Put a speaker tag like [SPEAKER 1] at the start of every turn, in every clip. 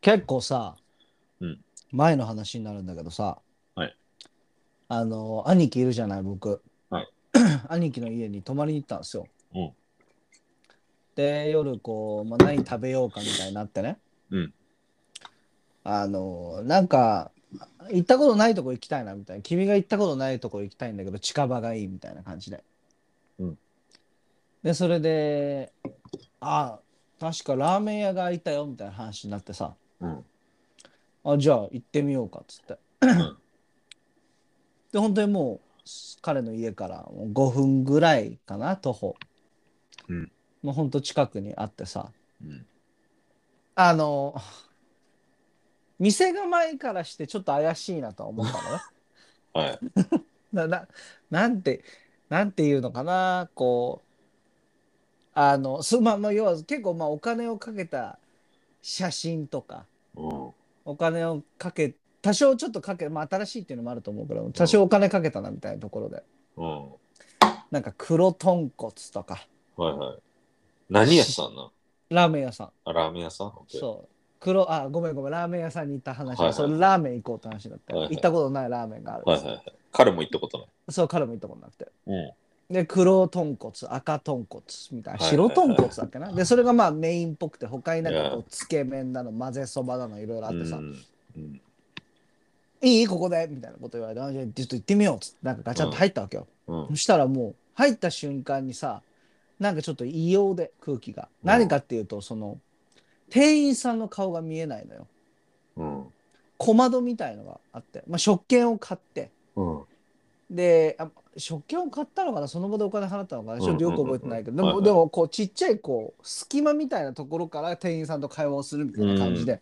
[SPEAKER 1] 結構さ、
[SPEAKER 2] うん
[SPEAKER 1] 前の話になるんだけどさ、
[SPEAKER 2] はい
[SPEAKER 1] あの兄貴いるじゃない僕、
[SPEAKER 2] はい
[SPEAKER 1] 兄貴の家に泊まりに行ったんですよ、
[SPEAKER 2] うん
[SPEAKER 1] で夜こう、まあ、何食べようかみたいになってね、
[SPEAKER 2] うん
[SPEAKER 1] あのなんか行ったことないとこ行きたいなみたいな君が行ったことないとこ行きたいんだけど近場がいいみたいな感じで、
[SPEAKER 2] うん
[SPEAKER 1] でそれであ確かラーメン屋が開いたよみたいな話になってさ、
[SPEAKER 2] うん。
[SPEAKER 1] あじゃあ行ってみようかっつって
[SPEAKER 2] うん。
[SPEAKER 1] で本当にもう彼の家からもう5分ぐらいかな徒歩
[SPEAKER 2] うん
[SPEAKER 1] もうほんと近くにあってさ
[SPEAKER 2] うん。
[SPEAKER 1] あの店構えからしてちょっと怪しいなとは思ったのね
[SPEAKER 2] はい。
[SPEAKER 1] な ななんてなんていうのかなこうあのすまあまあ要は結構まあお金をかけた写真とか
[SPEAKER 2] うん。
[SPEAKER 1] お金をかけ多少ちょっとかけ、まあ、新しいっていうのもあると思うけど多少お金かけたなみたいなところで
[SPEAKER 2] うん。
[SPEAKER 1] なんか黒豚骨とか
[SPEAKER 2] はいはい。何屋さんな
[SPEAKER 1] ラーメン屋さん
[SPEAKER 2] あラーメン屋さんオッケー
[SPEAKER 1] そう黒あごめんごめんラーメン屋さんに行った話、
[SPEAKER 2] はいはい
[SPEAKER 1] それラーメン行こうって話になって、
[SPEAKER 2] はいはい
[SPEAKER 1] 行ったことないラーメンがある、
[SPEAKER 2] はいはいはい。彼も行ったこと
[SPEAKER 1] そう彼も行ったことなくて
[SPEAKER 2] ない。
[SPEAKER 1] で黒豚骨赤豚骨みたいな
[SPEAKER 2] はいはいは
[SPEAKER 1] 白
[SPEAKER 2] い
[SPEAKER 1] 豚骨だっけな、でそれがまあメインっぽくて他になんかこ
[SPEAKER 2] いう
[SPEAKER 1] つけ麺だの混ぜそばだのいろいろあっ
[SPEAKER 2] うん。
[SPEAKER 1] てさ、
[SPEAKER 2] うんうん。
[SPEAKER 1] いいここでみたいなこと言われてあじゃあちょっと行ってみようっつってなんかガチャンと入ったわけよ、
[SPEAKER 2] うん
[SPEAKER 1] そ。したらもう入った瞬間にさなんかちょっと異様で空気が
[SPEAKER 2] うん
[SPEAKER 1] 何かっていうとその店員さんの顔が見えないのよ
[SPEAKER 2] うん。
[SPEAKER 1] 小窓みたいのがあって、まあ、食券を買って
[SPEAKER 2] うん。
[SPEAKER 1] であ食券を買ったのかなその場でお金払ったのかなちょっとよく覚えてないけど、
[SPEAKER 2] うんうんうんうん
[SPEAKER 1] でもでもこうちっちゃいこう隙間みたいなところから店員さんと会話をするみたいな感じで、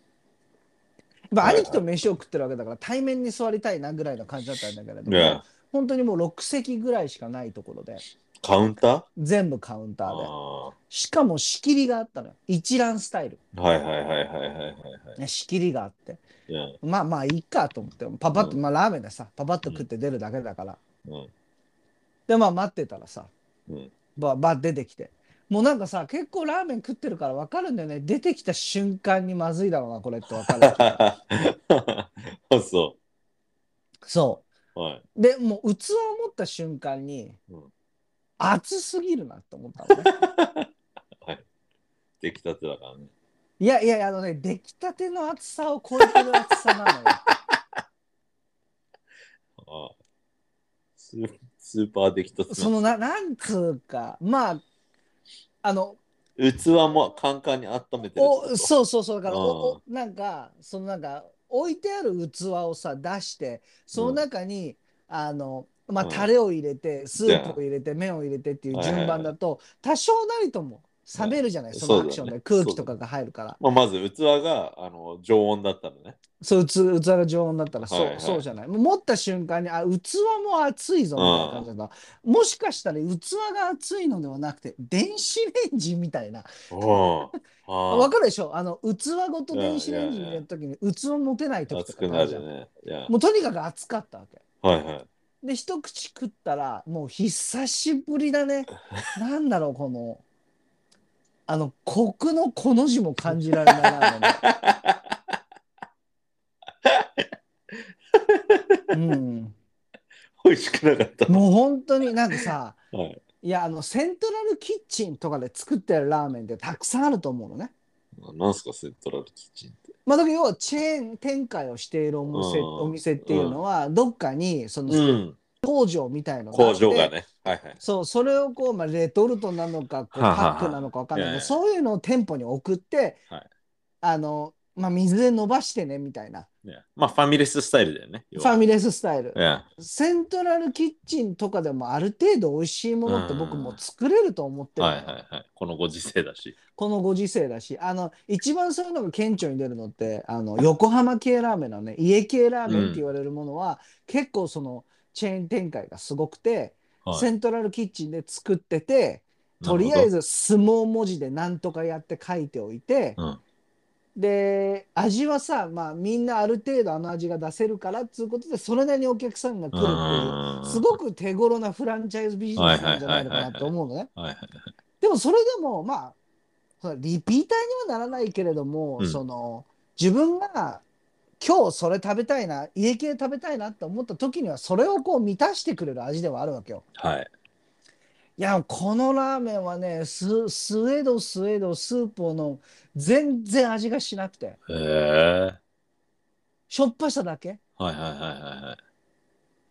[SPEAKER 1] まあ
[SPEAKER 2] はいはい
[SPEAKER 1] 兄貴と飯を食ってるわけだから対面に座りたいなぐらいの感じだったんだけれど
[SPEAKER 2] い
[SPEAKER 1] も、
[SPEAKER 2] や、
[SPEAKER 1] 本当にもう6席ぐらいしかないところで。
[SPEAKER 2] カウンター
[SPEAKER 1] 全部カウンターで
[SPEAKER 2] あ
[SPEAKER 1] しかも仕切りがあったのよ一覧スタイル、
[SPEAKER 2] ーはいはいはいはいはいはい。
[SPEAKER 1] ね、仕切りがあって
[SPEAKER 2] いや、
[SPEAKER 1] まあまあいいかと思ってパパッと、
[SPEAKER 2] うん
[SPEAKER 1] まあラーメンでさパパッと食って出るだけだから、
[SPEAKER 2] うん。
[SPEAKER 1] でまあ待ってたらさ
[SPEAKER 2] うん。
[SPEAKER 1] ばば出てきてもうなんかさ結構ラーメン食ってるから分かるんだよね出てきた瞬間にまずいだろうなこれって分かる
[SPEAKER 2] そ。
[SPEAKER 1] そう
[SPEAKER 2] はい。
[SPEAKER 1] うでもう器を持った瞬間に、
[SPEAKER 2] うん
[SPEAKER 1] 熱すぎるなって思ったのね
[SPEAKER 2] 出来たてだからね。
[SPEAKER 1] いやいやいやあのね出来たての熱さを超えてる熱さなのよ
[SPEAKER 2] あースースーパー出来たて
[SPEAKER 1] そ
[SPEAKER 2] の。
[SPEAKER 1] のななんつうかまああの
[SPEAKER 2] 器もカンカンに温めてるってこ
[SPEAKER 1] お
[SPEAKER 2] と。
[SPEAKER 1] そうそうそうだからおおなんかそのなんか置いてある器をさ出してその中に、あのまあ
[SPEAKER 2] うん
[SPEAKER 1] タレを入れて、スープを入れて麺を入れてっていう順番だと、多少なりとも冷めるじゃない、
[SPEAKER 2] うん
[SPEAKER 1] そのアクションで、
[SPEAKER 2] そうだね
[SPEAKER 1] 空気とかが入るから
[SPEAKER 2] まあ、まず器があの常温だったらね。
[SPEAKER 1] そう器器が常温だったらそう,、
[SPEAKER 2] はいはい
[SPEAKER 1] そうじゃないもう持った瞬間にあ器も熱いぞみたいな感じだったもしかしたら器が熱いのではなくて電子レンジみたいな
[SPEAKER 2] うん。あ
[SPEAKER 1] わ
[SPEAKER 2] か
[SPEAKER 1] かるでしょあの器ごと電子レンジに入れるときに器持てないときと
[SPEAKER 2] 熱
[SPEAKER 1] か
[SPEAKER 2] く
[SPEAKER 1] あ
[SPEAKER 2] な
[SPEAKER 1] じゃん
[SPEAKER 2] るね。いや。
[SPEAKER 1] もうとにかく熱かったわけ
[SPEAKER 2] はいはい。
[SPEAKER 1] で一口食ったらもう久しぶりだねなんだろうこのあのコクのこの字も感じられないなあのねうん、
[SPEAKER 2] 美味しくなかった。
[SPEAKER 1] もう本当になんかさ
[SPEAKER 2] はい。
[SPEAKER 1] いやあのセントラルキッチンとかで作ってるラーメンってたくさんあると思うのね
[SPEAKER 2] なんすか、セントラルキッチンって。
[SPEAKER 1] まあ、だけど要はチェーン展開をしているお店,、
[SPEAKER 2] うん
[SPEAKER 1] お店っていうのは、どっかにその
[SPEAKER 2] ん。
[SPEAKER 1] 工場みたいのあ
[SPEAKER 2] 工
[SPEAKER 1] って
[SPEAKER 2] 場がね。はいはい。
[SPEAKER 1] そうそれをこう、まあ、レトルトなのかこう
[SPEAKER 2] はあはあ
[SPEAKER 1] パックなのかわかんないけど
[SPEAKER 2] いやいや
[SPEAKER 1] そういうのを店舗に送って、
[SPEAKER 2] はい
[SPEAKER 1] あのまあ、水で伸ばしてねみたいな
[SPEAKER 2] ねまあ、ファミレススタイルだよね。
[SPEAKER 1] ファミレススタイル
[SPEAKER 2] いや。
[SPEAKER 1] セントラルキッチンとかでもある程度美味しいものって僕も作れると思ってるの
[SPEAKER 2] はい
[SPEAKER 1] よ、
[SPEAKER 2] はいはい。このご時世だし。
[SPEAKER 1] このご時世だしあの一番そういうのが顕著に出るのってあの横浜系ラーメンのね家系ラーメンって言われるものは、結構そのチェーン展開がすごくて、セントラルキッチンで作っててとりあえ
[SPEAKER 2] ず。
[SPEAKER 1] ず相撲文字でなんとかやって書いておいて、
[SPEAKER 2] うん
[SPEAKER 1] で味はさ、まあ、みんなある程度あの味が出せるからっつうことでそれなりにお客さんが来るっていう、すご
[SPEAKER 2] く。
[SPEAKER 1] く手頃なフランチャイズビジネスなんじゃないのかなって思うのね。
[SPEAKER 2] はいはい。
[SPEAKER 1] でもそれでもまあそのリピーターにはならないけれども、
[SPEAKER 2] うん
[SPEAKER 1] その自分が今日それ食べたいな家系食べたいなって思った時にはそれをこう満たしてくれる味ではあるわけよ。
[SPEAKER 2] はい。
[SPEAKER 1] いやこのラーメンはねすスウェードスウェードスープを飲む全然味がしなくて
[SPEAKER 2] へえ。
[SPEAKER 1] しょっぱさだけ
[SPEAKER 2] はいはいはいはいは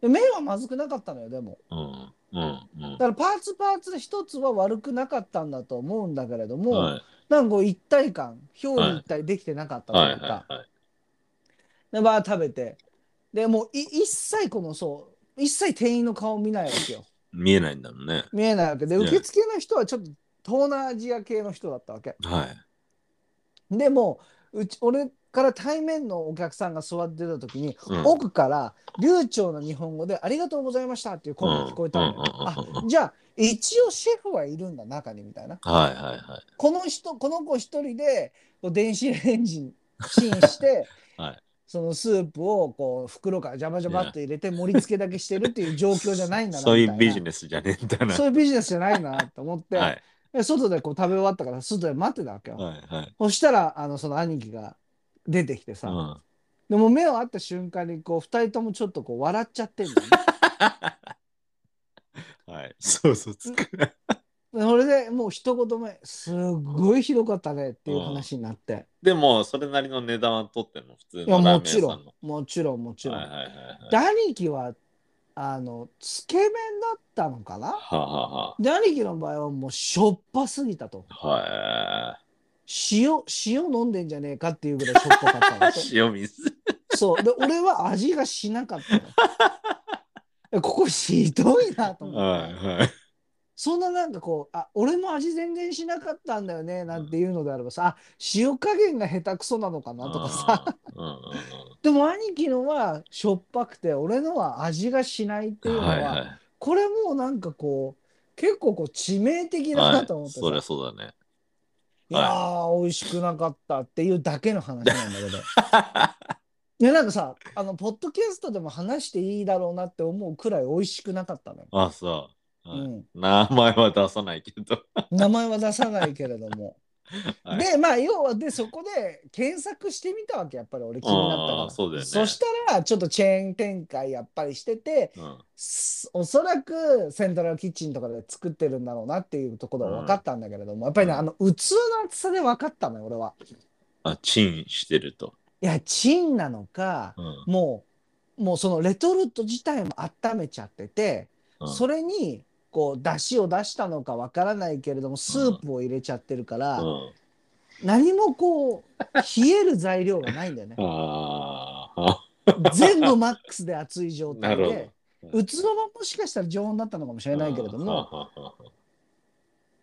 [SPEAKER 2] い。
[SPEAKER 1] で麺はまずくなかったのよでも
[SPEAKER 2] うん。うん。うん
[SPEAKER 1] だ。からパーツパーツで一つは悪くなかったんだと思うんだけれども、
[SPEAKER 2] はい
[SPEAKER 1] なんかこう一体感表裏一体できてなかったと
[SPEAKER 2] はいいう
[SPEAKER 1] か、
[SPEAKER 2] はいはい。
[SPEAKER 1] でバー食べてでもうい一切このそう一切店員の顔見ないわけよ
[SPEAKER 2] 見えないんだもんね。
[SPEAKER 1] 見えないわけで
[SPEAKER 2] うん
[SPEAKER 1] 受付の人はちょっと東南アジア系の人だったわけ
[SPEAKER 2] はい。
[SPEAKER 1] でもううち俺から対面のお客さんが座ってた時に、
[SPEAKER 2] うん
[SPEAKER 1] 奥から流暢な日本語で「ありがとうございました」っていう声が聞こえたのよ、
[SPEAKER 2] うんうんうんうん
[SPEAKER 1] あじゃあ一応シェフはいるんだ中にみたいな
[SPEAKER 2] はいはいは
[SPEAKER 1] この人この子一人でこう電子レンジにチンして、
[SPEAKER 2] はい
[SPEAKER 1] そのスープをこう袋からジャバジャバっと入れて盛り付けだけしてるっていう状況じゃないん
[SPEAKER 2] い。
[SPEAKER 1] だな
[SPEAKER 2] そうい
[SPEAKER 1] みた
[SPEAKER 2] う
[SPEAKER 1] な
[SPEAKER 2] ビジネスじゃねえんだな。
[SPEAKER 1] そういうビジネスじゃないなと思って、
[SPEAKER 2] はい。
[SPEAKER 1] で外でこう食べ終わったから外で待ってたわけよ、
[SPEAKER 2] はいはい。
[SPEAKER 1] そしたらあのその兄貴が出てきてさ、
[SPEAKER 2] うん
[SPEAKER 1] でも目を合った瞬間にこう二人ともちょっとこう笑っちゃってんのね
[SPEAKER 2] はい。 そうそうつく。
[SPEAKER 1] でそれでもう一言目すっごいひどかったねっていう話になって、
[SPEAKER 2] でも、それなりの値段は取ってんの、普通
[SPEAKER 1] いや
[SPEAKER 2] のラ
[SPEAKER 1] も
[SPEAKER 2] ーメン
[SPEAKER 1] ち
[SPEAKER 2] 屋
[SPEAKER 1] ろ
[SPEAKER 2] さ
[SPEAKER 1] ん
[SPEAKER 2] んの。
[SPEAKER 1] もちろんもちろん、
[SPEAKER 2] はいはいはいはい。
[SPEAKER 1] で兄貴はあのつけ麺だったのかな
[SPEAKER 2] はあは
[SPEAKER 1] で兄貴の場合はもうしょっぱすぎたと
[SPEAKER 2] あはあ。は
[SPEAKER 1] 塩塩飲んでんじゃねえかっていうぐらいしょっぱか ったの
[SPEAKER 2] い。塩水。
[SPEAKER 1] そうで俺は味がしなか ったのえここひどいなと思って、
[SPEAKER 2] はいはい。
[SPEAKER 1] そんななんかこうあ俺も味全然しなかったんだよねなんていうのであればさあ塩加減が下手くそなのかなとかさ
[SPEAKER 2] うんうんうん
[SPEAKER 1] でも兄貴のはしょっぱくて俺のは味がしないっていう
[SPEAKER 2] うん。
[SPEAKER 1] のは、
[SPEAKER 2] はいはい。
[SPEAKER 1] これもうなんかこう結構こう致命的だなと思ってさ、
[SPEAKER 2] そり
[SPEAKER 1] い
[SPEAKER 2] ゃ、そうだね。
[SPEAKER 1] やー美味しくなかったっていうだけの話なんだけど いやなんかさあのポッドキャストでも話していいだろうなって思うくらい美味しくなかったのよ、
[SPEAKER 2] あ、そう。は
[SPEAKER 1] う
[SPEAKER 2] い
[SPEAKER 1] ん、
[SPEAKER 2] 名前は出さないけど。
[SPEAKER 1] 名前は出さないけれども
[SPEAKER 2] はい
[SPEAKER 1] でまあ要はでそこで検索してみたわけやっぱり俺気になったか
[SPEAKER 2] あ
[SPEAKER 1] ら
[SPEAKER 2] ーそうだよね
[SPEAKER 1] したらちょっとチェーン展開やっぱりしてて
[SPEAKER 2] うん
[SPEAKER 1] すおそらくセントラルキッチンとかで作ってるんだろうなっていうところは分かったんだけれども、やっぱりね、
[SPEAKER 2] うん
[SPEAKER 1] あの器の厚さで分かったのよ俺は。
[SPEAKER 2] あ、チンしてると。
[SPEAKER 1] いやチンなのか
[SPEAKER 2] うん
[SPEAKER 1] もうもうそのレトルト自体も温めちゃってて、
[SPEAKER 2] うん
[SPEAKER 1] それにこう出汁を出したのか分からないけれどもスープを入れちゃってるから、
[SPEAKER 2] うん
[SPEAKER 1] 何もこう冷える材料がないんだ よね
[SPEAKER 2] あーあ。
[SPEAKER 1] 全部マックスで熱い状態
[SPEAKER 2] なる
[SPEAKER 1] で器はもしかしたら常温だったのかもしれないけれども。
[SPEAKER 2] あー。あーあー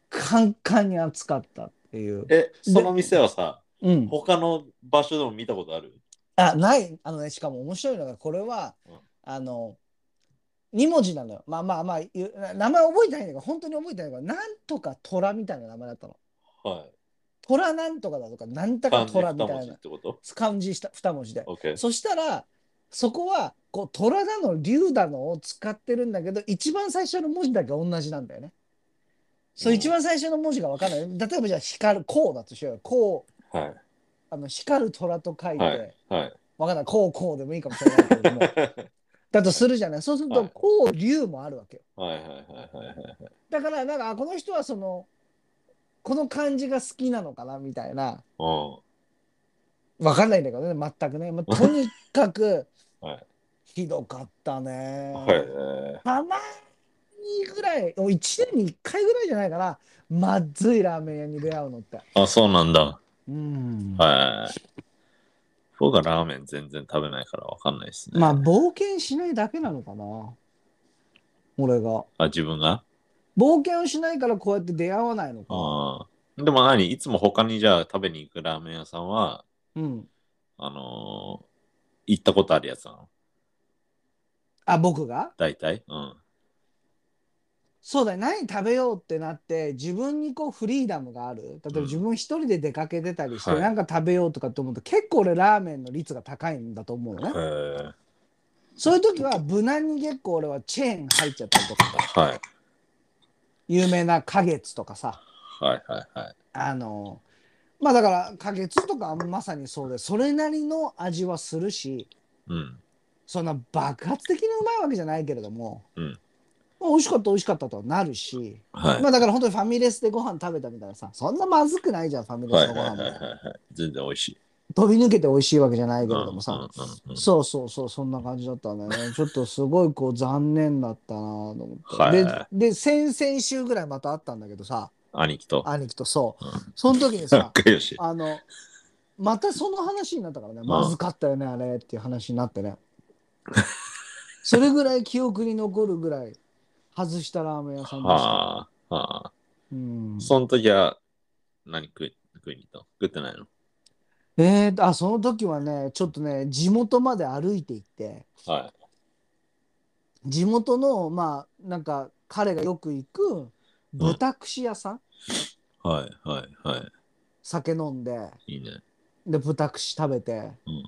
[SPEAKER 1] カンカンに暑かったっていう。
[SPEAKER 2] え、その店はさ、
[SPEAKER 1] うん、
[SPEAKER 2] 他の場所でも見たことある
[SPEAKER 1] あないあのねしかも面白いのがこれは、
[SPEAKER 2] うん
[SPEAKER 1] あの2文字なのよまあまあまあ言うな名前覚えてないんだけど本当に覚えてないけどなんとか虎みたいな名前だったの
[SPEAKER 2] はい。
[SPEAKER 1] 虎なんとかだとかなん
[SPEAKER 2] だ
[SPEAKER 1] たか虎みたい
[SPEAKER 2] っ
[SPEAKER 1] な
[SPEAKER 2] てこと
[SPEAKER 1] 漢字した2文字で
[SPEAKER 2] ?OK。
[SPEAKER 1] そしたらそこはこう虎だの竜だのを使ってるんだけど一番最初の文字だけ同じなんだよねそう
[SPEAKER 2] うん
[SPEAKER 1] 一番最初の文字が分かんない例えばじゃあ光るこうだとしようよこう
[SPEAKER 2] はい。
[SPEAKER 1] あの光る虎と書いて、
[SPEAKER 2] はい。はい。
[SPEAKER 1] わかんない、こうこうでもいいかもしれないけれ ども、だとするじゃない。そうすると、
[SPEAKER 2] はい
[SPEAKER 1] こう竜もあるわけよ。
[SPEAKER 2] はいはいはいはいはい。
[SPEAKER 1] だから、なんか、あこの人はその、この漢字が好きなのかなみたいな、
[SPEAKER 2] うん。
[SPEAKER 1] わかんないんだけどね、全くね。まあ、とにかく
[SPEAKER 2] はい、
[SPEAKER 1] ひどかったね。
[SPEAKER 2] はい。
[SPEAKER 1] たまにぐらい、もう1年に1回ぐらいじゃないかな、まずいラーメン屋に出会うのって。
[SPEAKER 2] あ、そうなんだ。
[SPEAKER 1] うん。
[SPEAKER 2] はい。僕はラーメン全然食べないからわかんないですね。
[SPEAKER 1] まあ、冒険しないだけなのかな。俺が。
[SPEAKER 2] あ、自分が
[SPEAKER 1] 冒険をしないからこうやって出会わないのか。
[SPEAKER 2] ああ。でも何いつも他にじゃあ食べに行くラーメン屋さんは、
[SPEAKER 1] うん。
[SPEAKER 2] あのー行ったことあるやつなの
[SPEAKER 1] あ、僕が
[SPEAKER 2] 大体うん。
[SPEAKER 1] そうだよ。何食べようってなって、自分にこうフリーダムがある。例えば
[SPEAKER 2] うん
[SPEAKER 1] 自分一人で出かけてたりして、
[SPEAKER 2] はい
[SPEAKER 1] なんか食べようとかって思うと、結構俺ラーメンの率が高いんだと思うの
[SPEAKER 2] へ
[SPEAKER 1] ね。
[SPEAKER 2] え。
[SPEAKER 1] そういう時は無難に結構俺はチェーン入っちゃったりとか、
[SPEAKER 2] はい。
[SPEAKER 1] 有名な花月とかさ、
[SPEAKER 2] はいはいはい。
[SPEAKER 1] あの、まあだから、花月とかまさにそうで、それなりの味はするし、
[SPEAKER 2] うん。
[SPEAKER 1] そんな爆発的にうまいわけじゃないけれども、
[SPEAKER 2] うん
[SPEAKER 1] まあ美味しかった美味しかったとはなるし、
[SPEAKER 2] はい。
[SPEAKER 1] まあだから本当にファミレスでご飯食べたみたいなさ、そんなまずくないじゃん、ファミレ
[SPEAKER 2] はい
[SPEAKER 1] スの
[SPEAKER 2] はい
[SPEAKER 1] ご飯
[SPEAKER 2] はい
[SPEAKER 1] も
[SPEAKER 2] はい。はい。全然美味しい。
[SPEAKER 1] 飛び抜けて美味しいわけじゃない
[SPEAKER 2] だ
[SPEAKER 1] けれどもさ、
[SPEAKER 2] うんうんうん、
[SPEAKER 1] そうそうそう、そんな感じだったね。ちょっとすごいこう残念だったなと思って。
[SPEAKER 2] は
[SPEAKER 1] で、で、先々週ぐらいまた会ったんだけどさ、
[SPEAKER 2] 兄貴と
[SPEAKER 1] 兄貴とそう
[SPEAKER 2] うん。
[SPEAKER 1] その時に さ、
[SPEAKER 2] 仲良し。
[SPEAKER 1] あの、またその話になったからね、まずかったよね、あれっていう話になってね。それぐらい記憶に残るぐらい外したラーメン屋さんでした。
[SPEAKER 2] はあ、はあ。
[SPEAKER 1] うん、
[SPEAKER 2] その時は、何食い食いに行ったの食ってないの
[SPEAKER 1] えーと、あ、その時はね、ちょっとね、地元まで歩いて行って、
[SPEAKER 2] は
[SPEAKER 1] 地元の、まあ、なんか、彼がよく行く豚串屋さん、
[SPEAKER 2] い。はいはいは
[SPEAKER 1] 酒飲んで、
[SPEAKER 2] い。いいね。
[SPEAKER 1] で、豚串食べて、
[SPEAKER 2] うん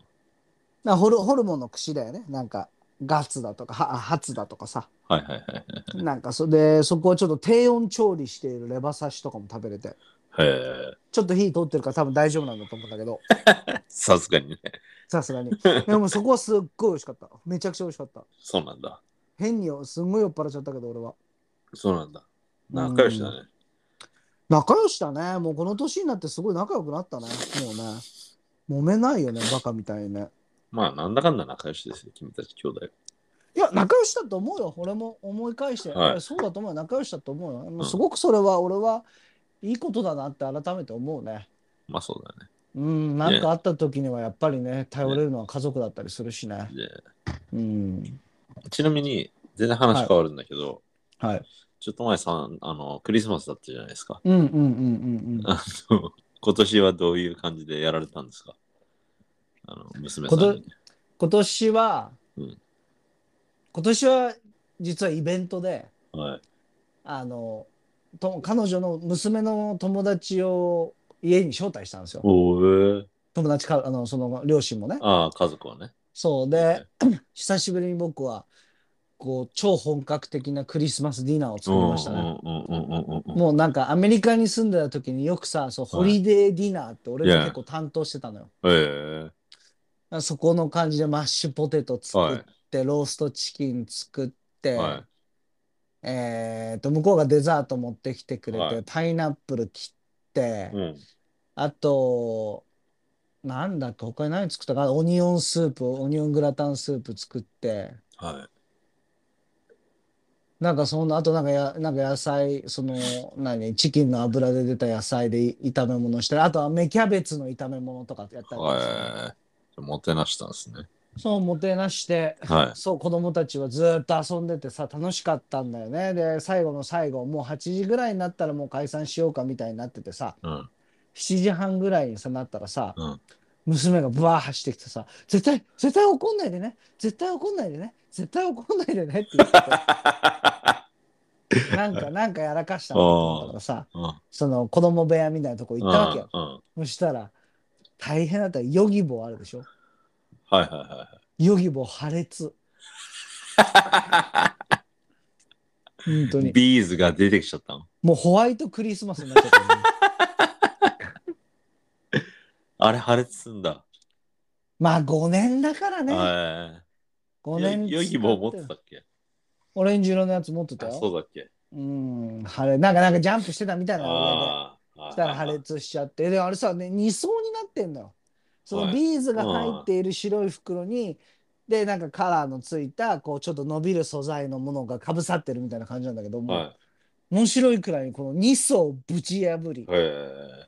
[SPEAKER 1] なホルホルモンの串だよね、なんか、ガツだとか、はハツだとかさ、
[SPEAKER 2] はいはいはいはい。
[SPEAKER 1] なんかそでそこはちょっと低温調理しているレバ刺しとかも食べれて
[SPEAKER 2] へ
[SPEAKER 1] ちょっと火通ってるから多分大丈夫なんだと思うんだ けど
[SPEAKER 2] え。さすがにね。
[SPEAKER 1] さすがにでもそこはすっごい美味しかっためちゃくちゃ美味しかった
[SPEAKER 2] そうなんだ。
[SPEAKER 1] 変にすんごい酔っ払っちゃったけど俺は
[SPEAKER 2] そうなんだ。仲良しだね。
[SPEAKER 1] 仲良しだねもうこの年になってすごい仲良くなったねもうね揉めないよねバカみたいにね
[SPEAKER 2] まあ、なんだかんだ仲良しですよ。君たち兄弟。
[SPEAKER 1] いや仲良しだと思うよ俺も思い返して、
[SPEAKER 2] はい
[SPEAKER 1] いやそうだと思うよ仲良しだと思うよもうすごくそれは俺はいいことだなって改めて思うね、
[SPEAKER 2] まあそうだね。
[SPEAKER 1] うん、なんかあった時にはやっぱりね、頼れるのは家族だったりするしね。
[SPEAKER 2] で
[SPEAKER 1] うん。
[SPEAKER 2] ちなみに、全然話変わるんだけど、
[SPEAKER 1] はい。
[SPEAKER 2] ちょっと前さん、あの、クリスマスだったじゃないですか。
[SPEAKER 1] うんうんうんうんうん。
[SPEAKER 2] あの 今年はどういう感じでやられたんですかあの、娘さんに。
[SPEAKER 1] 今年は、
[SPEAKER 2] うん
[SPEAKER 1] 今年は実はイベントで、
[SPEAKER 2] はい。
[SPEAKER 1] あの、と彼女の娘の友達を家に招待したんですよ。
[SPEAKER 2] おーえー
[SPEAKER 1] 友達か、あの、その両親もね。
[SPEAKER 2] ああ、家族はね。
[SPEAKER 1] そうで、久しぶりに僕は、こう、超本格的なクリスマスディナーを
[SPEAKER 2] う
[SPEAKER 1] 作
[SPEAKER 2] ん
[SPEAKER 1] り
[SPEAKER 2] うん
[SPEAKER 1] ましたね。
[SPEAKER 2] うんうんうんうんうん。
[SPEAKER 1] もうなんかアメリカに住んでた時によくさそう
[SPEAKER 2] はい
[SPEAKER 1] ホリデーディナーって俺
[SPEAKER 2] い
[SPEAKER 1] が
[SPEAKER 2] や
[SPEAKER 1] 結構担当してたのよ。
[SPEAKER 2] え
[SPEAKER 1] そこの感じでマッシュポテト
[SPEAKER 2] え
[SPEAKER 1] 作
[SPEAKER 2] は
[SPEAKER 1] っ
[SPEAKER 2] い。
[SPEAKER 1] て、ローストチキン作って、
[SPEAKER 2] は
[SPEAKER 1] えー、と向こうがデザート持ってきてくれて、
[SPEAKER 2] はい
[SPEAKER 1] パイナップル切って、
[SPEAKER 2] い。うん。
[SPEAKER 1] あとなんだっけ他に何作ったかなオニオンスープオニオングラタンスープ作って
[SPEAKER 2] は
[SPEAKER 1] なんかそのあとなんかやなんか野菜その何チキンの油で出た野菜で炒め物したりあとは芽キャベツの炒め物とかやったり
[SPEAKER 2] い。
[SPEAKER 1] とかして
[SPEAKER 2] はい。もてなしたんですね。
[SPEAKER 1] そうもてなして
[SPEAKER 2] は
[SPEAKER 1] そう子供たちはずーっと遊んでてさ楽しかったんだよねで最後の最後もう8時ぐらいになったらもう解散しようかみたいになっててさ
[SPEAKER 2] い。うん。
[SPEAKER 1] 7時半ぐらいにさなったらさ、
[SPEAKER 2] うん
[SPEAKER 1] 娘がブワー走ってきてさ「絶対絶対怒んないでね絶対怒んないでね絶対怒んないでね」って 言っててなんかなんかやらかしたなと思ったからさ
[SPEAKER 2] うん。
[SPEAKER 1] その子供部屋みたいなとこ行ったわけよ。
[SPEAKER 2] うん。うん
[SPEAKER 1] そしたら大変だったヨギボーあるでしょ
[SPEAKER 2] はいはいはいはい。
[SPEAKER 1] ヨギボー破 裂本当に
[SPEAKER 2] ビーズが出てきちゃったの。
[SPEAKER 1] もうホワイトクリスマスになっちゃ った、ね、
[SPEAKER 2] あれ破裂すんだ。
[SPEAKER 1] まあ5年だからね
[SPEAKER 2] は
[SPEAKER 1] 5
[SPEAKER 2] い。
[SPEAKER 1] 年
[SPEAKER 2] よよぎも持ってたっけ
[SPEAKER 1] オレンジ色のやつ持ってた
[SPEAKER 2] あ
[SPEAKER 1] よ
[SPEAKER 2] そうだっけ
[SPEAKER 1] うん晴れなんかなんかジャンプしてたみたいなの
[SPEAKER 2] ああ。は
[SPEAKER 1] で
[SPEAKER 2] い
[SPEAKER 1] したら破裂しちゃ ってであれさ、ね、2層になってんのよそ
[SPEAKER 2] は
[SPEAKER 1] の
[SPEAKER 2] い
[SPEAKER 1] ビーズが入っている白い袋に、でなんかカラーのついたこうちょっと伸びる素材のものがかぶさってるみたいな感じなんだけども、
[SPEAKER 2] は
[SPEAKER 1] 面白いくらいにこの2層をぶち破り
[SPEAKER 2] い。へ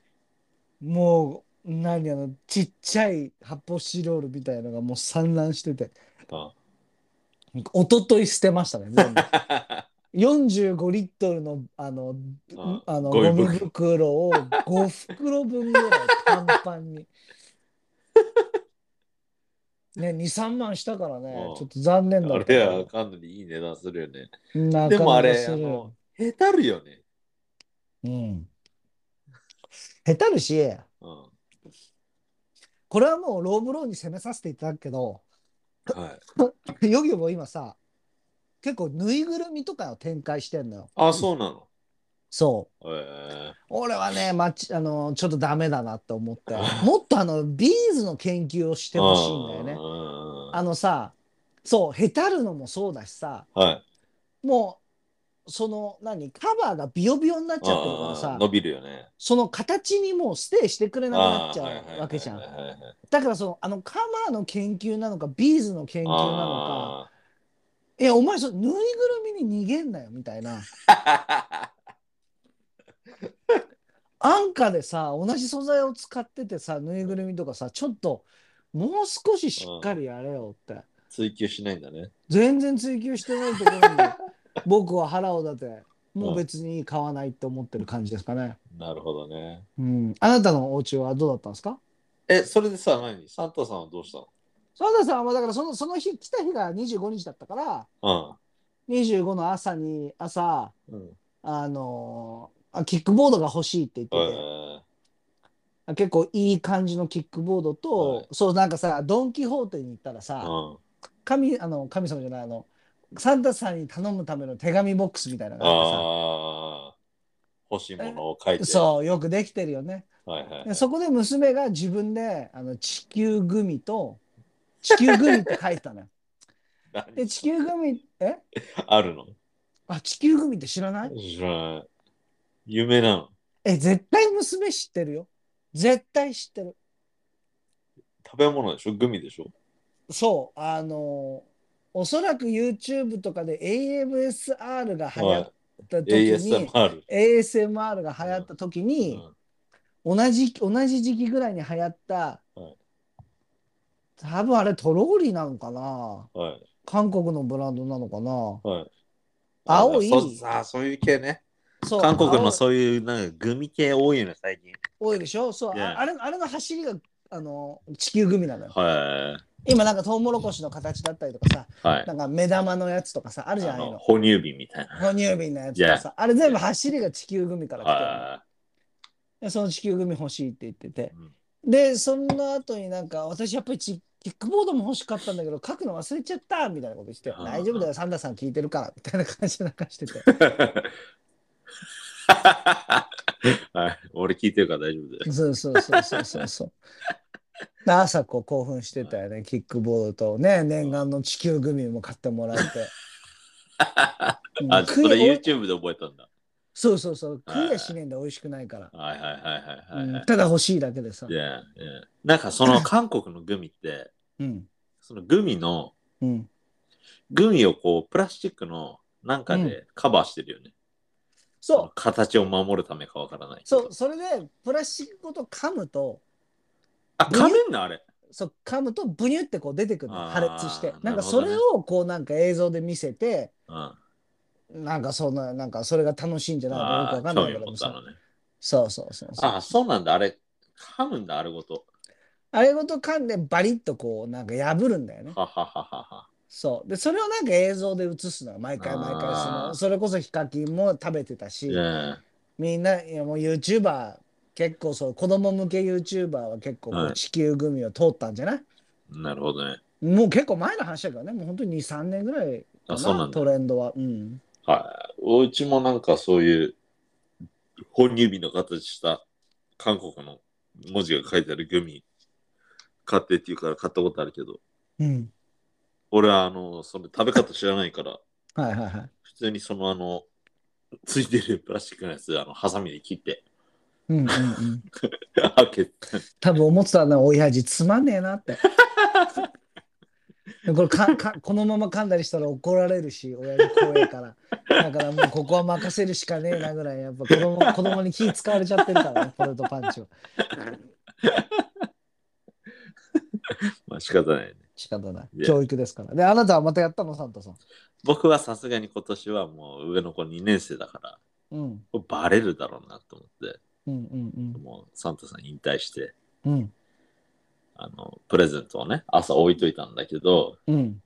[SPEAKER 1] もう何あのちっちゃい発泡スチロールみたいのがもう散乱してて
[SPEAKER 2] え。あ
[SPEAKER 1] 一昨日捨てましたね全部45リットルのあの
[SPEAKER 2] あ
[SPEAKER 1] あの
[SPEAKER 2] ゴミ
[SPEAKER 1] ゴミ
[SPEAKER 2] 袋
[SPEAKER 1] 袋を5袋分ぐらいパンパンに。 ね、23万したからね
[SPEAKER 2] うん
[SPEAKER 1] ちょっと残念だ
[SPEAKER 2] あ
[SPEAKER 1] った
[SPEAKER 2] れはかなりいい値段するよね。
[SPEAKER 1] な
[SPEAKER 2] でもあれ、
[SPEAKER 1] か
[SPEAKER 2] あ
[SPEAKER 1] なかする
[SPEAKER 2] の、へたるよね。
[SPEAKER 1] うん、下手るし
[SPEAKER 2] うん。
[SPEAKER 1] これはもうローブローに攻めさせていただくけど
[SPEAKER 2] はい。
[SPEAKER 1] ヨギョも今さ結構ぬいぐるみとかを展開してんのよ
[SPEAKER 2] あ、そうなの。
[SPEAKER 1] そう。
[SPEAKER 2] えー、
[SPEAKER 1] 俺は ね、まち、あの、ちょっとダメだなって思って、もっとあの、ビーズの研究をしてほしいんだよね
[SPEAKER 2] う。ん
[SPEAKER 1] あのさ、そう、へたるのもそうだしさ、
[SPEAKER 2] はい。
[SPEAKER 1] もう、その、何、カバーがビヨビヨになっちゃってるから
[SPEAKER 2] うん
[SPEAKER 1] さ、
[SPEAKER 2] 伸びるよね。
[SPEAKER 1] その形にもうステイしてくれなくなっち
[SPEAKER 2] あーはいはい
[SPEAKER 1] ゃ
[SPEAKER 2] はいう
[SPEAKER 1] わけじゃん
[SPEAKER 2] はい。はいはい
[SPEAKER 1] だからその、あの、カバーの研究なのか、ビーズの研究なのか、
[SPEAKER 2] あ
[SPEAKER 1] え、お前、そのぬいぐるみに逃げんなよ、みたいな。
[SPEAKER 2] ー
[SPEAKER 1] 安価でさ同じ素材を使っててさぬいぐるみとかさちょっともう少ししっかりやれよって
[SPEAKER 2] 追求しないんだね。
[SPEAKER 1] 全然追求してないところに僕は腹を立てもう別に買わないって思ってる感じですかね、
[SPEAKER 2] なるほどね。
[SPEAKER 1] うん、あなたのお家はどうだったんですか
[SPEAKER 2] え、それでさ、何サンタさんはどうした
[SPEAKER 1] サンタさんはだからそのその日来た日が25日だったから
[SPEAKER 2] の
[SPEAKER 1] 25の朝に朝
[SPEAKER 2] うん。うん。
[SPEAKER 1] あのーあキックボードが欲しいって言ってて、
[SPEAKER 2] えー
[SPEAKER 1] 結構いい感じのキックボードと、
[SPEAKER 2] はい
[SPEAKER 1] そうなんかさドン・キホーテに行ったらさ、
[SPEAKER 2] うん。
[SPEAKER 1] 神あの神様じゃないあのサンタさんに頼むための手紙ボックスみたいなのがあっ
[SPEAKER 2] ああ。欲しいものを書い
[SPEAKER 1] て
[SPEAKER 2] て。
[SPEAKER 1] さそうよくできてるよね
[SPEAKER 2] う。はいはいは
[SPEAKER 1] で
[SPEAKER 2] い。
[SPEAKER 1] そこで娘が自分であの地球グミと地球グミって書いてた のよで
[SPEAKER 2] 何
[SPEAKER 1] 地球グミえ
[SPEAKER 2] あるの
[SPEAKER 1] あ地球グミって知らない
[SPEAKER 2] 知らない。夢なの。
[SPEAKER 1] え絶対娘知ってるよ絶対知ってる
[SPEAKER 2] 食べ物でしょグミでしょ
[SPEAKER 1] そうあのおそらく YouTube とかで AMSR が流行っ
[SPEAKER 2] は
[SPEAKER 1] た時
[SPEAKER 2] い。
[SPEAKER 1] に、
[SPEAKER 2] ASMR。
[SPEAKER 1] ASMR が流行った時に、
[SPEAKER 2] うん
[SPEAKER 1] 同じ同じ時期ぐらいに流行った、
[SPEAKER 2] はい
[SPEAKER 1] 多分あれトローリーなのかな
[SPEAKER 2] はい。
[SPEAKER 1] 韓国のブランドなのかな
[SPEAKER 2] はい。
[SPEAKER 1] 青い
[SPEAKER 2] あそうあそういう系ね。
[SPEAKER 1] そう
[SPEAKER 2] 韓国
[SPEAKER 1] 青
[SPEAKER 2] の
[SPEAKER 1] い
[SPEAKER 2] そういうなんかグミ系多いよね、最近。
[SPEAKER 1] 多いでしょそう、
[SPEAKER 2] Yeah
[SPEAKER 1] ああれあれの走りがあの地球グミなのよ
[SPEAKER 2] は
[SPEAKER 1] 今なんかトウモロコシの形だったりとかさ
[SPEAKER 2] い。はい。
[SPEAKER 1] なんか目玉のやつとかさあるじゃ
[SPEAKER 2] あ
[SPEAKER 1] ない
[SPEAKER 2] の
[SPEAKER 1] の
[SPEAKER 2] 哺乳瓶みたいな。
[SPEAKER 1] 哺乳瓶のやつとかさ、あれ全部走りが地球グミから来てるの
[SPEAKER 2] は
[SPEAKER 1] でその地球グミ欲しいって言ってて
[SPEAKER 2] い。
[SPEAKER 1] でその後になんか私やっぱりちキックボードも欲しかったんだけど書くの忘れちゃったみたいなことして
[SPEAKER 2] うん
[SPEAKER 1] 大丈夫だよサンダーさん聞いてるからみたいな感じで流 してて
[SPEAKER 2] はい、 俺聞いてるから大丈夫だよ。
[SPEAKER 1] そうそうそうそうそうそうで朝こう興奮してたよねキックボードとね念願の地球グミも買ってもら えてうん
[SPEAKER 2] あ、そ
[SPEAKER 1] 食い
[SPEAKER 2] れ
[SPEAKER 1] お
[SPEAKER 2] YouTube で覚えたんだ。
[SPEAKER 1] そうそうそう食いやしねえんだ美味しくないから、
[SPEAKER 2] はいはいは
[SPEAKER 1] う
[SPEAKER 2] いはい
[SPEAKER 1] ん
[SPEAKER 2] はい。
[SPEAKER 1] ただ欲しいだけでさ
[SPEAKER 2] いやいやなんかその韓国のグミって、
[SPEAKER 1] うん
[SPEAKER 2] そのグミの、
[SPEAKER 1] うん
[SPEAKER 2] グミをこうプラスチックのなんかでカバーしてるよね。そ
[SPEAKER 1] そう
[SPEAKER 2] の形を守るためかわからない。
[SPEAKER 1] そう。それでプラスチックごと噛むと
[SPEAKER 2] あ、仮面だあれ。
[SPEAKER 1] そう噛むとブニュってこう出てくるの
[SPEAKER 2] あー
[SPEAKER 1] 破裂してなん
[SPEAKER 2] なる
[SPEAKER 1] か
[SPEAKER 2] ほ
[SPEAKER 1] そ
[SPEAKER 2] どね
[SPEAKER 1] れをこうなんか映像で見せて
[SPEAKER 2] うん。
[SPEAKER 1] なんかそんななんかそれが楽しいんじゃないかよくわかんないけども
[SPEAKER 2] あー興味持った
[SPEAKER 1] さ
[SPEAKER 2] のね
[SPEAKER 1] そうそうそうそう
[SPEAKER 2] あ、そうなんだ。あれ、噛むんだ、あれごと。
[SPEAKER 1] あれごと噛んでバリッとこうなんか破るんだよね
[SPEAKER 2] ははははは。
[SPEAKER 1] そうでそれをなんか映像で映すのよ毎回毎回そ
[SPEAKER 2] あ
[SPEAKER 1] の
[SPEAKER 2] ー
[SPEAKER 1] それこそヒカキンも食べてたし
[SPEAKER 2] ね
[SPEAKER 1] みんないやもう YouTuber 結構そう子供向け YouTuber は結構こ
[SPEAKER 2] は
[SPEAKER 1] う
[SPEAKER 2] い
[SPEAKER 1] 地球グミを通ったんじゃない
[SPEAKER 2] なるほどね。
[SPEAKER 1] もう結構前の話だからねもう本当に23年ぐらいか
[SPEAKER 2] あ、そうなんだ
[SPEAKER 1] ト。レンドはうん。
[SPEAKER 2] はい。おうちもなんかそういう、哺乳瓶の形した韓国の文字が書いてあるグミ、買ってっていうから買ったことあるけど、
[SPEAKER 1] うん。
[SPEAKER 2] 俺はあの、その食べ方知らないから、
[SPEAKER 1] はいはいはい。
[SPEAKER 2] 普通にそのあの、ついてるプラスチックのやつ、あの、ハサミで切って、
[SPEAKER 1] うんうんうん。
[SPEAKER 2] 開けて、
[SPEAKER 1] 多分思ってたな、親父、つまんねえな って。これかかこのまま噛んだりしたら怒られるし、親父怖いから。だからもうここは任せるしかねえなぐらい、やっぱ子供子供に気使われちゃってるからね、ポテトパンチは。
[SPEAKER 2] まあ仕方ないね。
[SPEAKER 1] 仕方ない
[SPEAKER 2] い。や
[SPEAKER 1] 教育ですから。で、あなたはまたやったの、サンタさん。
[SPEAKER 2] 僕はさすがに今年はもう上の子2年生だから、
[SPEAKER 1] うん。
[SPEAKER 2] これバレるだろうなと思って、
[SPEAKER 1] うんうん
[SPEAKER 2] もうサンタさん引退して、
[SPEAKER 1] うん。うん。
[SPEAKER 2] あの、プレゼントをね、朝置いといたんだけど、
[SPEAKER 1] うん。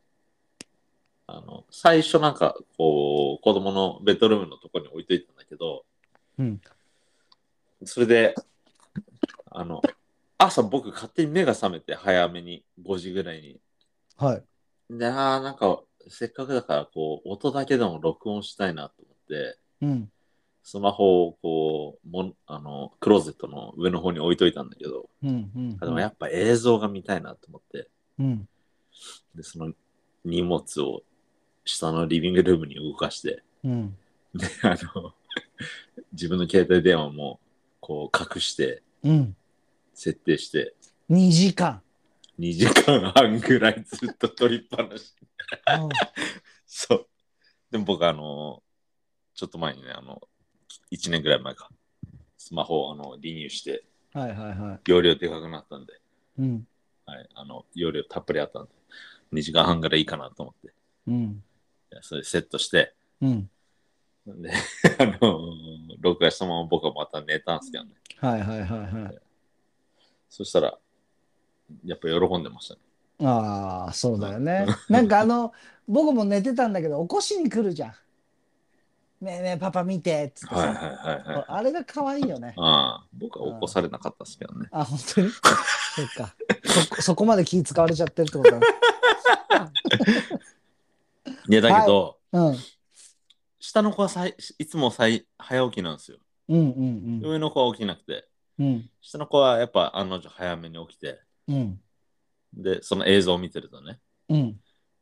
[SPEAKER 2] あの、最初なんか、こう、子供のベッドルームのとこに置いといたんだけど、
[SPEAKER 1] うん
[SPEAKER 2] それで、あの、朝僕勝手に目が覚めて、早めに、5時ぐらいに。
[SPEAKER 1] はい。
[SPEAKER 2] で、あーなんか、せっかくだから、こう、音だけでも録音したいなと思って、
[SPEAKER 1] うん。
[SPEAKER 2] スマホをこうもんあのクローゼットの上の方に置いといたんだけど、
[SPEAKER 1] うんうん
[SPEAKER 2] あでもやっぱ映像が見たいなと思って
[SPEAKER 1] うん
[SPEAKER 2] でその荷物を下のリビングルームに動かして
[SPEAKER 1] うん
[SPEAKER 2] であの自分の携帯電話もこう隠して
[SPEAKER 1] うん
[SPEAKER 2] 設定して
[SPEAKER 1] 2時間
[SPEAKER 2] 2時間半ぐらいずっと撮りっぱなし
[SPEAKER 1] うん
[SPEAKER 2] そう。でも僕、あの、ちょっと前にね、あの、1年ぐらい前か、スマホをあのリニューして、
[SPEAKER 1] はいはいは
[SPEAKER 2] 容量でかくなったんで、
[SPEAKER 1] いうん
[SPEAKER 2] はい、あの、容量たっぷりあったんで、2時間半ぐらいいいかなと思って、
[SPEAKER 1] うん
[SPEAKER 2] それセットして、
[SPEAKER 1] うん
[SPEAKER 2] で、 あの、録画したまま僕はまた寝たんですけどね。
[SPEAKER 1] はいはいはいはい
[SPEAKER 2] そしたら、やっぱ喜んでましたね。
[SPEAKER 1] ああそうだよねなんかあの僕も寝てたんだけど起こしに来るじゃんねえねえパパ見てっつって
[SPEAKER 2] はいはい
[SPEAKER 1] さ
[SPEAKER 2] はいはい。
[SPEAKER 1] あれが可愛いよね
[SPEAKER 2] ああ僕は起こされなかったですけどね。
[SPEAKER 1] あ、本当にそっかそ。そこまで気使われちゃってるってことだ。
[SPEAKER 2] いや、だけど、
[SPEAKER 1] うん。
[SPEAKER 2] 下の子はさいいつもさい早起きなんですよ。
[SPEAKER 1] うんうん
[SPEAKER 2] 上の子は起きなくて、
[SPEAKER 1] うん。うん
[SPEAKER 2] 下の子はやっぱ案の定早めに起きて、
[SPEAKER 1] うん
[SPEAKER 2] で、その映像を見てるとね。
[SPEAKER 1] うん。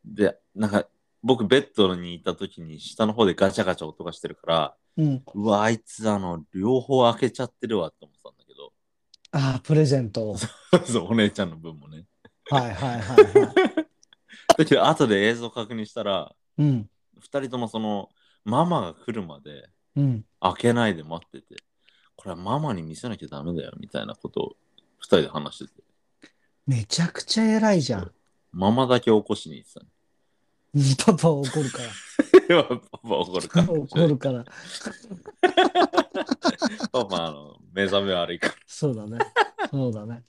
[SPEAKER 2] で、なんか、僕ベッドにいた時に下の方でガチャガチャ音がしてるから、
[SPEAKER 1] うん。
[SPEAKER 2] うわ、あいつあの、両方開けちゃってるわって思ってたんだけ
[SPEAKER 1] ああ、プレゼントを。
[SPEAKER 2] ど、 そう、お姉ちゃんの分もね。
[SPEAKER 1] はいはいはいはい。
[SPEAKER 2] だけど、後で映像確認したら、
[SPEAKER 1] うん
[SPEAKER 2] 二人ともその、ママが来るまで
[SPEAKER 1] うん。
[SPEAKER 2] 開けないで待ってて、これはママに見せなきゃダメだよみたいなことを二人で話してて、
[SPEAKER 1] めちゃくちゃ偉いじゃん。
[SPEAKER 2] ママだけ起こしに行ってたね。
[SPEAKER 1] パパ怒るから。
[SPEAKER 2] ではパパ怒るか
[SPEAKER 1] パ
[SPEAKER 2] ら。
[SPEAKER 1] パ怒るから。
[SPEAKER 2] パパ、あの、目覚め悪いから。
[SPEAKER 1] そうだね。そうだね。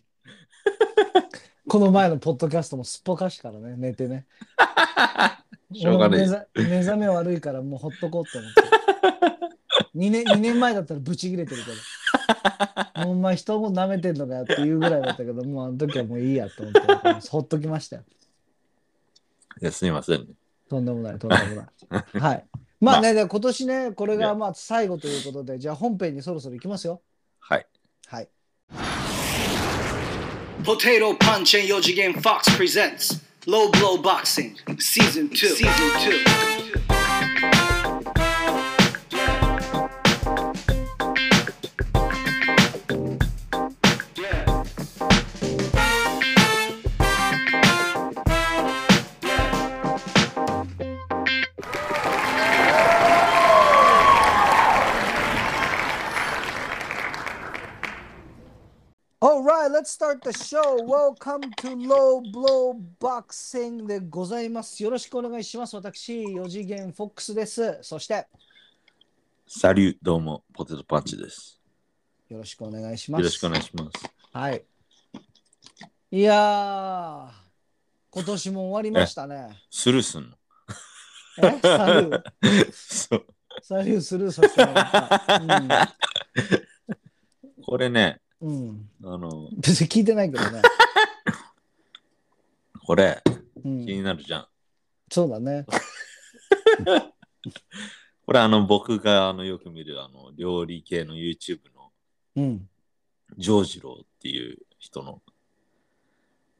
[SPEAKER 1] この前のポッドキャストもすっぽかしからね、寝てね。
[SPEAKER 2] しょうがない
[SPEAKER 1] 俺も目ざ目覚め悪いからもうほっとこうって思って。2年 ,2 年前だったらブチ切れてるけ ど。ほんま人も舐めてんのかよっていうぐらいだったけど、もうあの時はもういいやと思って、ほっときましたよ。
[SPEAKER 2] いや、すみませんね。
[SPEAKER 1] とんでもない、とんでも ない。はい。まあね、で今年ね、これがまあ最後ということで、じゃあ本編にそろそろ行きますよ。
[SPEAKER 2] はい。
[SPEAKER 1] はい。
[SPEAKER 3] Potato Punch and Yoji Game Fox presents Low Blow Boxing Season 2. Season 2.
[SPEAKER 1] オーライ、let's start the show! Welcome to Low Blow Boxing でございます。よろしくお願いします。私、4次元フォックスです。そして、
[SPEAKER 2] サリュー、どうも、ポテトパンチです。
[SPEAKER 1] よろしくお願いしま
[SPEAKER 2] よ
[SPEAKER 1] す。
[SPEAKER 2] ろしくお
[SPEAKER 1] ね。
[SPEAKER 2] 願いします。
[SPEAKER 1] はい。いやー、今年も終わりました ね。
[SPEAKER 2] スルーすんの
[SPEAKER 1] えサリュー、
[SPEAKER 2] そう。
[SPEAKER 1] サリュースルーさせてもらった。
[SPEAKER 2] これね、
[SPEAKER 1] うん。うん、
[SPEAKER 2] あの、
[SPEAKER 1] 別に聞いてないけどね。
[SPEAKER 2] これ、
[SPEAKER 1] う
[SPEAKER 2] 気
[SPEAKER 1] ん、
[SPEAKER 2] になるじゃん。
[SPEAKER 1] そうだね。
[SPEAKER 2] これ、あの、僕があのよく見るあの料理系の YouTube の
[SPEAKER 1] うん。
[SPEAKER 2] ジョージローっていう人の、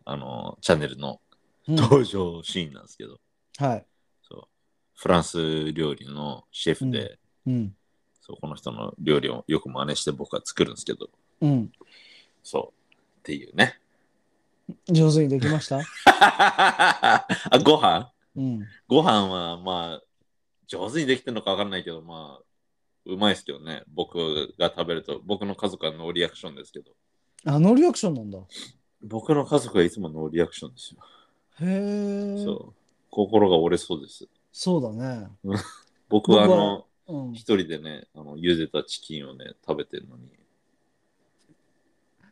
[SPEAKER 2] あの、チャンネルの
[SPEAKER 1] うん、
[SPEAKER 2] 登場シーンなんですけど、
[SPEAKER 1] はい。
[SPEAKER 2] そう。フランス料理のシェフで、
[SPEAKER 1] うん。
[SPEAKER 2] そうこの人の料理をよく真似して僕は作るんですけど、
[SPEAKER 1] うん。
[SPEAKER 2] そう。っていうね。
[SPEAKER 1] 上手にできました
[SPEAKER 2] あ、ご飯
[SPEAKER 1] うん。
[SPEAKER 2] ご飯は、まあ、上手にできてるのかわかんないけど、まあ、うまいですけどね。僕が食べると、僕の家族はノーリアクションですけど、
[SPEAKER 1] あ、ノーリアクションなんだ。
[SPEAKER 2] 僕の家族はいつもノーリアクションですよ。
[SPEAKER 1] へえ。
[SPEAKER 2] そう。心が折れそうです。
[SPEAKER 1] そうだね。
[SPEAKER 2] 僕は、あ
[SPEAKER 1] 僕は
[SPEAKER 2] の、
[SPEAKER 1] うん
[SPEAKER 2] 一、人でね、あの、茹でたチキンをね、食べてるのに、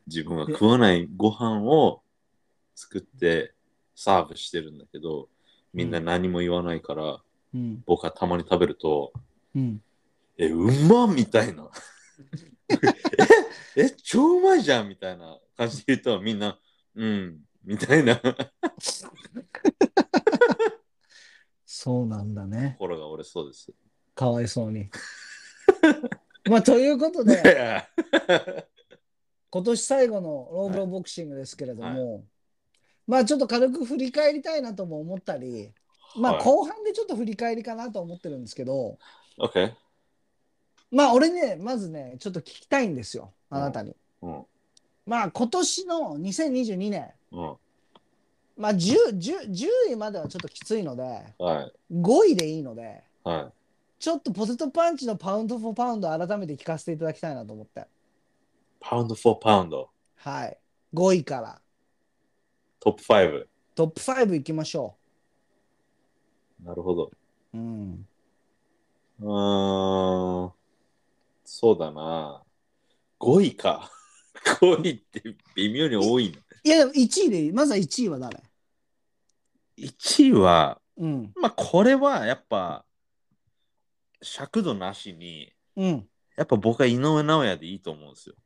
[SPEAKER 2] 自分は食わないご飯を作ってサーブしてるんだけど、みんな何も言わないから、
[SPEAKER 1] うん、
[SPEAKER 2] 僕はたまに食べると、
[SPEAKER 1] うん。
[SPEAKER 2] え、うまっみたいな。 え、え、超うまいじゃんみたいな感じで言うと、みんな、うん、みたいな
[SPEAKER 1] そうなんだね。
[SPEAKER 2] 心が折れそうです。
[SPEAKER 1] かわいそうに。 まあ、ということで、
[SPEAKER 2] い
[SPEAKER 1] 今年最後のローブローボクシングですけれども、まあちょっと軽く振り返りたいなとも思ったり、まあ
[SPEAKER 2] はい
[SPEAKER 1] 後半でちょっと振り返りかなと思ってるんですけど、
[SPEAKER 2] OK。
[SPEAKER 1] まあ俺ね、まずね、ちょっと聞きたいんですよ、あなたに。
[SPEAKER 2] うん。
[SPEAKER 1] まあ今年の2022年、
[SPEAKER 2] うん。
[SPEAKER 1] まあ 10, 10, 10位まではちょっときついので、
[SPEAKER 2] はい。
[SPEAKER 1] 5位でいいので、
[SPEAKER 2] は
[SPEAKER 1] ちょっとポテトパンチのパウンド・フォー・パウンド改めて聞かせていただきたいなと思って。
[SPEAKER 2] い。パウンド4パウンド。
[SPEAKER 1] はい。5位から
[SPEAKER 2] トップ5。
[SPEAKER 1] トップ5いきましょ
[SPEAKER 2] なるほど。
[SPEAKER 1] う。うん。
[SPEAKER 2] うーん。そうだな。5位か。5位って微妙に多いな。
[SPEAKER 1] いや、でも1位でいい。まずは1位は誰
[SPEAKER 2] 1位は、
[SPEAKER 1] うん。
[SPEAKER 2] まあこれはやっぱ、尺度なしに、
[SPEAKER 1] うん。
[SPEAKER 2] やっぱ僕は井上尚弥でいいと思うんですよ。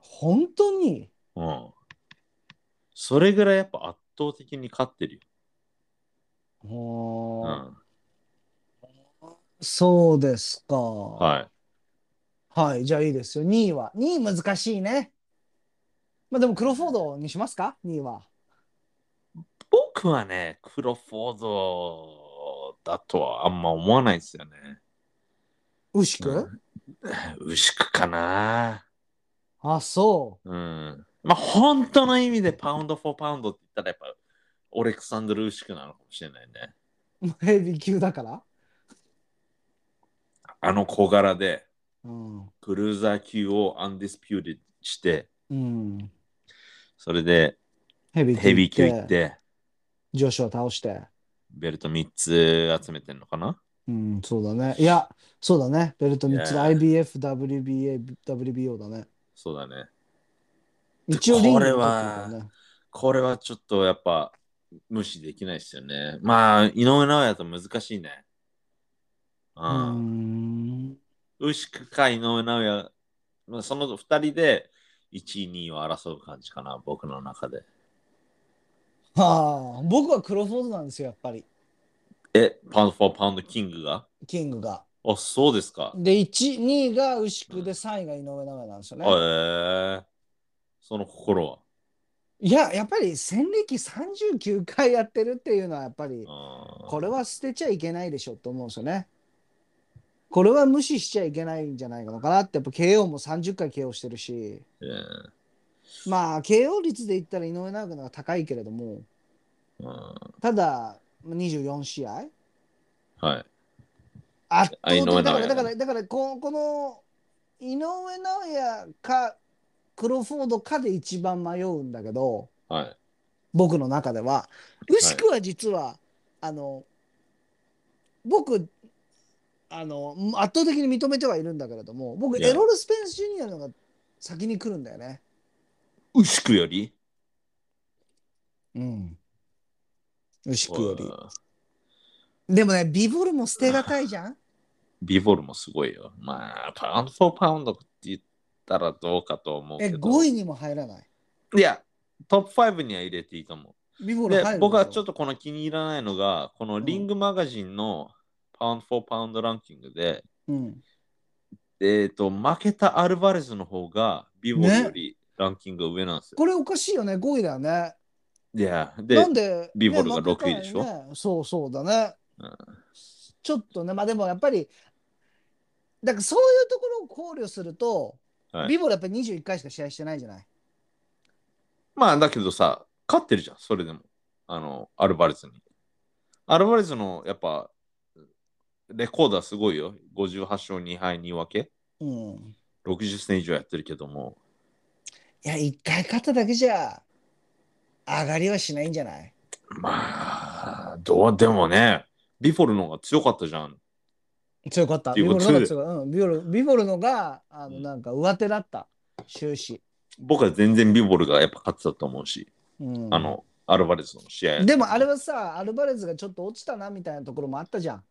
[SPEAKER 1] 本当に
[SPEAKER 2] うん。それぐらいやっぱ圧倒的に勝ってるよ。
[SPEAKER 1] ほ
[SPEAKER 2] う
[SPEAKER 1] ー
[SPEAKER 2] ん。
[SPEAKER 1] そうですか。は
[SPEAKER 2] はい。
[SPEAKER 1] い、じゃあいいですよ。2位は。2位難しいね。まあでもクロフォードにしますか ?2 位は。
[SPEAKER 2] 僕はね、クロフォードだとはあんま思わないですよね。
[SPEAKER 1] 牛久、
[SPEAKER 2] うん、牛久かな。
[SPEAKER 1] あ、そ
[SPEAKER 2] うん。まあ、本当の意味でパウンド・フォー・パウンドって言ったらやっぱ、オレクサンドル・ウシクなのかもしれないね。
[SPEAKER 1] う。ヘビー級だから。
[SPEAKER 2] あの小柄で、
[SPEAKER 1] うん。
[SPEAKER 2] クルーザー級をアンディスピューティして、
[SPEAKER 1] うん。
[SPEAKER 2] それで
[SPEAKER 1] ヘビー級
[SPEAKER 2] ヘビー級行っ。て、
[SPEAKER 1] 上司を倒して。
[SPEAKER 2] ベルト3つ集めてんのかな
[SPEAKER 1] うん、そうだね。いや、そうだね。ベルト3つで
[SPEAKER 2] Yeah
[SPEAKER 1] IBF、WBA、WBO だね。
[SPEAKER 2] そうだね。
[SPEAKER 1] 一応リング
[SPEAKER 2] これ
[SPEAKER 1] に立
[SPEAKER 2] は
[SPEAKER 1] ってるからね
[SPEAKER 2] これはちょっとやっぱ無視できないですよね。まあ、井上尚弥だと難しいね。う
[SPEAKER 1] うー
[SPEAKER 2] ん。
[SPEAKER 1] ん。
[SPEAKER 2] 牛久か井上尚弥、まあ、その2人で1位、2位を争う感じかな、僕の中で。
[SPEAKER 1] はあ、僕はクロフォードなんですよ、やっぱり。
[SPEAKER 2] え、パウンド・フォー・パウンド・キングが
[SPEAKER 1] キングが。
[SPEAKER 2] あ、そうですか。
[SPEAKER 1] で、1、2位が牛久で3位が井上尚弥なんですよ
[SPEAKER 2] へえ
[SPEAKER 1] ね。
[SPEAKER 2] その心は。
[SPEAKER 1] いや、やっぱり戦歴39回やってるっていうのは、やっぱり、
[SPEAKER 2] うん
[SPEAKER 1] これは捨てちゃいけないでしょって思うんですよね。これは無視しちゃいけないんじゃないのかなって、やっぱ KO も30回 KO してるし、
[SPEAKER 2] えー
[SPEAKER 1] まあ、KO 率で言ったら井上尚弥の方が高いけれども、
[SPEAKER 2] うん
[SPEAKER 1] ただ、24試合
[SPEAKER 2] はい。
[SPEAKER 1] 圧
[SPEAKER 2] あ井
[SPEAKER 1] 倒
[SPEAKER 2] 上
[SPEAKER 1] 的だ
[SPEAKER 2] 尚
[SPEAKER 1] から、
[SPEAKER 2] 弥
[SPEAKER 1] だから、だからこ、この、井上尚弥か、クロフォードかで一番迷うんだけど、
[SPEAKER 2] はい。
[SPEAKER 1] 僕の中では。牛久は実は、あの、僕、あの、圧倒的に認めてはいるんだけれども、僕、
[SPEAKER 2] いや
[SPEAKER 1] エロール・スペンス・ジュニアの方が先に来るんだよね。
[SPEAKER 2] 牛久より
[SPEAKER 1] うん。牛久より。でもね、ビボルも捨てがたいじゃん
[SPEAKER 2] ビボルもすごいよ。まあ、パウンド・フォー・パウンドって言ったらどうかと思う
[SPEAKER 1] え、
[SPEAKER 2] けど。
[SPEAKER 1] 5位にも入らない。
[SPEAKER 2] いや、トップ5には入れていいと思
[SPEAKER 1] ビボ
[SPEAKER 2] う。
[SPEAKER 1] ル入る
[SPEAKER 2] で
[SPEAKER 1] でしょ
[SPEAKER 2] 僕はちょっとこの気に入らないのが、このリングマガジンのパウンド・フォー・パウンドランキングで、
[SPEAKER 1] うん。
[SPEAKER 2] えっ、と、負けたアルバレスの方がビボルよりランキングが上なんですよ。
[SPEAKER 1] これおかしいよね、5位だよね。
[SPEAKER 2] いや、で
[SPEAKER 1] な、んで、
[SPEAKER 2] ビボルが
[SPEAKER 1] ね負けた
[SPEAKER 2] 6位でし
[SPEAKER 1] の
[SPEAKER 2] ょ
[SPEAKER 1] にねそうそうだね。
[SPEAKER 2] うん
[SPEAKER 1] ちょっとね、まあでもやっぱり、だからそういうところを考慮すると、
[SPEAKER 2] はい
[SPEAKER 1] ビボルやっぱり21回しか試合してないじゃない。
[SPEAKER 2] まあだけどさ、勝ってるじゃん、それでも。あの、アルバレスに。アルバレスのやっぱ、レコーダーすごいよ。58勝2敗2分け。
[SPEAKER 1] うん。
[SPEAKER 2] 60戦以上やってるけども。
[SPEAKER 1] いや、1回勝っただけじゃ、上がりはしないんじゃない
[SPEAKER 2] まあ、どうでもね、ビフォルの方が強かったじゃん。
[SPEAKER 1] 強かった。
[SPEAKER 2] ってい
[SPEAKER 1] ビ
[SPEAKER 2] うこ
[SPEAKER 1] ボ
[SPEAKER 2] と
[SPEAKER 1] ルの方が強かった。うん、ビボルビボルのが、あ
[SPEAKER 2] う
[SPEAKER 1] の、
[SPEAKER 2] ん
[SPEAKER 1] なんか上手だった。終始。
[SPEAKER 2] 僕は全然ビフォルがやっぱ勝ってたと思うし、
[SPEAKER 1] うん、
[SPEAKER 2] あの、アルバレスの試合。
[SPEAKER 1] でもあれはさ、アルバレスがちょっと落ちたなみたいなところもあったじゃん。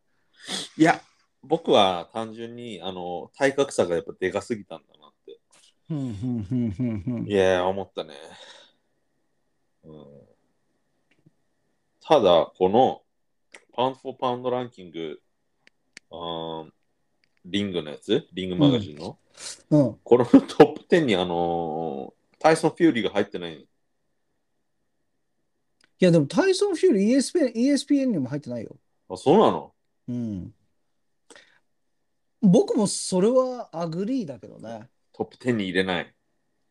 [SPEAKER 2] いや、僕は単純に、あの、体格差がやっぱでかすぎたんだなって。いやー、思ったね。うん、ただ、このパウンド・フォー・パウンドランキング、あーリングのやつ、リングマガジンの、
[SPEAKER 1] うん。
[SPEAKER 2] このトップ10にあのータイソン・フューリーが入ってない。
[SPEAKER 1] いや、でもタイソン・フューリー ESPN, ESPN にも入ってないよ。
[SPEAKER 2] あ、そうなの
[SPEAKER 1] うん。僕もそれはアグリーだけどね。
[SPEAKER 2] トップ10に入れない。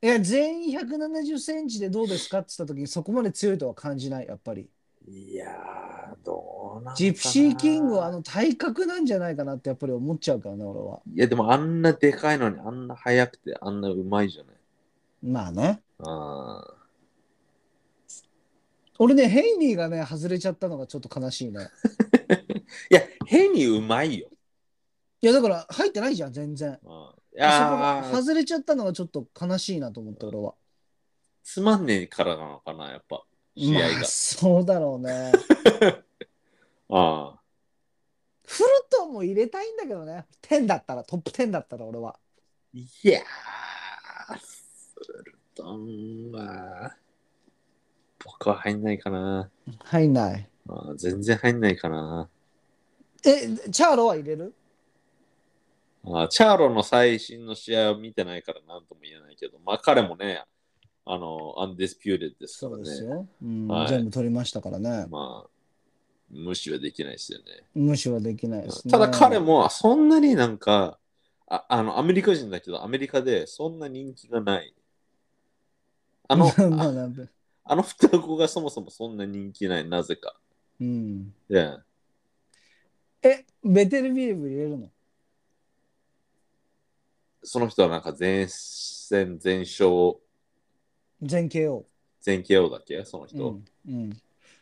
[SPEAKER 1] いや、全員170センチでどうですかって言った時にそこまで強いとは感じない、やっぱり。
[SPEAKER 2] いやー、どうなん
[SPEAKER 1] ジプシー・キングはあ
[SPEAKER 2] の。
[SPEAKER 1] の体格なんじゃないかなってやっぱり思っちゃうからね、俺は。
[SPEAKER 2] いや、でもあんなでかいのに、あんな速くて、あんなうまいじゃない。
[SPEAKER 1] まあね。
[SPEAKER 2] あー
[SPEAKER 1] 俺ね、ヘイニーがね、外れちゃったのがちょっと悲しいね。
[SPEAKER 2] いや、変にうまいよ。
[SPEAKER 1] いや、だから入ってないじゃん、全然。
[SPEAKER 2] あーい
[SPEAKER 1] そこ
[SPEAKER 2] や
[SPEAKER 1] が
[SPEAKER 2] ー
[SPEAKER 1] 外れちゃったのがちょっと悲しいなと思った、俺は。
[SPEAKER 2] つまんねえからなのかな、やっぱ、試合が。
[SPEAKER 1] まあ、そうだろう ね。
[SPEAKER 2] ああ。
[SPEAKER 1] フルトンも入れたいんだけどね。10だったら、トップ10だったら俺は。
[SPEAKER 2] いやー、スルトンは、僕は入んないかな。
[SPEAKER 1] 入んない。
[SPEAKER 2] あー全然入んないかな。
[SPEAKER 1] え、チャーロは入れる
[SPEAKER 2] あーチャーロの最新の試合を見てないから何とも言えないけど、まあ彼もね、あの、アンディスピューレッですか
[SPEAKER 1] そ
[SPEAKER 2] ら
[SPEAKER 1] うです
[SPEAKER 2] ね。
[SPEAKER 1] よ。うん
[SPEAKER 2] はい
[SPEAKER 1] 全部取りましたからね。
[SPEAKER 2] まあ、無視はできないですよね。
[SPEAKER 1] 無視はできないですね。、
[SPEAKER 2] ただ彼もそんなになんか、ああの、アメリカ人だけど、アメリカでそんな人気がない。あの
[SPEAKER 1] まあなんで
[SPEAKER 2] あの双子がそもそもそんな人気ない、なぜか。
[SPEAKER 1] うん。
[SPEAKER 2] いや
[SPEAKER 1] え、ベテルビーブ入れるの
[SPEAKER 2] その人はなんか全戦全勝、
[SPEAKER 1] 全 KO。
[SPEAKER 2] 全 KO だっけその
[SPEAKER 1] う
[SPEAKER 2] 人
[SPEAKER 1] ん。。うん。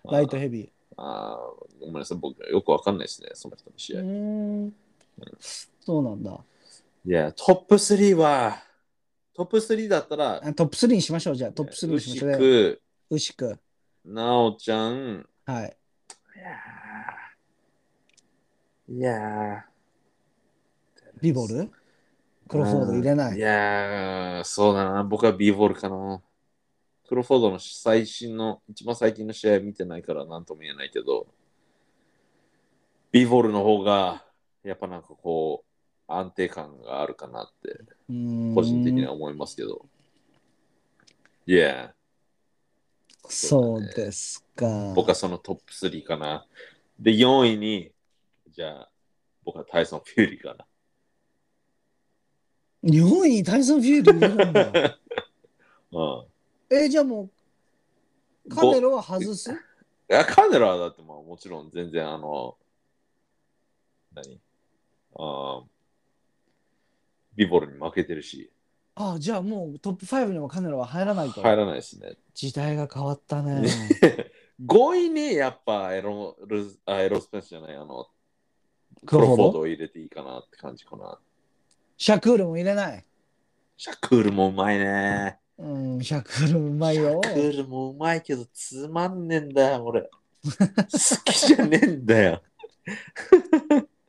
[SPEAKER 2] あー
[SPEAKER 1] ライトヘビー。
[SPEAKER 2] あーごめんなさい、僕よくわかんないですね、その人の試合。
[SPEAKER 1] う
[SPEAKER 2] い
[SPEAKER 1] ーん。そうなんだ。
[SPEAKER 2] や、トップ3は、トップ3だったら、
[SPEAKER 1] あトップ3にしましょう、じゃあ。トップ3にしましょう。で
[SPEAKER 2] く、
[SPEAKER 1] 牛久。
[SPEAKER 2] なおちゃん、
[SPEAKER 1] はい。
[SPEAKER 2] いやーいや
[SPEAKER 1] ビボルクロフォード入れな
[SPEAKER 2] ーい
[SPEAKER 1] い。
[SPEAKER 2] やーそうだな、僕は B ボールかな。クロフォードの最新の、一番最近の試合見てないからなんとも言えないけど、B ボールの方が、やっぱなんかこう、安定感があるかなって、
[SPEAKER 1] うーん
[SPEAKER 2] 個人的には思いますけど。いや、
[SPEAKER 1] そうですか。
[SPEAKER 2] 僕はそのトップ3かな。で、4位に、じゃあ、僕はタイソン・フューリーかな。
[SPEAKER 1] 日本にタイソン・フューリーいるんだ。
[SPEAKER 2] うん
[SPEAKER 1] え、じゃあもう、カネロは外す
[SPEAKER 2] いや、カネラはだってまあもちろん全然あの、何あービボルに負けてるし、
[SPEAKER 1] あじゃあもうトップ5にもカネロは入らないと。
[SPEAKER 2] 入らないですね。
[SPEAKER 1] 時代が変わったね。
[SPEAKER 2] 5位にやっぱエロルズあエロスペースじゃない、あの、
[SPEAKER 1] ク
[SPEAKER 2] ク
[SPEAKER 1] ロ
[SPEAKER 2] ロ
[SPEAKER 1] フォ
[SPEAKER 2] フ
[SPEAKER 1] ード
[SPEAKER 2] ォードを入れていいかなって感じかな。
[SPEAKER 1] シャクールも入れない。
[SPEAKER 2] シャクールもうまいね。
[SPEAKER 1] うん、シャクールうまいよ。
[SPEAKER 2] シャクールもうまいけどつまんねえんだよ、俺。好きじゃねえんだよ。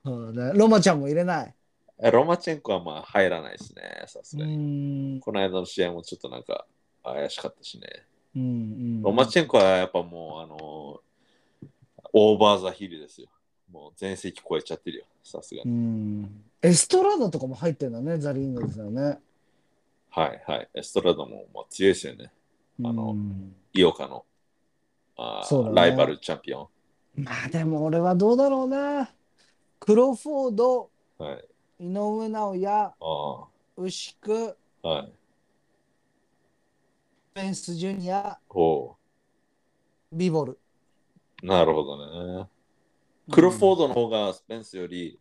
[SPEAKER 1] そうだねロマちゃんも入れない。
[SPEAKER 2] ロマチェンコはまあ入らないですね、さす
[SPEAKER 1] う
[SPEAKER 2] がに。
[SPEAKER 1] ん、
[SPEAKER 2] この間の試合もちょっとなんか怪しかったしね。
[SPEAKER 1] うん、うん。
[SPEAKER 2] ロマチェンコはやっぱもう、あのーオーバーザヒルですよ。もう全盛期超えちゃってるよ、さすが
[SPEAKER 1] う
[SPEAKER 2] に。
[SPEAKER 1] ん。エストラーダとかも入ってるんだね、ザリーノですよね。
[SPEAKER 2] はいはい。エストラダも、まあ、強いですよね。あの
[SPEAKER 1] うん
[SPEAKER 2] 井岡のあー
[SPEAKER 1] そうだね
[SPEAKER 2] ライバルチャンピオ
[SPEAKER 1] まあでも俺はどうだろうな。クロフォード、
[SPEAKER 2] ン。はい。
[SPEAKER 1] 井上尚弥、
[SPEAKER 2] あ
[SPEAKER 1] 牛久、
[SPEAKER 2] あ。はい。
[SPEAKER 1] フェンスジュニア、
[SPEAKER 2] お
[SPEAKER 1] ビボル。
[SPEAKER 2] うなるほどね。クロフォー
[SPEAKER 1] ー
[SPEAKER 2] ドの方がスペンスより、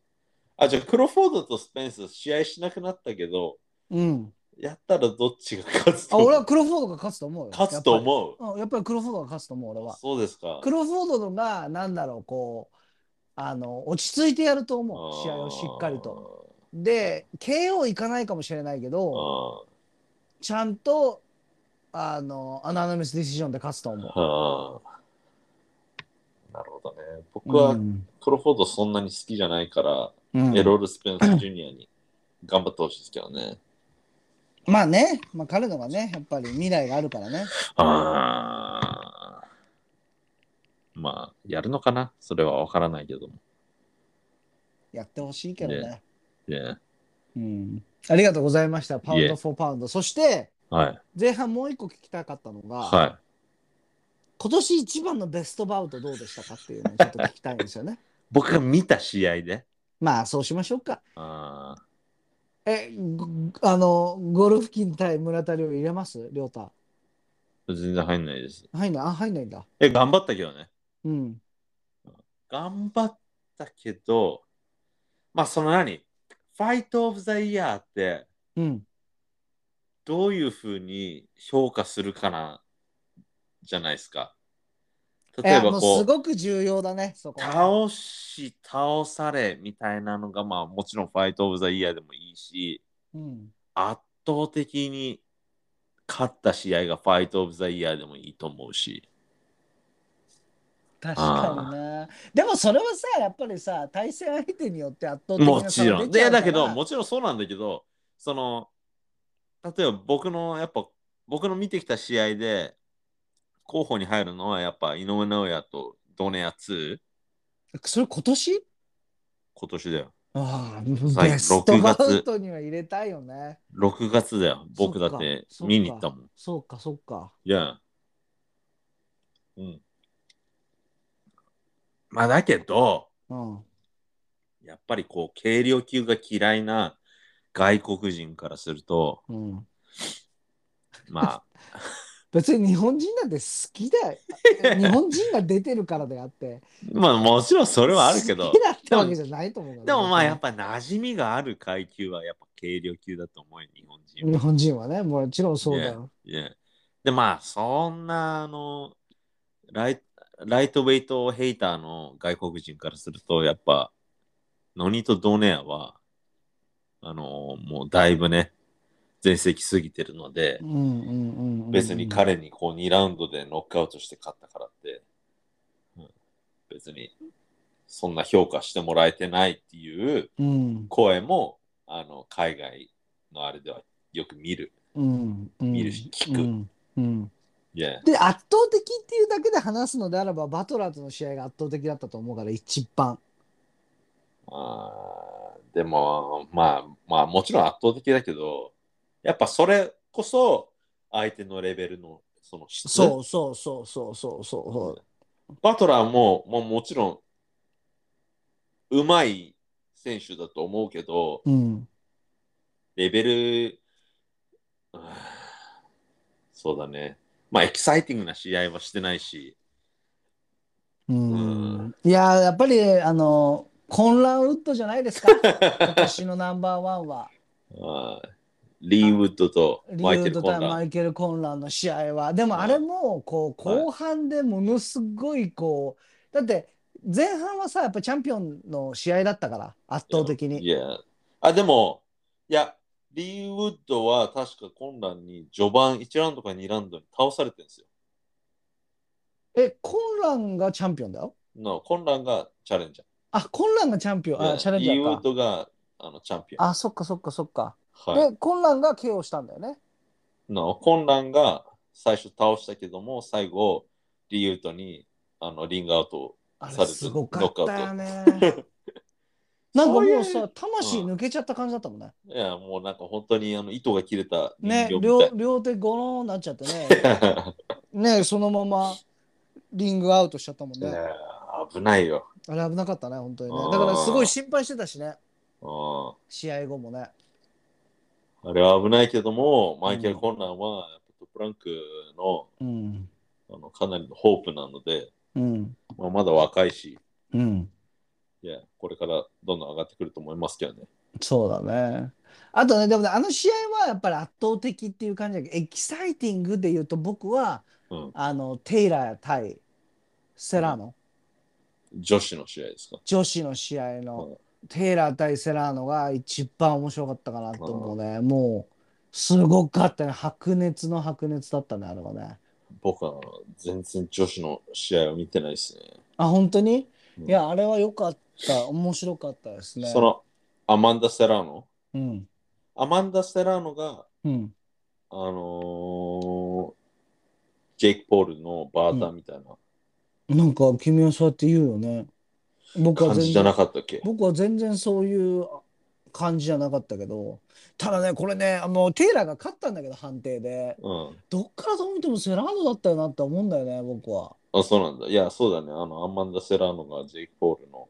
[SPEAKER 2] あ、じゃあクロフォードとスペンス試合しなくなったけど、
[SPEAKER 1] ド。うん。
[SPEAKER 2] やったらどっちが勝つと
[SPEAKER 1] あ、
[SPEAKER 2] 思う
[SPEAKER 1] 俺はクロフォードが勝つと思うよ。
[SPEAKER 2] 勝つと思う。
[SPEAKER 1] うん、やっぱりクロフォードが勝つと思う、俺は。
[SPEAKER 2] そうですか。
[SPEAKER 1] クロフォードのが、なんだろう、こう、あの、落ち着いてやると思う、試合をしっかりと。で、KO いかないかもしれないけ
[SPEAKER 2] あー。
[SPEAKER 1] ど、
[SPEAKER 2] あー
[SPEAKER 1] ちゃんと、あの、アナノミスディシジョンで勝つと思う。
[SPEAKER 2] はあ。なるほどね。僕は
[SPEAKER 1] うん
[SPEAKER 2] クロフォードそんなに好きじゃないから、
[SPEAKER 1] うん
[SPEAKER 2] エロール・スペンス・ジュニアに頑張ってほしいですけどね。
[SPEAKER 1] まあね、まあ、彼のがね、やっぱり未来があるからね。
[SPEAKER 2] ああ。まあ、やるのかなそれはわからないけども。
[SPEAKER 1] やってほしいけどね。
[SPEAKER 2] Yeah.
[SPEAKER 1] うん、ありがとうございました。パウンド
[SPEAKER 2] Yeah.
[SPEAKER 1] フォーパウンド。そして、
[SPEAKER 2] はい。
[SPEAKER 1] 前半もう一個聞きたかったのが、
[SPEAKER 2] は
[SPEAKER 1] 今年一番のベストバウトどうでしたかっていうのをちょっと聞きたいんですよね。
[SPEAKER 2] い。僕が見た試合で。
[SPEAKER 1] まあ、そうしましょうか。
[SPEAKER 2] あー
[SPEAKER 1] え、ごあの、ゴルフ金対村田亮入れます亮太。
[SPEAKER 2] 全然入んないです。
[SPEAKER 1] 入んない、あ、入んないんだ。
[SPEAKER 2] え、頑張ったけどね。
[SPEAKER 1] うん。
[SPEAKER 2] 頑張ったけど、まあその何ファイト・オブ・ザ・イヤーって
[SPEAKER 1] うん。
[SPEAKER 2] どういうふうに評価するかなじゃないですか。
[SPEAKER 1] い
[SPEAKER 2] 例え
[SPEAKER 1] や、
[SPEAKER 2] ば
[SPEAKER 1] もう
[SPEAKER 2] こ
[SPEAKER 1] す
[SPEAKER 2] う、
[SPEAKER 1] ごく重要だね、そこ。
[SPEAKER 2] 倒し倒されみたいなのがまあもちろんファイト・オブ・ザ・イヤーでもいいし
[SPEAKER 1] うん。
[SPEAKER 2] 圧倒的に勝った試合がファイト・オブ・ザ・イヤーでもいいと思うし
[SPEAKER 1] 確かにな。でもそれはさ、やっぱりさ、対戦相手によって圧倒的な
[SPEAKER 2] もちろんいやだけども
[SPEAKER 1] ち
[SPEAKER 2] ちろんそうなんだけどその例えば僕のやっぱ僕の見てきた試合で候補に入るのはやっぱ井上尚弥とドネア2
[SPEAKER 1] それ今年
[SPEAKER 2] 今年だよ
[SPEAKER 1] ああ、
[SPEAKER 2] 最後
[SPEAKER 1] ベストバ
[SPEAKER 2] 6月
[SPEAKER 1] ウトには入れたいよね。
[SPEAKER 2] 6月だよ僕だって
[SPEAKER 1] そっか
[SPEAKER 2] 見に行ったもん
[SPEAKER 1] そうか、そうか。
[SPEAKER 2] いや。うん。まあだけど、
[SPEAKER 1] うん。
[SPEAKER 2] やっぱりこう、軽量級が嫌いな外国人からすると、
[SPEAKER 1] うん、
[SPEAKER 2] ま
[SPEAKER 1] 別に日本人なんて好きだよ。日本人が出てるからであって。
[SPEAKER 2] あ、まあもちろんそれはある けど
[SPEAKER 1] 好き、だってわけじゃないと思うから
[SPEAKER 2] でもまあやっ
[SPEAKER 1] ぱ。
[SPEAKER 2] ぱ馴染みがある階級はやっぱ軽量級だと思うよ、日本人
[SPEAKER 1] 日
[SPEAKER 2] は。
[SPEAKER 1] 本人はね、もちろんそうだよ。
[SPEAKER 2] いやで、まあそんな、あの、ライライトウェイトヘイターの外国人からすると、やっぱ、ノニとドネアは、あのもうだいぶね、全席過ぎてるので
[SPEAKER 1] う、んうんうんうん、
[SPEAKER 2] 別に彼にこう2ラウンドでノックアウトして勝ったからって、うん別にそんな評価してもらえてないっていう
[SPEAKER 1] うん
[SPEAKER 2] 声も、あの、海外のあれではよく見る。
[SPEAKER 1] うんうん、
[SPEAKER 2] 見るし聞く
[SPEAKER 1] うんうん
[SPEAKER 2] いや、
[SPEAKER 1] で圧倒的っていうだけで話すのであればバトラーとの試合が圧倒的だったと思うから一番
[SPEAKER 2] あーでも、まあ、まあ、もちろん圧倒的だけど、やっぱそれこそ、相手のレベルの、その質。
[SPEAKER 1] そうそうそうそうそうそう
[SPEAKER 2] バトラーも、もうもちろん、うまい選手だと思うけど、
[SPEAKER 1] うん
[SPEAKER 2] レベル、うーんそうだね。まあ、エキサイティングな試合はしてないし、
[SPEAKER 1] うん、
[SPEAKER 2] う
[SPEAKER 1] いやーやっぱりあの混乱ウッドじゃない ですか私のナンバーワンは
[SPEAKER 2] あーリーウッドと
[SPEAKER 1] リ
[SPEAKER 2] マイ
[SPEAKER 1] ュ
[SPEAKER 2] ケ
[SPEAKER 1] ウ
[SPEAKER 2] ル・
[SPEAKER 1] ド
[SPEAKER 2] コン
[SPEAKER 1] 対
[SPEAKER 2] ラ
[SPEAKER 1] マ
[SPEAKER 2] ー。
[SPEAKER 1] イケル・コンランの試合はでも
[SPEAKER 2] はい
[SPEAKER 1] あれもこう
[SPEAKER 2] はい
[SPEAKER 1] 後半でものすごいこうだって前半はさやっぱチャンピオンの試合だったから圧倒的
[SPEAKER 2] い
[SPEAKER 1] に
[SPEAKER 2] や。あ、でも、いや、リーウッドは確か混乱に序盤1ラウンドか2ラウンドに倒されてるんですよ。
[SPEAKER 1] えコンランがチャンピオンだよ
[SPEAKER 2] の混乱がチャレンジャ
[SPEAKER 1] あコンランがチャンピオン
[SPEAKER 2] ー。
[SPEAKER 1] あチャレンジャ
[SPEAKER 2] リーウ
[SPEAKER 1] ー
[SPEAKER 2] ッ
[SPEAKER 1] か
[SPEAKER 2] ドがあのチャンピオン。
[SPEAKER 1] あそっかそっかそっか
[SPEAKER 2] は
[SPEAKER 1] でコンランが KO したんだよね
[SPEAKER 2] い。の混乱が最初倒したけども、最後、リーウッドにあのリングアウトを。
[SPEAKER 1] あ
[SPEAKER 2] され
[SPEAKER 1] れ
[SPEAKER 2] て
[SPEAKER 1] すごかったよね なんか
[SPEAKER 2] そ
[SPEAKER 1] も
[SPEAKER 2] ういう
[SPEAKER 1] うさ魂抜けちゃった感じだったもんね
[SPEAKER 2] いや、もうなんか本当にあの糸が切れた人
[SPEAKER 1] ね
[SPEAKER 2] 形みたい。
[SPEAKER 1] 両両手ゴローンなっちゃってね ねそのままリングアウトしちゃったもん
[SPEAKER 2] い
[SPEAKER 1] ね
[SPEAKER 2] や危ないよ。
[SPEAKER 1] あれ危なかったね、本当に
[SPEAKER 2] あ
[SPEAKER 1] ね。
[SPEAKER 2] ー
[SPEAKER 1] だからすごい心配してたしね、
[SPEAKER 2] うん
[SPEAKER 1] 試合後もね。
[SPEAKER 2] あれは危ないけども、マイケル・コンランは、やっぱトップランクの
[SPEAKER 1] うん。
[SPEAKER 2] あのかなりのホープなので、
[SPEAKER 1] うん。
[SPEAKER 2] まあ、まだ若いし、
[SPEAKER 1] うん。
[SPEAKER 2] いや、これからどんどん上がってくると思いますけどね。
[SPEAKER 1] そうだね。あとね、でもね、あの試合はやっぱり圧倒的っていう感じだけど、エキサイティングで言うと僕は、
[SPEAKER 2] うん、
[SPEAKER 1] あの、テイラー対セラーノ、
[SPEAKER 2] 女子の試合ですか。
[SPEAKER 1] 女子の試合の、テイラー対セラーノが一番面白かったかなと思うね。もう、すごかったね。白熱の白熱だったね、あれはね。
[SPEAKER 2] 僕は全然女子の試合を見てないですね。
[SPEAKER 1] あ、本当に
[SPEAKER 2] う
[SPEAKER 1] い
[SPEAKER 2] ん
[SPEAKER 1] や、あれは良かった。面白かったですね。
[SPEAKER 2] そのアマンダ・セラーノ
[SPEAKER 1] うん。
[SPEAKER 2] アマンダ・セラーノが、
[SPEAKER 1] うん。
[SPEAKER 2] あのージェイク・ポールのバーターみたいな
[SPEAKER 1] なんか君はそうやって言うよね。僕は
[SPEAKER 2] 感
[SPEAKER 1] 全
[SPEAKER 2] じじゃ
[SPEAKER 1] 然、
[SPEAKER 2] なかったっけ、
[SPEAKER 1] 僕は全然そういう感じじゃなかったけど、ただね、これね、あの、テイラーが勝ったんだけど、判定で。
[SPEAKER 2] うん。
[SPEAKER 1] どっからどう見てもセラードだったよなって思うんだよね、僕は。
[SPEAKER 2] あ、そうなんだ。いや、そうだね。あの、アマンダ・セラーノがジェイク・ポールの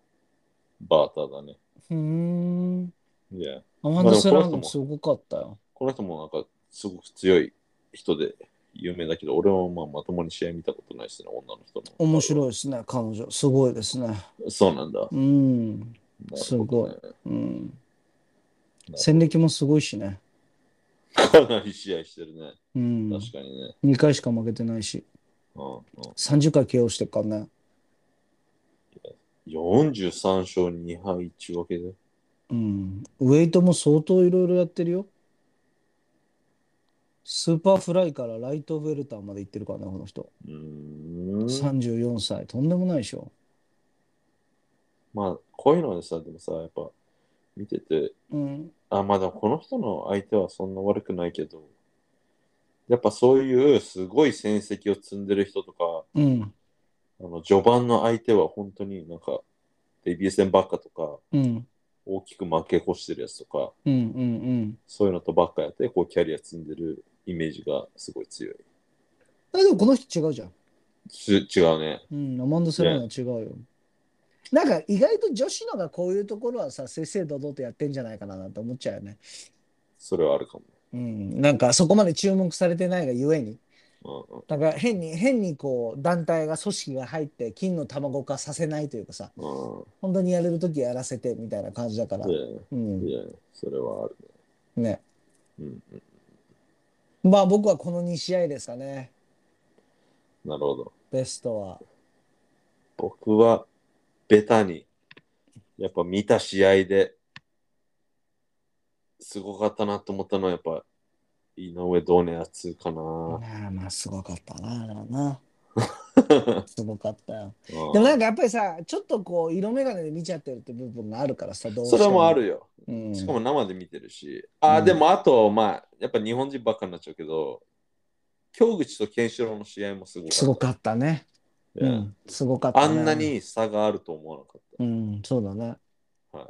[SPEAKER 2] バーターだね。
[SPEAKER 1] ふーん。
[SPEAKER 2] いや、
[SPEAKER 1] アマンダ・セラ
[SPEAKER 2] まあ
[SPEAKER 1] ー
[SPEAKER 2] でも
[SPEAKER 1] ノすごかったよ。
[SPEAKER 2] この人もなんか、すごく強い人で有名だけど、俺はまあまともに試合見たことないしね、女の人の。
[SPEAKER 1] 面白いですね、彼女。すごいですね。
[SPEAKER 2] い。そうなんだ。
[SPEAKER 1] うん。すごい
[SPEAKER 2] なるほどね
[SPEAKER 1] うん。戦歴もすごいしね。
[SPEAKER 2] かなり試合してるね。
[SPEAKER 1] うん。
[SPEAKER 2] 確かにね。
[SPEAKER 1] 2回しか負けてないし、
[SPEAKER 2] うんうん、
[SPEAKER 1] 30回 KO してっからね。
[SPEAKER 2] 43勝2敗1分けで。
[SPEAKER 1] うん。ウェイトも相当いろいろやってるよ。スーパーフライからライトウェルターまで行ってるからね、この人。
[SPEAKER 2] うーん。
[SPEAKER 1] 34歳。とんでもないでしょ。
[SPEAKER 2] まあ、こういうのでさ、でもさ、やっぱ、見てて、
[SPEAKER 1] うん。
[SPEAKER 2] あ、まあでもこの人の相手はそんな悪くないけど、やっぱそういうすごい戦績を積んでる人とか、
[SPEAKER 1] うん。
[SPEAKER 2] あの序盤の相手は本当になんか、デビュー戦ばっかとか、
[SPEAKER 1] うん。
[SPEAKER 2] 大きく負け越してるやつとか、
[SPEAKER 1] うん。うん。
[SPEAKER 2] そういうのとばっかやって、こうキャリア積んでるイメージがすごい強い。
[SPEAKER 1] だけど、この人違うじゃん。
[SPEAKER 2] す違うね。
[SPEAKER 1] うん。アマンダ・セレーナは違うよ。なんか、意外と女子のがこういうところはさ、正々堂々とやってんじゃないかななんて思っちゃうよね。
[SPEAKER 2] それはあるか
[SPEAKER 1] うん。なんか、そこまで注目されてないがゆえに。
[SPEAKER 2] も。うんうん
[SPEAKER 1] なんか変に、変にこう、団体が、組織が入って、金の卵化させないというかさ、
[SPEAKER 2] うん
[SPEAKER 1] 本当にやれるときやらせてみたいな感じだから。
[SPEAKER 2] いうや
[SPEAKER 1] ん
[SPEAKER 2] い。や、それはある
[SPEAKER 1] ね。
[SPEAKER 2] ね。うんうん、
[SPEAKER 1] まあ僕はこの2試合ですかね。
[SPEAKER 2] なるほど。
[SPEAKER 1] ベストは。
[SPEAKER 2] 僕は、ベタに、やっぱ見た試合で、すごかったなと思ったのは、やっぱ、井上ドネアツかな。
[SPEAKER 1] ああまあすごかったな、あれは な。すごかったよ。
[SPEAKER 2] うん
[SPEAKER 1] でもなんかやっぱりさ、ちょっとこう、色眼鏡で見ちゃってるって部分があるからさ、どうして
[SPEAKER 2] それもあるよ。
[SPEAKER 1] うん。
[SPEAKER 2] しかも生で見てるし。
[SPEAKER 1] う
[SPEAKER 2] あー、
[SPEAKER 1] ん
[SPEAKER 2] でもあと、まあ、やっぱ日本人ばっかになっちゃうけど、京口とケンシロウの試合もすごかった。
[SPEAKER 1] すごかったね。
[SPEAKER 2] いうや
[SPEAKER 1] ん。すごかったね
[SPEAKER 2] あんな。に差があると思わなかっ
[SPEAKER 1] うん、そうだね。
[SPEAKER 2] た。はい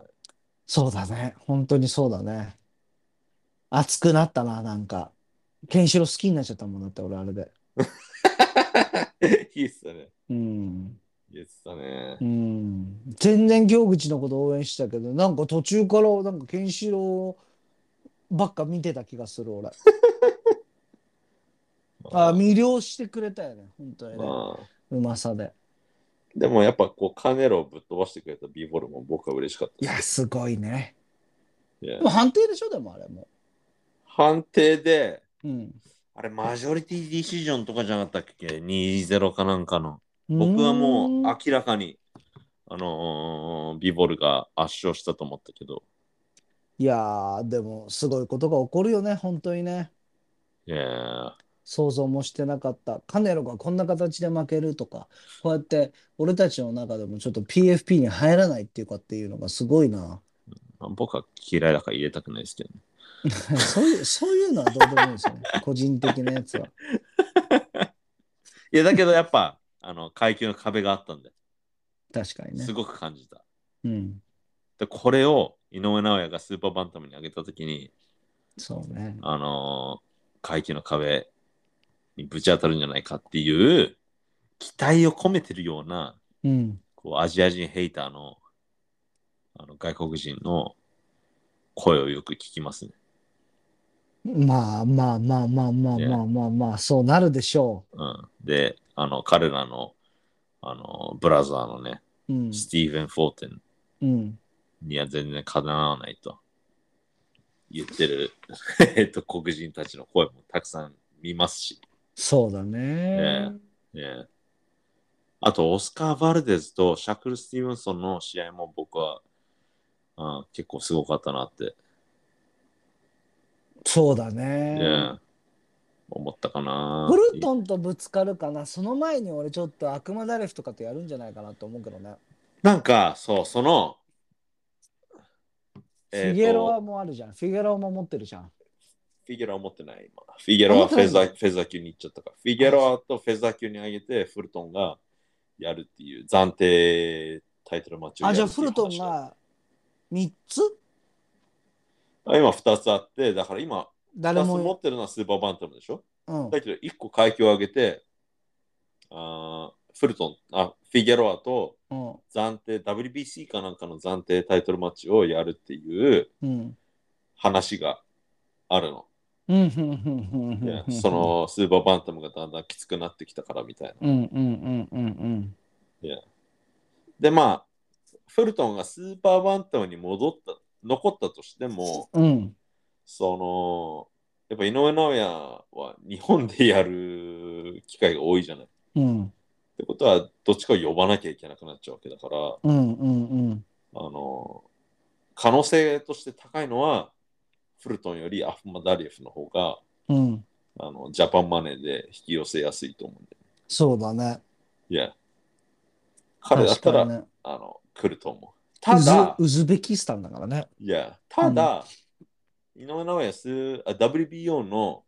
[SPEAKER 1] そうだね。本当にそうだね。熱くなったな、なんか。ケンシロウ好きになっちゃったもんだって、俺あれで。
[SPEAKER 2] いいっすね。
[SPEAKER 1] うん。
[SPEAKER 2] 言ってたね
[SPEAKER 1] う。ん全然京口のこと応援してたけどなんか途中からなんかケンシロウばっか見てた気がする俺あ
[SPEAKER 2] ま
[SPEAKER 1] 魅了してくれたよね本当にね、
[SPEAKER 2] まあ、
[SPEAKER 1] うまさで
[SPEAKER 2] でもやっぱこうカネロをぶっ飛ばしてくれたビーボルも僕は嬉しかっ
[SPEAKER 1] い
[SPEAKER 2] た
[SPEAKER 1] や
[SPEAKER 2] です。
[SPEAKER 1] すごいね
[SPEAKER 2] いや
[SPEAKER 1] でも判定でしょでもあれも
[SPEAKER 2] 判定で、
[SPEAKER 1] うん
[SPEAKER 2] あれマジョリティディシジョンとかじゃなかったっけ ?2-0 かなんかの。僕はも
[SPEAKER 1] ー
[SPEAKER 2] う
[SPEAKER 1] ん
[SPEAKER 2] 明らかに、あのービーボルが圧勝したと思ったけど、
[SPEAKER 1] いやーでもすごいことが起こるよね本当にね
[SPEAKER 2] いやー
[SPEAKER 1] 想像もしてなかったカネロがこんな形で負けるとかこうやって俺たちの中でもちょっと PFP に入らないっていうかっていうのがすごいな
[SPEAKER 2] まあ僕は嫌いだから入れたくないですけどね。
[SPEAKER 1] そういう、そういうのはどうでもいいですよ ね。個人的なやつは。
[SPEAKER 2] いや、だけどやっぱ、 あの階級の壁があったんで、
[SPEAKER 1] 確かにね
[SPEAKER 2] す。ごく感じた。
[SPEAKER 1] うん。
[SPEAKER 2] で、これを井上尚弥がスーパーバンタムに上げたときに、
[SPEAKER 1] そうね。
[SPEAKER 2] あのー階級の壁にぶち当たるんじゃないかっていう期待を込めてるような、
[SPEAKER 1] うん。
[SPEAKER 2] こう、アジア人ヘイターの、あの、外国人の声をよく聞きますね。
[SPEAKER 1] まあまあまあまあまあまあまあまあ、そうなるでしょ
[SPEAKER 2] うん。で、あの、彼らの、あの、ブラザーのね、
[SPEAKER 1] う。うん。
[SPEAKER 2] スティーブン・フォーテン
[SPEAKER 1] うん。
[SPEAKER 2] には全然かなわないと言ってる、 えっと、黒人たちの声もたくさん見ますし、
[SPEAKER 1] そうだね
[SPEAKER 2] ね。ねあと、オスカー・バルデズとシャクル・スティーブンソンの試合も僕は、うん、結構すごかったなって、
[SPEAKER 1] そうだ
[SPEAKER 2] ね
[SPEAKER 1] ね。
[SPEAKER 2] 思ったかな。
[SPEAKER 1] ブルトンとぶつかるかな。その前に俺ちょっと悪魔ダレフとかとやるんじゃないかなと思うけどね。
[SPEAKER 2] なんか、そう、その、
[SPEAKER 1] フ
[SPEAKER 2] え
[SPEAKER 1] ィ
[SPEAKER 2] ーと
[SPEAKER 1] ゲロアもあるじゃん。フィゲロアも持ってるじゃん。
[SPEAKER 2] フィゲロア持ってない今。フィゲロア
[SPEAKER 1] あ持
[SPEAKER 2] フ
[SPEAKER 1] ってない
[SPEAKER 2] ェザー、フェザー級に行っちゃったから。フィゲロアとフェザー級に上げて、フルトンがやるっていう暫定タイトルマッチをや
[SPEAKER 1] あ、
[SPEAKER 2] るっ
[SPEAKER 1] じ
[SPEAKER 2] て
[SPEAKER 1] ゃ
[SPEAKER 2] い
[SPEAKER 1] あフ
[SPEAKER 2] う
[SPEAKER 1] ルトンが3つ
[SPEAKER 2] あ今2つあって、だから今、
[SPEAKER 1] 誰
[SPEAKER 2] 2つ持
[SPEAKER 1] も、
[SPEAKER 2] ってるのはスーパーバンタムでしょ
[SPEAKER 1] うん、
[SPEAKER 2] だけど1個階級を上げて、あーフルトン、あ、フィギュロアと
[SPEAKER 1] うん、
[SPEAKER 2] 暫定、WBC かなんかの暫定タイトルマッチをやるっていう
[SPEAKER 1] うん、
[SPEAKER 2] 話があるの。
[SPEAKER 1] うん、うん、うん、
[SPEAKER 2] いや
[SPEAKER 1] うん、
[SPEAKER 2] そ、のスーパーバンタムがだんだんきつくなってきたからみたいな。
[SPEAKER 1] うん、うん、うん、うん、うん、
[SPEAKER 2] で、まあ、フルトンがスーパーバンタムに戻った、残ったとしても、
[SPEAKER 1] うん、
[SPEAKER 2] その、やっぱ井上尚弥は日本でやる機会が多いじゃない。っ
[SPEAKER 1] うん、
[SPEAKER 2] てことは、どっちかを呼ばなきゃいけなくなっちゃうわけだから、
[SPEAKER 1] うん、うん、
[SPEAKER 2] あの、可能性として高いのは、フルトンよりアフマダリエフの方が、
[SPEAKER 1] うん、
[SPEAKER 2] あの、ジャパンマネーで引き寄せやすいと思うんで。
[SPEAKER 1] そうだね。
[SPEAKER 2] いや、彼だったら、
[SPEAKER 1] 確かにね
[SPEAKER 2] あの、来ると思う。ただ、
[SPEAKER 1] ウズウズベキスタンだからね。
[SPEAKER 2] いや、ただ、井上尚弥スーあ WBO の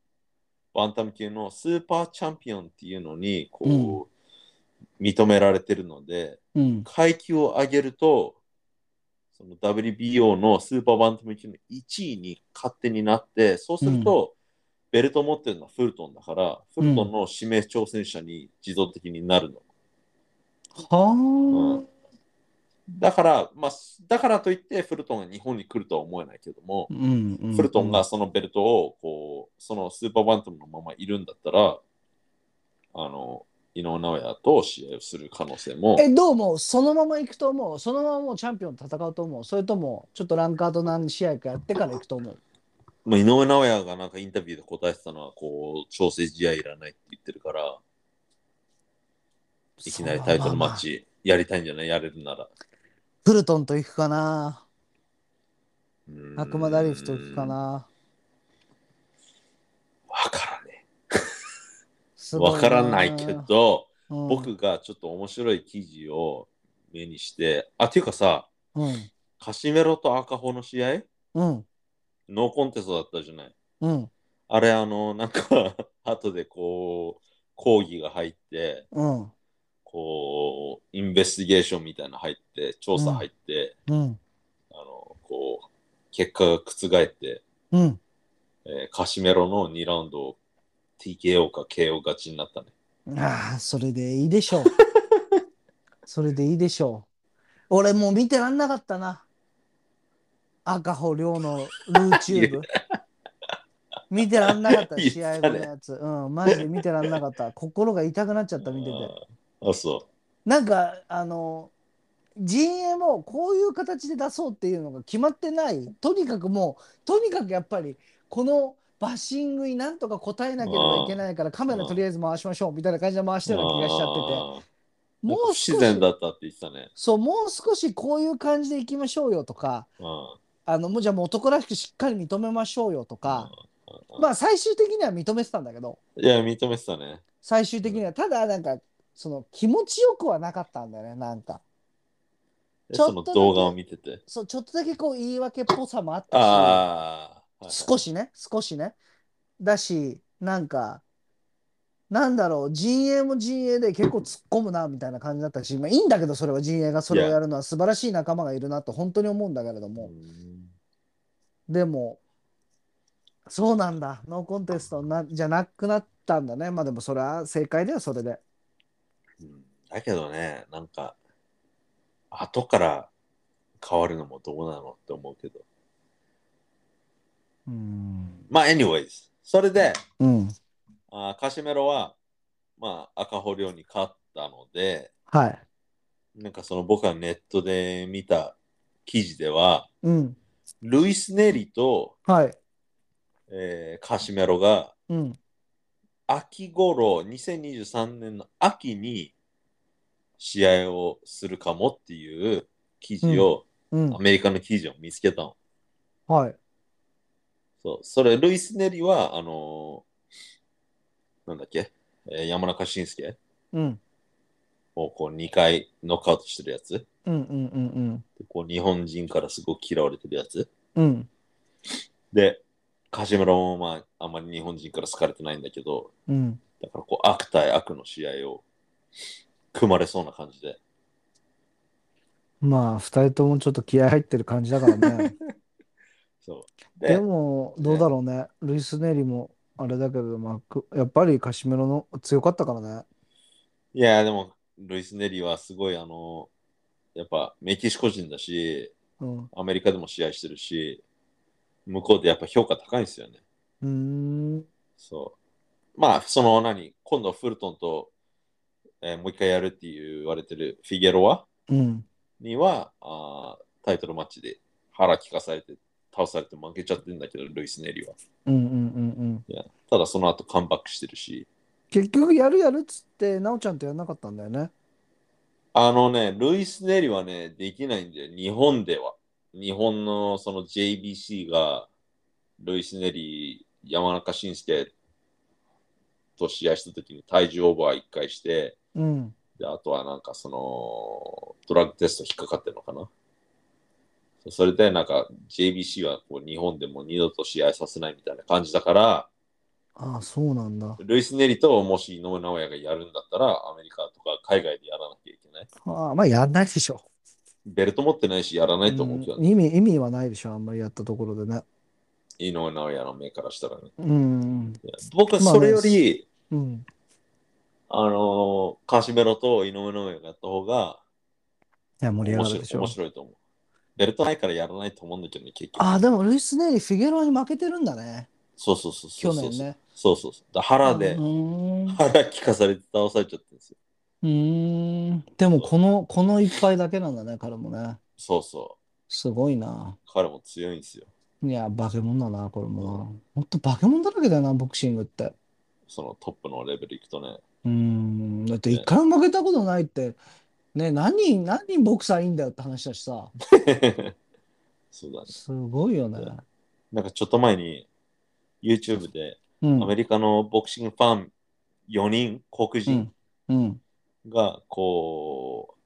[SPEAKER 2] バンタム級のスーパーチャンピオンっていうのにこう、認められてるので、
[SPEAKER 1] うん、
[SPEAKER 2] 階級を上げると、その WBO のスーパーバンタム級の1位に勝手になって、そうすると、ベルト持ってるのはフルトンだから、フルトンの指名挑戦者に自動的になるの。う
[SPEAKER 1] は
[SPEAKER 2] んだから、まあ、だからといってフルトンが日本に来るとは思えないけども、
[SPEAKER 1] あ、うん、うん
[SPEAKER 2] フルトンが、そのベルトをこうそのスーパーバンタムのままいるんだったらあの井上尚弥と試合をする可能性も
[SPEAKER 1] え、どう思うそのまま行くと思うそのままもうチャンピオンと戦うと思うそれとも、ちょっとランカーと何試合かやってから行くと思う
[SPEAKER 2] まあ、井上尚弥がなんかインタビューで答えてたのはこう調整試合いらないって言ってるからいきなりタイトルマッ。チやりたいんじゃないやれるなら
[SPEAKER 1] フルトンと行くかな
[SPEAKER 2] うーん
[SPEAKER 1] 悪魔ダリフと行くかな
[SPEAKER 2] わからね
[SPEAKER 1] す
[SPEAKER 2] え
[SPEAKER 1] ご
[SPEAKER 2] わからないけ、ど
[SPEAKER 1] うん、
[SPEAKER 2] 僕がちょっと面白い記事を目にしてあっていうかさ
[SPEAKER 1] うん、
[SPEAKER 2] カシメロと赤穂の試合
[SPEAKER 1] うん、
[SPEAKER 2] ノーコンテストだったじゃない
[SPEAKER 1] うん、
[SPEAKER 2] あれ、あの、なんか、 後でこう、講義が入って、
[SPEAKER 1] うん、
[SPEAKER 2] こう、インベスティゲーションみたいなの入って、調査入って、
[SPEAKER 1] うん、
[SPEAKER 2] あの、こう、結果が覆って、
[SPEAKER 1] うん。
[SPEAKER 2] えーカシメロの2ラウンドを TKO か KO 勝ちになったね。
[SPEAKER 1] ああ、それでいいでしょう。それでいいでしょう。俺もう見てらんなかったな。赤穂亮の YouTube。見てらんなかった、
[SPEAKER 2] 言ったね
[SPEAKER 1] 試合後のやつ。うん、マジで見てらんなかった。心が痛くなっちゃった、見てて。
[SPEAKER 2] あーあ、そ
[SPEAKER 1] なんか、あの、陣営もこういう形で出そうっていうのが決まってない。とにかくもう、とにかくやっぱり、このバッシングになんとか答えなければいけないから、カメラとりあえず回しましょうみたいな感じで回し
[SPEAKER 2] う。
[SPEAKER 1] たような気がしちゃってて。
[SPEAKER 2] てて。
[SPEAKER 1] も
[SPEAKER 2] も
[SPEAKER 1] う
[SPEAKER 2] う
[SPEAKER 1] 少
[SPEAKER 2] 自然
[SPEAKER 1] し、
[SPEAKER 2] だったって言ってたね。
[SPEAKER 1] そう、もう少しこういう感じでいきましょうよとか、
[SPEAKER 2] うん。
[SPEAKER 1] あの、もうじゃあもう男らしくしっかり認めましょうよとか、
[SPEAKER 2] うん
[SPEAKER 1] まあ最終的には認めてたんだけど、
[SPEAKER 2] いや、認めてたね。
[SPEAKER 1] 最終的には、ただなんか、その気持ちよくはなかったんだよね、なんか。
[SPEAKER 2] で
[SPEAKER 1] ちょっと
[SPEAKER 2] そ
[SPEAKER 1] だけ
[SPEAKER 2] の動画を見てて。
[SPEAKER 1] そう、ちょっとだけこう言い訳っぽさもあった
[SPEAKER 2] ああ。
[SPEAKER 1] し、少しね、少しね。だし、なんか、なんだろう、陣営も陣営で結構突っ込むな、みたいな感じだったし、まあいいんだけど、それは陣営がそれをやるのは素晴らしい仲間がいるなと本当に思うんだけれども
[SPEAKER 2] う、ん
[SPEAKER 1] でも、そうなんだ。ノーコンテストなじゃなくなったんだね。まあでもそれは正解だよ、それで。
[SPEAKER 2] うんだけどね、なんか、後から変わるのもどうなのって思うけど。
[SPEAKER 1] うん。
[SPEAKER 2] まあ、anyways、それで、
[SPEAKER 1] うん。
[SPEAKER 2] あーカシメロは、まあ、赤穂亮に勝ったので、
[SPEAKER 1] はい。
[SPEAKER 2] なんかその僕がネットで見た記事では、
[SPEAKER 1] うん。
[SPEAKER 2] ルイス・ネリと、
[SPEAKER 1] はい。
[SPEAKER 2] えーカシメロが、
[SPEAKER 1] うん。
[SPEAKER 2] 秋頃、2023年の秋に試合をするかもっていう記事を、
[SPEAKER 1] うん
[SPEAKER 2] ア。メリカの記事を見つけたの。
[SPEAKER 1] はい。
[SPEAKER 2] そう、それ、ルイス・ネリは、あのーなんだっけ、えー山中慎介
[SPEAKER 1] うん。
[SPEAKER 2] をこう2回ノックアウトしてるやつ。で
[SPEAKER 1] うんうんうん
[SPEAKER 2] こう日本人からすごく嫌われてるやつ。
[SPEAKER 1] うん。うん。
[SPEAKER 2] で、カシムラも、まあ、あんまり日本人から好かれてないんだけど、
[SPEAKER 1] うん。
[SPEAKER 2] だからこう、悪対悪の試合を組まれそうな感じで。
[SPEAKER 1] まあ、二人ともちょっと気合入ってる感じだからね。
[SPEAKER 2] そう。
[SPEAKER 1] で
[SPEAKER 2] で、
[SPEAKER 1] も、どうだろうね。ルイス・ネリも、あれだけど、まあく、やっぱりカシメロの強かったからね。
[SPEAKER 2] いや、でも、ルイス・ネリはすごい、あの、やっぱメキシコ人だし、
[SPEAKER 1] うん。
[SPEAKER 2] アメリカでも試合してるし、向こうでやっぱ評価高いんですよね。
[SPEAKER 1] うーん。
[SPEAKER 2] そう。まあ、その何、今度フルトンと、えーもう一回やるって言われてるフィゲロア
[SPEAKER 1] うん。
[SPEAKER 2] にはあータイトルマッチで腹利かされて倒されて負けちゃってるんだけど、ルイス・ネリは。
[SPEAKER 1] うんうんうんうん。
[SPEAKER 2] ただその後カムバックしてるし。
[SPEAKER 1] 結局、やるやるっつって、なおちゃんとやんなかったんだよね。
[SPEAKER 2] あのね、ルイス・ネリはね、できないんだよ、日本では。日本のその JBC が、ルイス・ネリ、山中伸介と試合した時に体重オーバー1回して、
[SPEAKER 1] うん。
[SPEAKER 2] で、あとはなんかその、ドラッグテスト引っかかってるのかな。そそれでなんか JBC はこう日本でも二度と試合させないみたいな感じだから、
[SPEAKER 1] ああ、そうなんだ。
[SPEAKER 2] ルイス・ネリともし井上尚弥がやるんだったら、アメリカとか海外でやらなきゃいけない。
[SPEAKER 1] ああ、まあ、やんないでしょ。
[SPEAKER 2] ベルト持ってないし、やらないと思うけど
[SPEAKER 1] う
[SPEAKER 2] ね、
[SPEAKER 1] ん意味、意味はないでしょ。あんまりやったところでね。
[SPEAKER 2] 井上尚弥の目からしたらね。
[SPEAKER 1] うん。
[SPEAKER 2] いや僕はそれより、
[SPEAKER 1] うん。
[SPEAKER 2] あ、のーカシメロと井上尚弥がやった方が
[SPEAKER 1] いや、盛り上
[SPEAKER 2] 面
[SPEAKER 1] がる
[SPEAKER 2] 白
[SPEAKER 1] で
[SPEAKER 2] い
[SPEAKER 1] しょ
[SPEAKER 2] 面。白いと思う。ベルトないからやらないと思うんだけどね、結局。
[SPEAKER 1] ああ、でも、ルイス・ネリ、フィゲロアに負けてるんだね。
[SPEAKER 2] そうそうそうそ
[SPEAKER 1] 去
[SPEAKER 2] うそう。
[SPEAKER 1] 年ね。
[SPEAKER 2] そうそうそう。だ腹で
[SPEAKER 1] う、ーん。う
[SPEAKER 2] 腹利かされて倒されちゃってるんですよ。
[SPEAKER 1] ーん。でも、この、この一杯だけなんだね、彼もね。
[SPEAKER 2] そうそ
[SPEAKER 1] すごいな。
[SPEAKER 2] う。彼も強いんですよ。
[SPEAKER 1] いや、化け物だな、これも。ほんと化け物だらけだよな、ボクシングって。
[SPEAKER 2] そのトップのレベルいくとね。
[SPEAKER 1] うーん。だって一回も負けたことないって、ね、何人、何人ボクサーいいんだよって話だしさ。
[SPEAKER 2] そうだね。
[SPEAKER 1] すごいよね。
[SPEAKER 2] なんかちょっと前に YouTube で
[SPEAKER 1] う
[SPEAKER 2] アメ
[SPEAKER 1] ん。
[SPEAKER 2] リカのボクシングファン4人、黒人
[SPEAKER 1] うん。
[SPEAKER 2] がこう、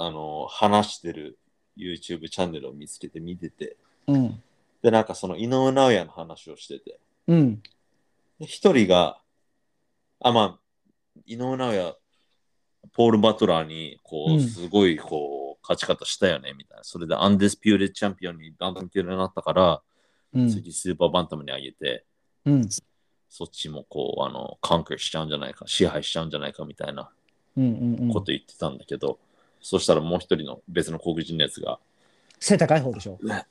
[SPEAKER 2] あの、話してる YouTube チャンネルを見つけて見てて、
[SPEAKER 1] うん。
[SPEAKER 2] で、なんかその井上尚弥の話をしてて、
[SPEAKER 1] うん。
[SPEAKER 2] で一人が、あ、まあ、井上尚弥、ポール・バトラーに、こ
[SPEAKER 1] う
[SPEAKER 2] う、
[SPEAKER 1] ん
[SPEAKER 2] すごい、こう、勝ち方したよね、みたいな。それで、アンディスピューレチャンピオンに、バンタム級になったから、
[SPEAKER 1] うん。
[SPEAKER 2] 次、スーパーバンタムに上げて、
[SPEAKER 1] うん。
[SPEAKER 2] そっちも、こう、あの、カンクルしちゃうんじゃないか、支配しちゃうんじゃないか、みたいな
[SPEAKER 1] うん。うん。う
[SPEAKER 2] こ
[SPEAKER 1] ん
[SPEAKER 2] と。言ってたんだけど、そしたらもう一人の別の黒人のやつが、
[SPEAKER 1] 背高い方でしょ
[SPEAKER 2] ね。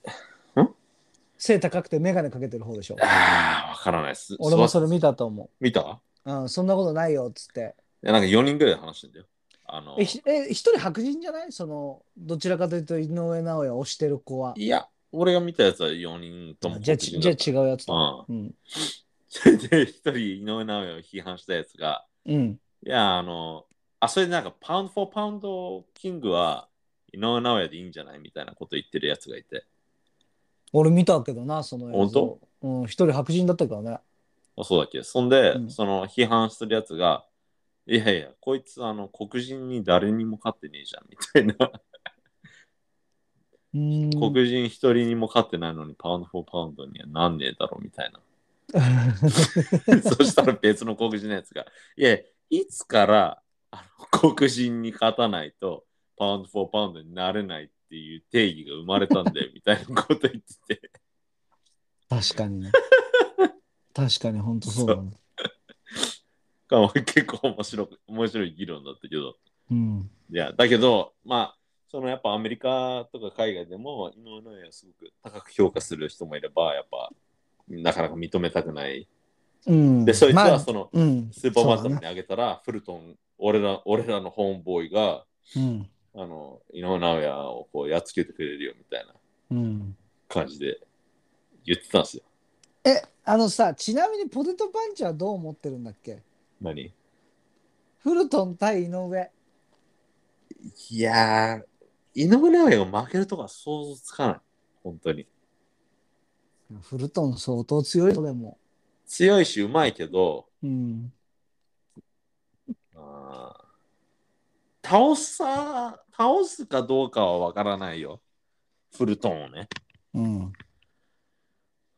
[SPEAKER 1] 背高くて眼鏡かけてる方でしょ。
[SPEAKER 2] ああ、わからないっす。
[SPEAKER 1] 俺もそれ
[SPEAKER 2] 見
[SPEAKER 1] 見たと思
[SPEAKER 2] 見た
[SPEAKER 1] う。うん、そんなことないよっつって。
[SPEAKER 2] いやなんか4人ぐらいで話してんだよ。あの
[SPEAKER 1] え、、ひえ一人白人じゃないその、どちらかというと井上尚弥を推してる子は。
[SPEAKER 2] いや、俺が見たやつは4人とも
[SPEAKER 1] じゃ
[SPEAKER 2] 黒
[SPEAKER 1] あ、
[SPEAKER 2] 人
[SPEAKER 1] ち
[SPEAKER 2] だ
[SPEAKER 1] じ
[SPEAKER 2] っ
[SPEAKER 1] ゃ
[SPEAKER 2] た。
[SPEAKER 1] あ違うやつだ。
[SPEAKER 2] うん
[SPEAKER 1] うん。
[SPEAKER 2] それで一人井上尚弥を批判したやつが、
[SPEAKER 1] うん。
[SPEAKER 2] いや、あの、あ、それでなんか、パウンド・フォー・パウンド・キングは井上尚弥でいいんじゃないみたいなこと言ってるやつがいて、
[SPEAKER 1] 俺見たけどな、その映像
[SPEAKER 2] 本
[SPEAKER 1] うん、一人白人だったからね。
[SPEAKER 2] あそうだっけそんで、
[SPEAKER 1] うん
[SPEAKER 2] その批判するやつが、いやいや、こいつ、あの、黒人に誰にも勝ってねえじゃん、みたいな。
[SPEAKER 1] うーん。
[SPEAKER 2] 黒人一人にも勝ってないのに、パウンド・フォー・パウンドにはなんねえだろ、みたいな。 そしたら別の黒人のやつが、いや、いつからあの黒人に勝たないと、パウンド・フォー・パウンドになれないっていう定義が生まれたん だよ、みたいなこと言ってて。
[SPEAKER 1] 確かにね。確かに、本当そうだね。
[SPEAKER 2] 結構面白く、面白い議論だったけど。
[SPEAKER 1] うん。
[SPEAKER 2] いや、だけど、まあ、そのやっぱアメリカとか海外でも、井上尚弥はすごく高く評価する人もいれば、やっぱ、なかなか認めたくない。
[SPEAKER 1] うん。
[SPEAKER 2] で、そいつ
[SPEAKER 1] ま
[SPEAKER 2] は
[SPEAKER 1] あ
[SPEAKER 2] その、
[SPEAKER 1] うん。
[SPEAKER 2] スーパーバン
[SPEAKER 1] そ
[SPEAKER 2] タ
[SPEAKER 1] う
[SPEAKER 2] ム
[SPEAKER 1] だ
[SPEAKER 2] にあげたら、フルトン、俺ら、俺らのホームボーイが、
[SPEAKER 1] ね。
[SPEAKER 2] あの、井上尚弥をこうやっつけてくれるよみたいな
[SPEAKER 1] うん。うん。
[SPEAKER 2] 感じで言ってたんですよ。
[SPEAKER 1] え、あのさ、ちなみにポテトパンチはどう思ってるんだっけ
[SPEAKER 2] 何い
[SPEAKER 1] フルトン対井上。
[SPEAKER 2] やー、井上尚弥が負けるとか想像つかない。本当に。
[SPEAKER 1] フルトン相当強いとでも。
[SPEAKER 2] 強いし、うまいけど、
[SPEAKER 1] うん。
[SPEAKER 2] あー倒さ、倒すかどうかはわからないよ。フルトンをね。
[SPEAKER 1] うん。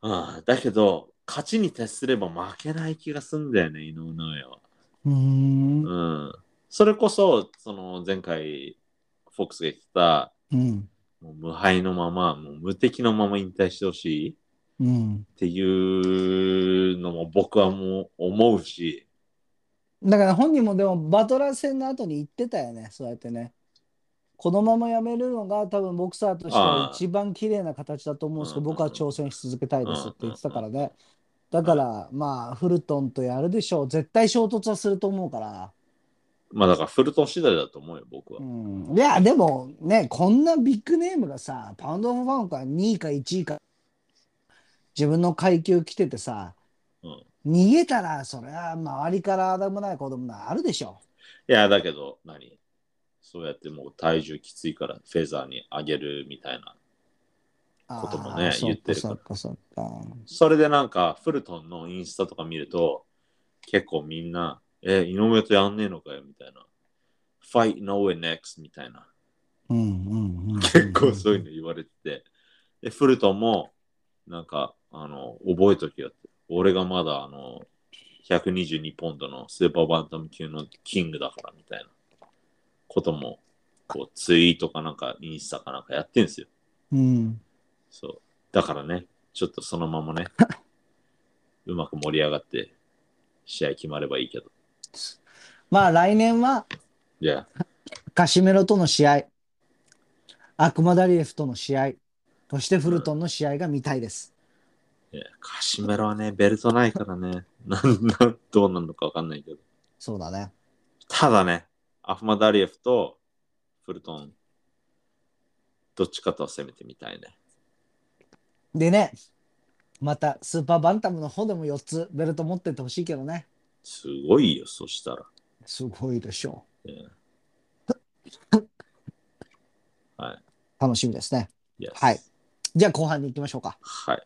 [SPEAKER 2] あーだけど、勝ちに徹すれば負けない気がすんだよね、井上尚弥は。
[SPEAKER 1] うーん。
[SPEAKER 2] うん。それこそ、その前回、フォックスが言ってた、
[SPEAKER 1] うん。
[SPEAKER 2] もう無敗のまま、もう無敵のまま引退してほしい。
[SPEAKER 1] うん。
[SPEAKER 2] ていうのも僕はもう思うし、
[SPEAKER 1] だから本人もでもバトラー戦の後に言ってたよね、そうやってね。このままやめるのが多分ボクサーとしては一番綺麗な形だと思うんですけど、
[SPEAKER 2] ああ
[SPEAKER 1] 僕は挑戦し続けたいですって言ってたからね。だからまあ、フルトンとやるでしょう。絶対衝突はすると思うから。
[SPEAKER 2] まあだからフルトン次第だと思うよ、僕は
[SPEAKER 1] う。ん、いや、でもね、こんなビッグネームがさ、パウンド・オブ・ファンから2位か1位か、自分の階級来ててさ、
[SPEAKER 2] うん
[SPEAKER 1] 逃げたら、それは周りからあだもない子供があるでしょ。
[SPEAKER 2] いや、だけど、何そうやってもう体重きついからフェザーに上げるみたいな。こともね
[SPEAKER 1] あーそ
[SPEAKER 2] 言ってるか
[SPEAKER 1] そ
[SPEAKER 2] ら
[SPEAKER 1] っかそっか。
[SPEAKER 2] それでなんか、フルトンのインスタとか見ると、結構みんな、え、井上とやんねえのかよみたいな。Fight No Way Next みたいな。
[SPEAKER 1] うんうんうん、
[SPEAKER 2] 結構そういうの言われてて。で、フルトンも、なんか、あの、覚えときよって。俺がまだ、あの、122ポンドのスーパーバンタム級のキングだからみたいなことも、こう、ツイートかなんか、インスタかなんかやってんすよ。
[SPEAKER 1] うん。
[SPEAKER 2] そう。だからね、ちょっとそのままね、 うまく盛り上がって、試合決まればいいけど。
[SPEAKER 1] まあ来年は
[SPEAKER 2] いや、
[SPEAKER 1] カシメロとの試合、アクマダリエフとの試合、そしてフルトンの試合が見たいです。
[SPEAKER 2] いやカシメロはね、ベルトないからね、 なんなんどうなるのかわかんないけど。
[SPEAKER 1] そうだね。
[SPEAKER 2] ただね、アフマダリエフとフルトン、どっちかとは攻めてみたいね。
[SPEAKER 1] でね、またスーパーバンタムの方でも4つベルト持ってってほしいけどね。
[SPEAKER 2] すごいよ、そしたら。
[SPEAKER 1] すごいでしょ
[SPEAKER 2] は
[SPEAKER 1] う。楽しみですね。
[SPEAKER 2] い。Yes
[SPEAKER 1] はい。じゃあ後半に行きましょうか。
[SPEAKER 2] はい。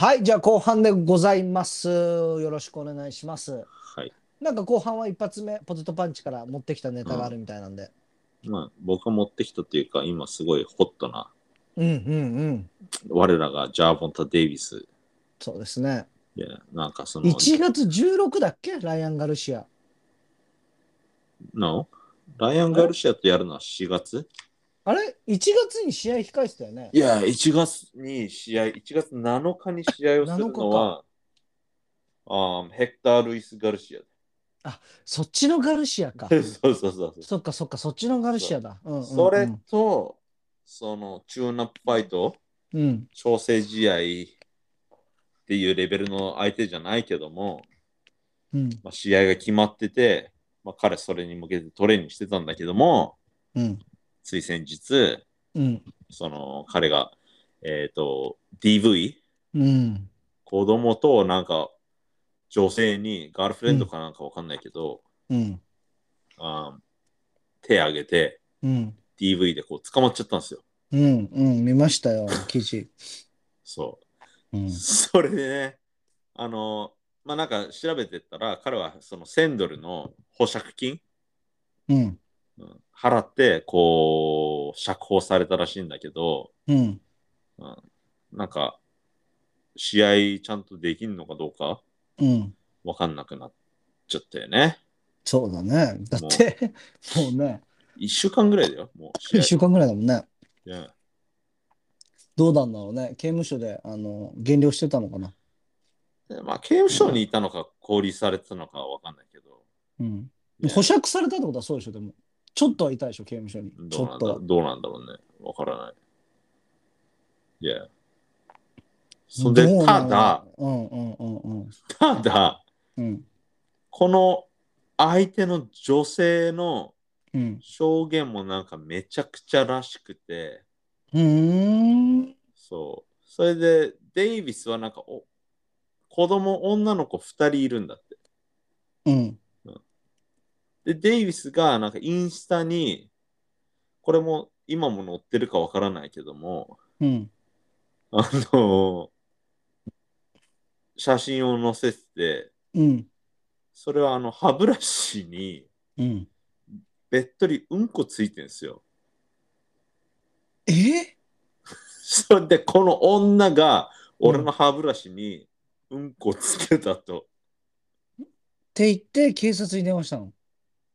[SPEAKER 1] はい、じゃあ後半でございます。よろしくお願いします。
[SPEAKER 2] はい。
[SPEAKER 1] なんか後半は一発目、ポテトパンチから持ってきたネタがあるみたいなんで。
[SPEAKER 2] まあ、僕が持ってきたっていうか、今すごいホットな、
[SPEAKER 1] うんうんうん。
[SPEAKER 2] 我らがジャーボンタ・デイビス。
[SPEAKER 1] そうですね。
[SPEAKER 2] いや、なんかその、
[SPEAKER 1] 1月16だっけライアン・ガルシア。
[SPEAKER 2] No? ライアン・ガルシアとやるのは4月
[SPEAKER 1] あれ ?1 月に試合控えてたよね
[SPEAKER 2] い。や、1月に試合、1月7日に試合をするのは、あーヘクター・ルイス・ガルシ
[SPEAKER 1] そっちのガルシア
[SPEAKER 2] ア。
[SPEAKER 1] か
[SPEAKER 2] そ。うそうそうそう。
[SPEAKER 1] そっかそっか、そっちのガルシアだ。うんうんうん、
[SPEAKER 2] それと、そのチューナップファイト、
[SPEAKER 1] うん。
[SPEAKER 2] 調整試合っていうレベルの相手じゃないけども、
[SPEAKER 1] うん。
[SPEAKER 2] まあ、試合が決まってて、まあ、彼それに向けてトレーニングしてたんだけども、
[SPEAKER 1] うん。
[SPEAKER 2] つい先日、
[SPEAKER 1] うん。
[SPEAKER 2] その彼が、えっ、と、DV、
[SPEAKER 1] うん。
[SPEAKER 2] 子供となんか女性にガールフレンドかなんかわかんないけど、
[SPEAKER 1] うん。
[SPEAKER 2] あー手挙げて
[SPEAKER 1] うん。
[SPEAKER 2] DV でこう捕まっちゃったんですよ。
[SPEAKER 1] うん。うん。見ましたよ、記事。
[SPEAKER 2] そうう。
[SPEAKER 1] ん。
[SPEAKER 2] それでね、あの、まあ、なんか調べてったら彼はその1000ドルの保釈金、
[SPEAKER 1] うん。
[SPEAKER 2] うん払ってこう釈放されたらしいんだけど、
[SPEAKER 1] うん。
[SPEAKER 2] うんなんか試合ちゃんとできんのかどうか
[SPEAKER 1] うん。
[SPEAKER 2] わかんなくなっちゃったよね。
[SPEAKER 1] そうだね。だって、もうね、
[SPEAKER 2] 1週間ぐらいだよ、もう試
[SPEAKER 1] 1
[SPEAKER 2] 合。
[SPEAKER 1] 週間ぐらいだもんね。
[SPEAKER 2] うん
[SPEAKER 1] どうなんだろうね。刑務所で、あの、減量してたのかな。
[SPEAKER 2] でまあ、刑務所にいたのか、交流されてたのかは分かんないけど、
[SPEAKER 1] うん。
[SPEAKER 2] ね
[SPEAKER 1] 保釈されたってことはそうでしょ、でも。ちょっとはいたでしょ、刑務所に。ち
[SPEAKER 2] ど
[SPEAKER 1] ょ
[SPEAKER 2] うな
[SPEAKER 1] っ
[SPEAKER 2] ん
[SPEAKER 1] と
[SPEAKER 2] だ
[SPEAKER 1] は。
[SPEAKER 2] どうなんだろうね。分からない。いや。そんで
[SPEAKER 1] どう、な
[SPEAKER 2] た
[SPEAKER 1] ん
[SPEAKER 2] だ、
[SPEAKER 1] ろううんうんうんうん。
[SPEAKER 2] ただ、
[SPEAKER 1] うん。
[SPEAKER 2] この相手の女性の
[SPEAKER 1] うん。
[SPEAKER 2] 証言もなんかめちゃくちゃらしくて、
[SPEAKER 1] うーん。
[SPEAKER 2] そう。それで、デイビスはなんかお、子供、女の子2人いるんだって。
[SPEAKER 1] うん。
[SPEAKER 2] で、デイビスがなんかインスタに、これも今も載ってるかわからないけども、
[SPEAKER 1] うん。
[SPEAKER 2] あの写真を載せてて、
[SPEAKER 1] うん。
[SPEAKER 2] それはあの歯ブラシに
[SPEAKER 1] うん。
[SPEAKER 2] べっとりうんこついてんすよ。
[SPEAKER 1] え
[SPEAKER 2] それで、この女が俺の歯ブラシにうんこつけたと。
[SPEAKER 1] って言って警察に電話したの。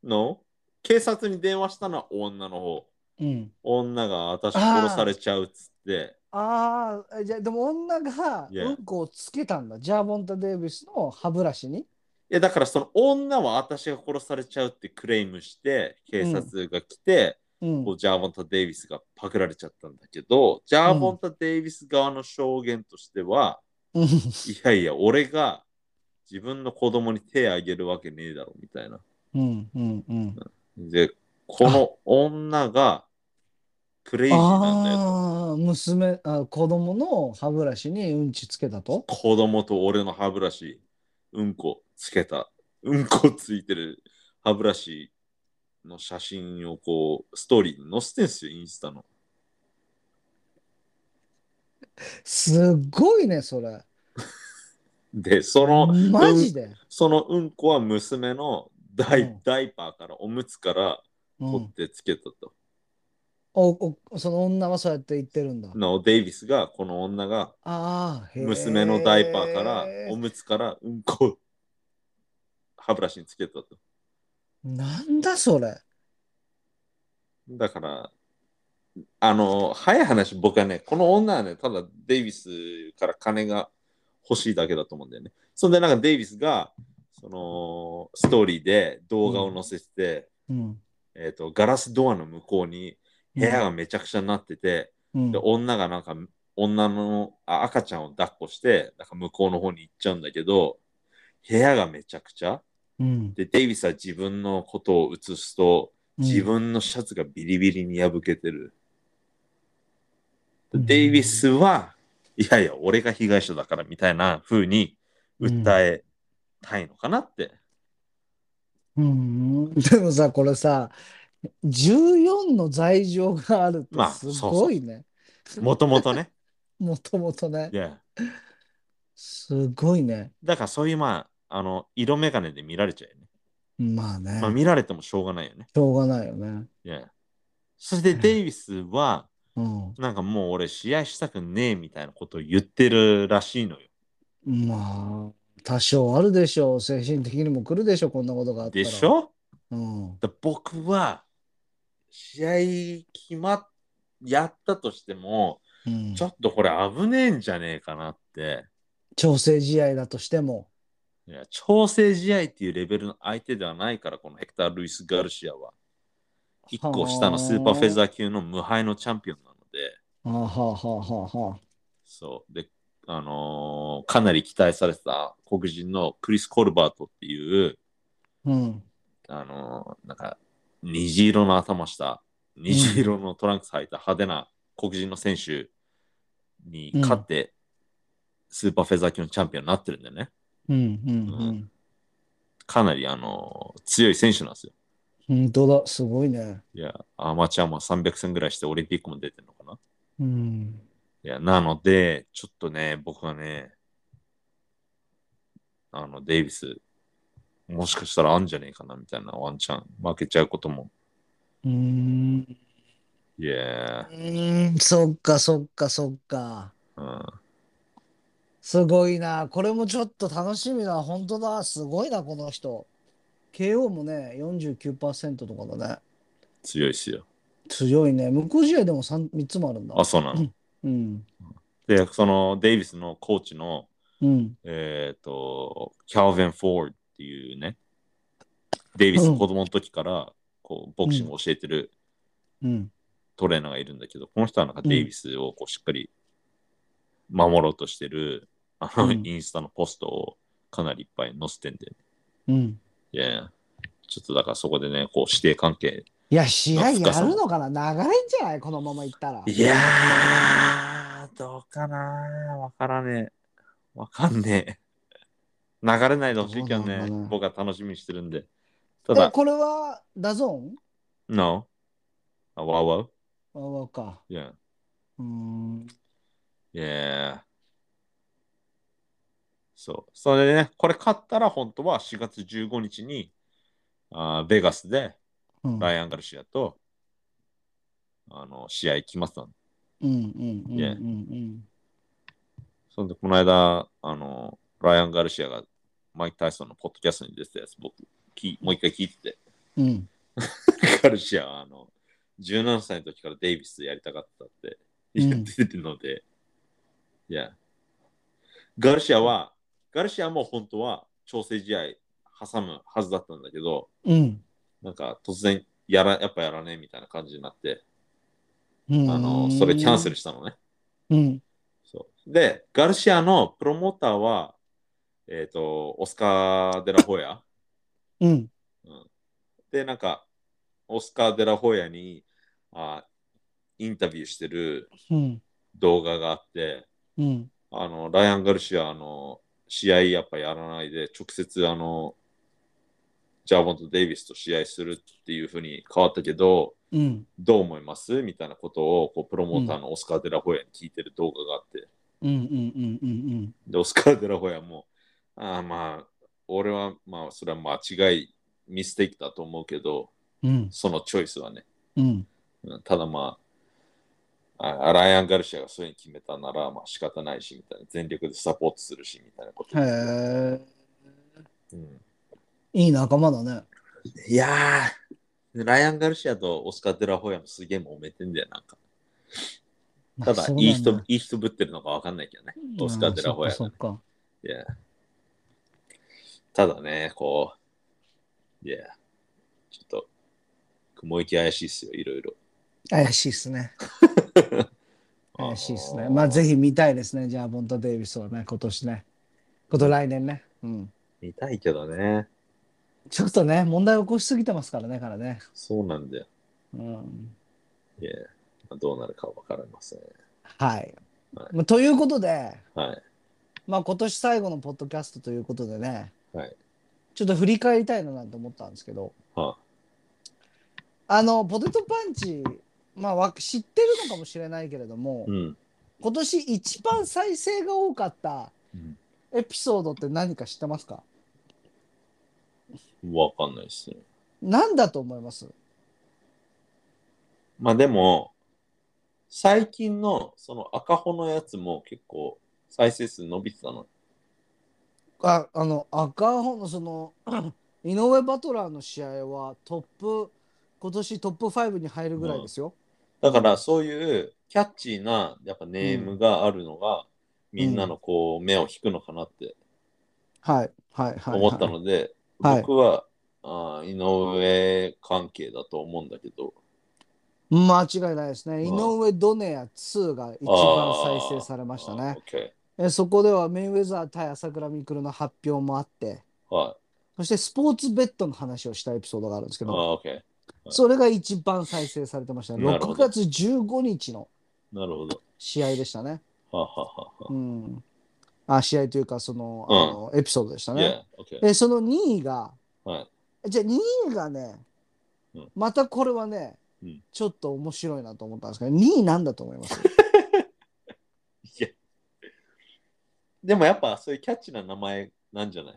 [SPEAKER 2] の警察に電話したのは女の方。
[SPEAKER 1] うん。
[SPEAKER 2] 女が私殺されちゃうっつって。
[SPEAKER 1] ああ、じゃあでも女が
[SPEAKER 2] Yeah.
[SPEAKER 1] うんこをつけたんだ。ジャーボンタ・デイビスの歯ブラシに。
[SPEAKER 2] いやだからその女は私が殺されちゃうってクレームして警察が来て、
[SPEAKER 1] うん
[SPEAKER 2] こうジャーボンタ・デイビスがパクられちゃったんだけどジャーボンタ・デイビス側の証言としては、
[SPEAKER 1] うん
[SPEAKER 2] いやいや俺が自分の子供に手あげるわけねえだろみたいな。
[SPEAKER 1] うんうんうん。
[SPEAKER 2] でこの女がクレイジーなんだよと。
[SPEAKER 1] ああ、娘あ、子供の歯ブラシにうんちつけたと。
[SPEAKER 2] 子供と俺の歯ブラシ、うんこつけた、うんこついてる歯ブラシの写真をこう、ストーリーに載せてんすよ、インスタの。
[SPEAKER 1] すっごいね、それ。
[SPEAKER 2] で、その、
[SPEAKER 1] マジで。
[SPEAKER 2] そのうんこは娘のダイ,、
[SPEAKER 1] うん
[SPEAKER 2] ダイパーから、おむつから
[SPEAKER 1] うん
[SPEAKER 2] 取ってつけたと。
[SPEAKER 1] おおその女はそうやって言ってるんだ。
[SPEAKER 2] のデイビスが、この女が、
[SPEAKER 1] ああ、へえ
[SPEAKER 2] 娘のダイパーから、おむつから、うんこ、歯ブラシにつけたと。
[SPEAKER 1] なんだそれ。
[SPEAKER 2] だから、あの、早い話、僕はね、この女はね、ただデイビスから金が欲しいだけだと思うんだよね。そんで、なんかデイビスが、その、ストーリーで動画を載せてて、
[SPEAKER 1] うん。
[SPEAKER 2] えっ、と、ガラスドアの向こうに
[SPEAKER 1] うん
[SPEAKER 2] 部屋がめちゃくちゃになってて、
[SPEAKER 1] うん
[SPEAKER 2] で、女がなんか、女のあ赤ちゃんを抱っこして、なんか向こうの方に行っちゃうんだけど、部屋がめちゃくちゃ。
[SPEAKER 1] うん
[SPEAKER 2] で、デイビスは自分のことを映すと、自分のシャツがビリビリに破けてる。
[SPEAKER 1] うん
[SPEAKER 2] デイビスは、いやいや、俺が被害者だからみたいな風に訴えたいのかなって。
[SPEAKER 1] うん うんでもさ、これさ、14の罪状があるって
[SPEAKER 2] まあ
[SPEAKER 1] すごいね。
[SPEAKER 2] もともとね。
[SPEAKER 1] もともとね
[SPEAKER 2] い。や
[SPEAKER 1] すごいね。
[SPEAKER 2] だからそういう、まあ、あの、色眼鏡で見られちゃうよね。
[SPEAKER 1] まあね
[SPEAKER 2] まあ、。見られてもしょうがないよね。
[SPEAKER 1] しょうがないよね。
[SPEAKER 2] いやそしてデイビスは、
[SPEAKER 1] うん。
[SPEAKER 2] なんかもう俺試合したくねえみたいなことを言ってるらしいのよ。
[SPEAKER 1] まあ、多少あるでしょう。精神的にも来るでしょう。こんなことがあったら。
[SPEAKER 2] でしょ
[SPEAKER 1] うん。
[SPEAKER 2] だ僕は試合決まっやったとしても、
[SPEAKER 1] うん
[SPEAKER 2] ちょっとこれ危ねえんじゃねえかなって
[SPEAKER 1] 調整試合だとしても。
[SPEAKER 2] いや調整試合っていうレベルの相手ではないからこのヘクター・ルイス・ガルシアは1個下のスーパーフェザー級の無敗のチャンピオンなので
[SPEAKER 1] はあはあはあはあはあ。
[SPEAKER 2] そうであのーかなり期待されてた黒人のクリス・コルバートっていう
[SPEAKER 1] うん。
[SPEAKER 2] あのーなんか虹色の頭した虹色のトランクス履いた派手な黒人の選手に勝って、スーパーフェザー級のチャンピオンになってるんでね
[SPEAKER 1] うんうん
[SPEAKER 2] う
[SPEAKER 1] うん。
[SPEAKER 2] かなりあのー強い選手なんですよ
[SPEAKER 1] 本当だ。すごいね。
[SPEAKER 2] いやアマチュアも300戦ぐらいしてオリンピックも出てるのかな
[SPEAKER 1] うん。
[SPEAKER 2] いやなのでちょっとね僕はねあのデイビスもしかしたらあんじゃねえかなみたいなワンチャン負けちゃうことも
[SPEAKER 1] うーん。
[SPEAKER 2] いや
[SPEAKER 1] うーん、そっかそっかそっか。
[SPEAKER 2] うん
[SPEAKER 1] すごいな。これもちょっと楽しみだ。本当だ。すごいな、この人。KO もね、49%とかだね。
[SPEAKER 2] 強いっすよ
[SPEAKER 1] 強いね。無効試合でも 3, 三つもあるんだ
[SPEAKER 2] あ。そうなの
[SPEAKER 1] うん。
[SPEAKER 2] で、そのデイビスのコーチの、
[SPEAKER 1] うん。
[SPEAKER 2] えっ、と、キャーヴン・フォードっていうね、デイビスの子供の時から、こう、ボクシングを教えてる
[SPEAKER 1] うん。
[SPEAKER 2] トレーナーがいるんだけど、この人はなんかデイビスをこうしっかり守ろうとしてる、あの、
[SPEAKER 1] うん
[SPEAKER 2] インスタのポストをかなりいっぱい載せてんで、
[SPEAKER 1] うん。
[SPEAKER 2] いやちょっとだからそこでね、こう、指定関係。
[SPEAKER 1] いや、試合やるのかな長いんじゃないこのままいったら。
[SPEAKER 2] いやー、どうかなわからねえ。わかんねえ。流れないでほしいけど
[SPEAKER 1] どうな
[SPEAKER 2] ね
[SPEAKER 1] んだろう。
[SPEAKER 2] 僕は楽しみにしてるんで。た
[SPEAKER 1] え、
[SPEAKER 2] だ、
[SPEAKER 1] これは、ダゾーン
[SPEAKER 2] No? あ、わわ
[SPEAKER 1] あ、わか。
[SPEAKER 2] ?Yeah.
[SPEAKER 1] うーん。
[SPEAKER 2] Yeah. そう。それでね、これ勝ったら本当は4月15日に、あーベガスで
[SPEAKER 1] うん
[SPEAKER 2] ライアン・ガルシアと、あの試合決まってたん
[SPEAKER 1] うんうんうんうん
[SPEAKER 2] Yeah.
[SPEAKER 1] うん
[SPEAKER 2] そんで、この間、あの、ライアン・ガルシアがマイク・タイソンのポッドキャストに出てたやつ、僕、きもう一回聞いてて、
[SPEAKER 1] うんうん
[SPEAKER 2] ガルシアは、あの、17歳の時からデイビスでやりたかったって
[SPEAKER 1] うん
[SPEAKER 2] 言ってるので、いや、ガルシアは、ガルシアも本当は調整試合挟むはずだったんだけど、
[SPEAKER 1] うん
[SPEAKER 2] なんか突然、やら、やっぱやらねえみたいな感じになって、
[SPEAKER 1] うん
[SPEAKER 2] あの、それキャンセルしたのね。
[SPEAKER 1] うん
[SPEAKER 2] そうで、ガルシアのプロモーターは、えっ、と、オスカー・デラホヤ。
[SPEAKER 1] うん
[SPEAKER 2] で、なんか、オスカー・デラホヤにあインタビューしてる
[SPEAKER 1] うん
[SPEAKER 2] 動画があって、
[SPEAKER 1] うん
[SPEAKER 2] あの、ライアン・ガルシア、あの、試合やっぱやらないで、直接、あの、ジャーボンとデイビスと試合するっていうふうに変わったけど、
[SPEAKER 1] うん
[SPEAKER 2] どう思いますみたいなことを、こう、プロモーターのオスカー・デラホヤに聞いてる動画があって、
[SPEAKER 1] うんうんうんうん
[SPEAKER 2] で、オスカー・デラホヤも、ああまあ、俺は、まあ、それは間違い、ミステイクだと思うけど、
[SPEAKER 1] うん
[SPEAKER 2] そのチョイスはね。
[SPEAKER 1] うん
[SPEAKER 2] うんただまあ、あライアン・ガルシアがそういうに決めたなら、まあ仕方ないし、みたいな。全力でサポートするし、みたいなこと
[SPEAKER 1] へ
[SPEAKER 2] 言って。
[SPEAKER 1] え
[SPEAKER 2] うん
[SPEAKER 1] いい仲間だね
[SPEAKER 2] いやー、ライアン・ガルシアとオスカー・デラホヤもすげえ揉めてんだよ、なんか。
[SPEAKER 1] ま
[SPEAKER 2] た
[SPEAKER 1] あ
[SPEAKER 2] だ
[SPEAKER 1] そう、なん
[SPEAKER 2] いい人、いい人ぶってるのかわかんないけどね。オスカー・デラホヤ
[SPEAKER 1] あーそ
[SPEAKER 2] が
[SPEAKER 1] っかそっか
[SPEAKER 2] いや。ただね、こう、いや、ちょっと、雲行き怪しいっすよ、いろいろ。
[SPEAKER 1] 怪しいっすね怪しいですね。まあぜ
[SPEAKER 2] ひ。
[SPEAKER 1] ひ見たいですね。じゃあ、ボンタ・デイビスはね、今年ね。こと来年ね。うん。
[SPEAKER 2] 見たいけどね。
[SPEAKER 1] ちょっとね、問題起こしすぎてますからね、からね。
[SPEAKER 2] そうなんだよ。
[SPEAKER 1] うん。
[SPEAKER 2] いや、まあどうなるかわからません。
[SPEAKER 1] はい
[SPEAKER 2] は。
[SPEAKER 1] まあということで、
[SPEAKER 2] はい。
[SPEAKER 1] まあ今年最後のポッドキャストということでね、
[SPEAKER 2] はい
[SPEAKER 1] ちょっと振り返りたいななんて思ったんですけど、
[SPEAKER 2] は
[SPEAKER 1] あの、ポテトパンチ、まあわ知ってるのかもしれないけれども、
[SPEAKER 2] うん。
[SPEAKER 1] 今年一番再生が多かったエピソードって何か知ってますか
[SPEAKER 2] わかんないっすね。
[SPEAKER 1] 何だと思います
[SPEAKER 2] まあでも、最近のその赤穂のやつも結構再生数伸びてたの。
[SPEAKER 1] ああの赤穂のその 井上バトラーの試合はトップ今年トップ5に入るぐらいですよ。
[SPEAKER 2] だからそういうキャッチーなやっぱネームがあるのが、みんなのこう目を引くのかなって
[SPEAKER 1] はいはいはい、
[SPEAKER 2] 思ったので、
[SPEAKER 1] はい
[SPEAKER 2] 僕は、あー井上関係だと思うんだけど、
[SPEAKER 1] 間違いないですね。井
[SPEAKER 2] うん
[SPEAKER 1] 上ドネア2が一番再生されましたね。えそこではメイウェザー対朝倉未来の発表もあって
[SPEAKER 2] あー OK はい。
[SPEAKER 1] そしてスポーツベッドの話をしたエピソードがあるんですけ
[SPEAKER 2] あ
[SPEAKER 1] ど
[SPEAKER 2] あ、OK。
[SPEAKER 1] それが一番再生されてましたね。
[SPEAKER 2] なるほ
[SPEAKER 1] 6
[SPEAKER 2] ど
[SPEAKER 1] 月15日の
[SPEAKER 2] なるほど。
[SPEAKER 1] 試合でしたね。
[SPEAKER 2] はあはあはあは
[SPEAKER 1] うん、あ試合というかその,、
[SPEAKER 2] うん
[SPEAKER 1] あのエピソードでした
[SPEAKER 2] あ。
[SPEAKER 1] ね。
[SPEAKER 2] ね、OK。
[SPEAKER 1] えその2位が、
[SPEAKER 2] は
[SPEAKER 1] じゃあ2位がね、
[SPEAKER 2] うん
[SPEAKER 1] またこれはね、
[SPEAKER 2] うん
[SPEAKER 1] ちょっと面白いなと思ったんですけど、2位なんだと思います。
[SPEAKER 2] いや。でもやっぱそういうキャッチーな名前なんじゃない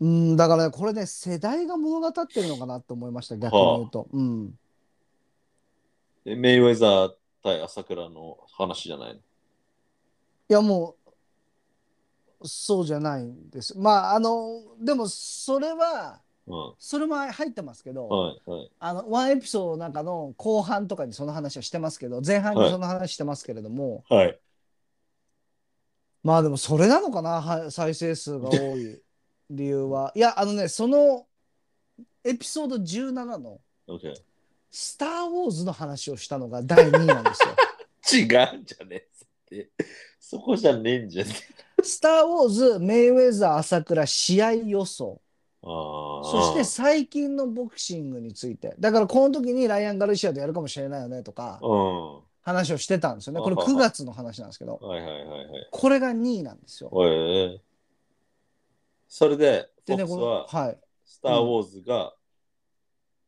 [SPEAKER 1] うん、だからねこれね、世代が物語ってるのかなと思いました、逆に言うと。うん。
[SPEAKER 2] でメイウェザー対朝倉の話じゃないの。
[SPEAKER 1] いや、もう、そうじゃないんです。まあ、あの、でも、それは、
[SPEAKER 2] うん。
[SPEAKER 1] それも入ってますけど、
[SPEAKER 2] はいはい。
[SPEAKER 1] あの、ワンエピソードなんかの後半とかにその話をしてますけど、前半にその話してますけれども、
[SPEAKER 2] はい。
[SPEAKER 1] まあでもそれなのかな、は再生数が多い理由 は。いや、あのね、そのエピソード17の
[SPEAKER 2] OK。
[SPEAKER 1] スター・ウォーズの話をしたのが第2位なんですよ。
[SPEAKER 2] 違うんじゃねえって。そこじゃねえんじゃねえ。
[SPEAKER 1] スター・ウォーズ、メイウェザー、朝倉、試合予想。
[SPEAKER 2] あ
[SPEAKER 1] そして
[SPEAKER 2] て、
[SPEAKER 1] 最近のボクシングについて。だからこの時にライアン・ガルシアとやるかもしれないよねとか
[SPEAKER 2] うん。は
[SPEAKER 1] 話をしてたんですよね。これ
[SPEAKER 2] あはは
[SPEAKER 1] 9月の話なんですけど、
[SPEAKER 2] いはいはいはい。
[SPEAKER 1] これが2位なんですよ。
[SPEAKER 2] おいおいそれで、フォ
[SPEAKER 1] でね、
[SPEAKER 2] ックス
[SPEAKER 1] この、
[SPEAKER 2] は、
[SPEAKER 1] はい。
[SPEAKER 2] スター・ウォーズが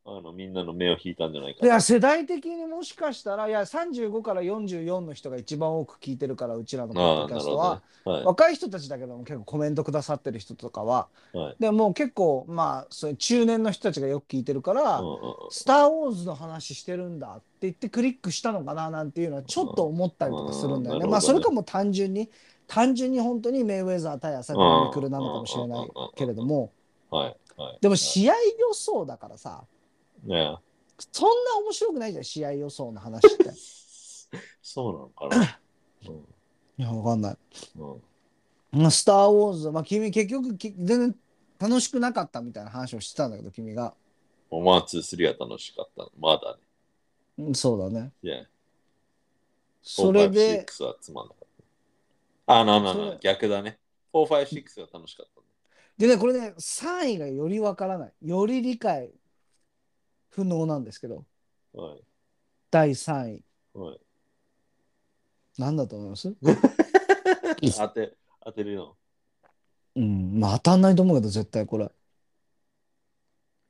[SPEAKER 2] あのみんなの目を引いたんじゃないか
[SPEAKER 1] い
[SPEAKER 2] な。
[SPEAKER 1] や世代的にもしかしたらいや35から44の人が一番多く聞いてるからうちらのポッ
[SPEAKER 2] ああ、
[SPEAKER 1] ドキ
[SPEAKER 2] な
[SPEAKER 1] ャス
[SPEAKER 2] るほ
[SPEAKER 1] ト
[SPEAKER 2] ど
[SPEAKER 1] は
[SPEAKER 2] ね、。はい。
[SPEAKER 1] 若い人たちだけども結構コメントくださってる人とかは、
[SPEAKER 2] はい
[SPEAKER 1] でもう結構まあそういう中年の人たちがよく聞いてるから「
[SPEAKER 2] うんうんうん
[SPEAKER 1] スター・ウォーズ」の話してるんだって言ってクリックしたのかななんていうのはちょっと思ったりとかするんだよね。
[SPEAKER 2] うんうん
[SPEAKER 1] まあ
[SPEAKER 2] なるほどね
[SPEAKER 1] それかも単純に単純に本当にメイウェザー対朝倉未来なのかもしれないけれども
[SPEAKER 2] はい。はい。
[SPEAKER 1] でも試合予想だからさ
[SPEAKER 2] ねえ
[SPEAKER 1] そんな面白くないじゃん試合予想の話って。
[SPEAKER 2] そうなのかな。うん
[SPEAKER 1] いやわかんない。
[SPEAKER 2] うん
[SPEAKER 1] まあスター・ウォーズ、まあ、君結局き全然楽しくなかったみたいな話をしてたんだけど君が。
[SPEAKER 2] もうワン、ツー、スリーは楽しかった。まだね。
[SPEAKER 1] うんそうだね。
[SPEAKER 2] いや、
[SPEAKER 1] それ
[SPEAKER 2] 4、5、
[SPEAKER 1] で、
[SPEAKER 2] 6はつまんなかった。あ、なな
[SPEAKER 1] そ
[SPEAKER 2] な
[SPEAKER 1] れ
[SPEAKER 2] 逆だね。4、5、6は楽しかった。
[SPEAKER 1] でね、これね、3位がよりわからない。より理解不能なんですけど、
[SPEAKER 2] はい。
[SPEAKER 1] 第3位。
[SPEAKER 2] はい。
[SPEAKER 1] なんだと思います
[SPEAKER 2] 当て、当てるの。
[SPEAKER 1] うん、まあ当たんないと思うけど、絶対これ。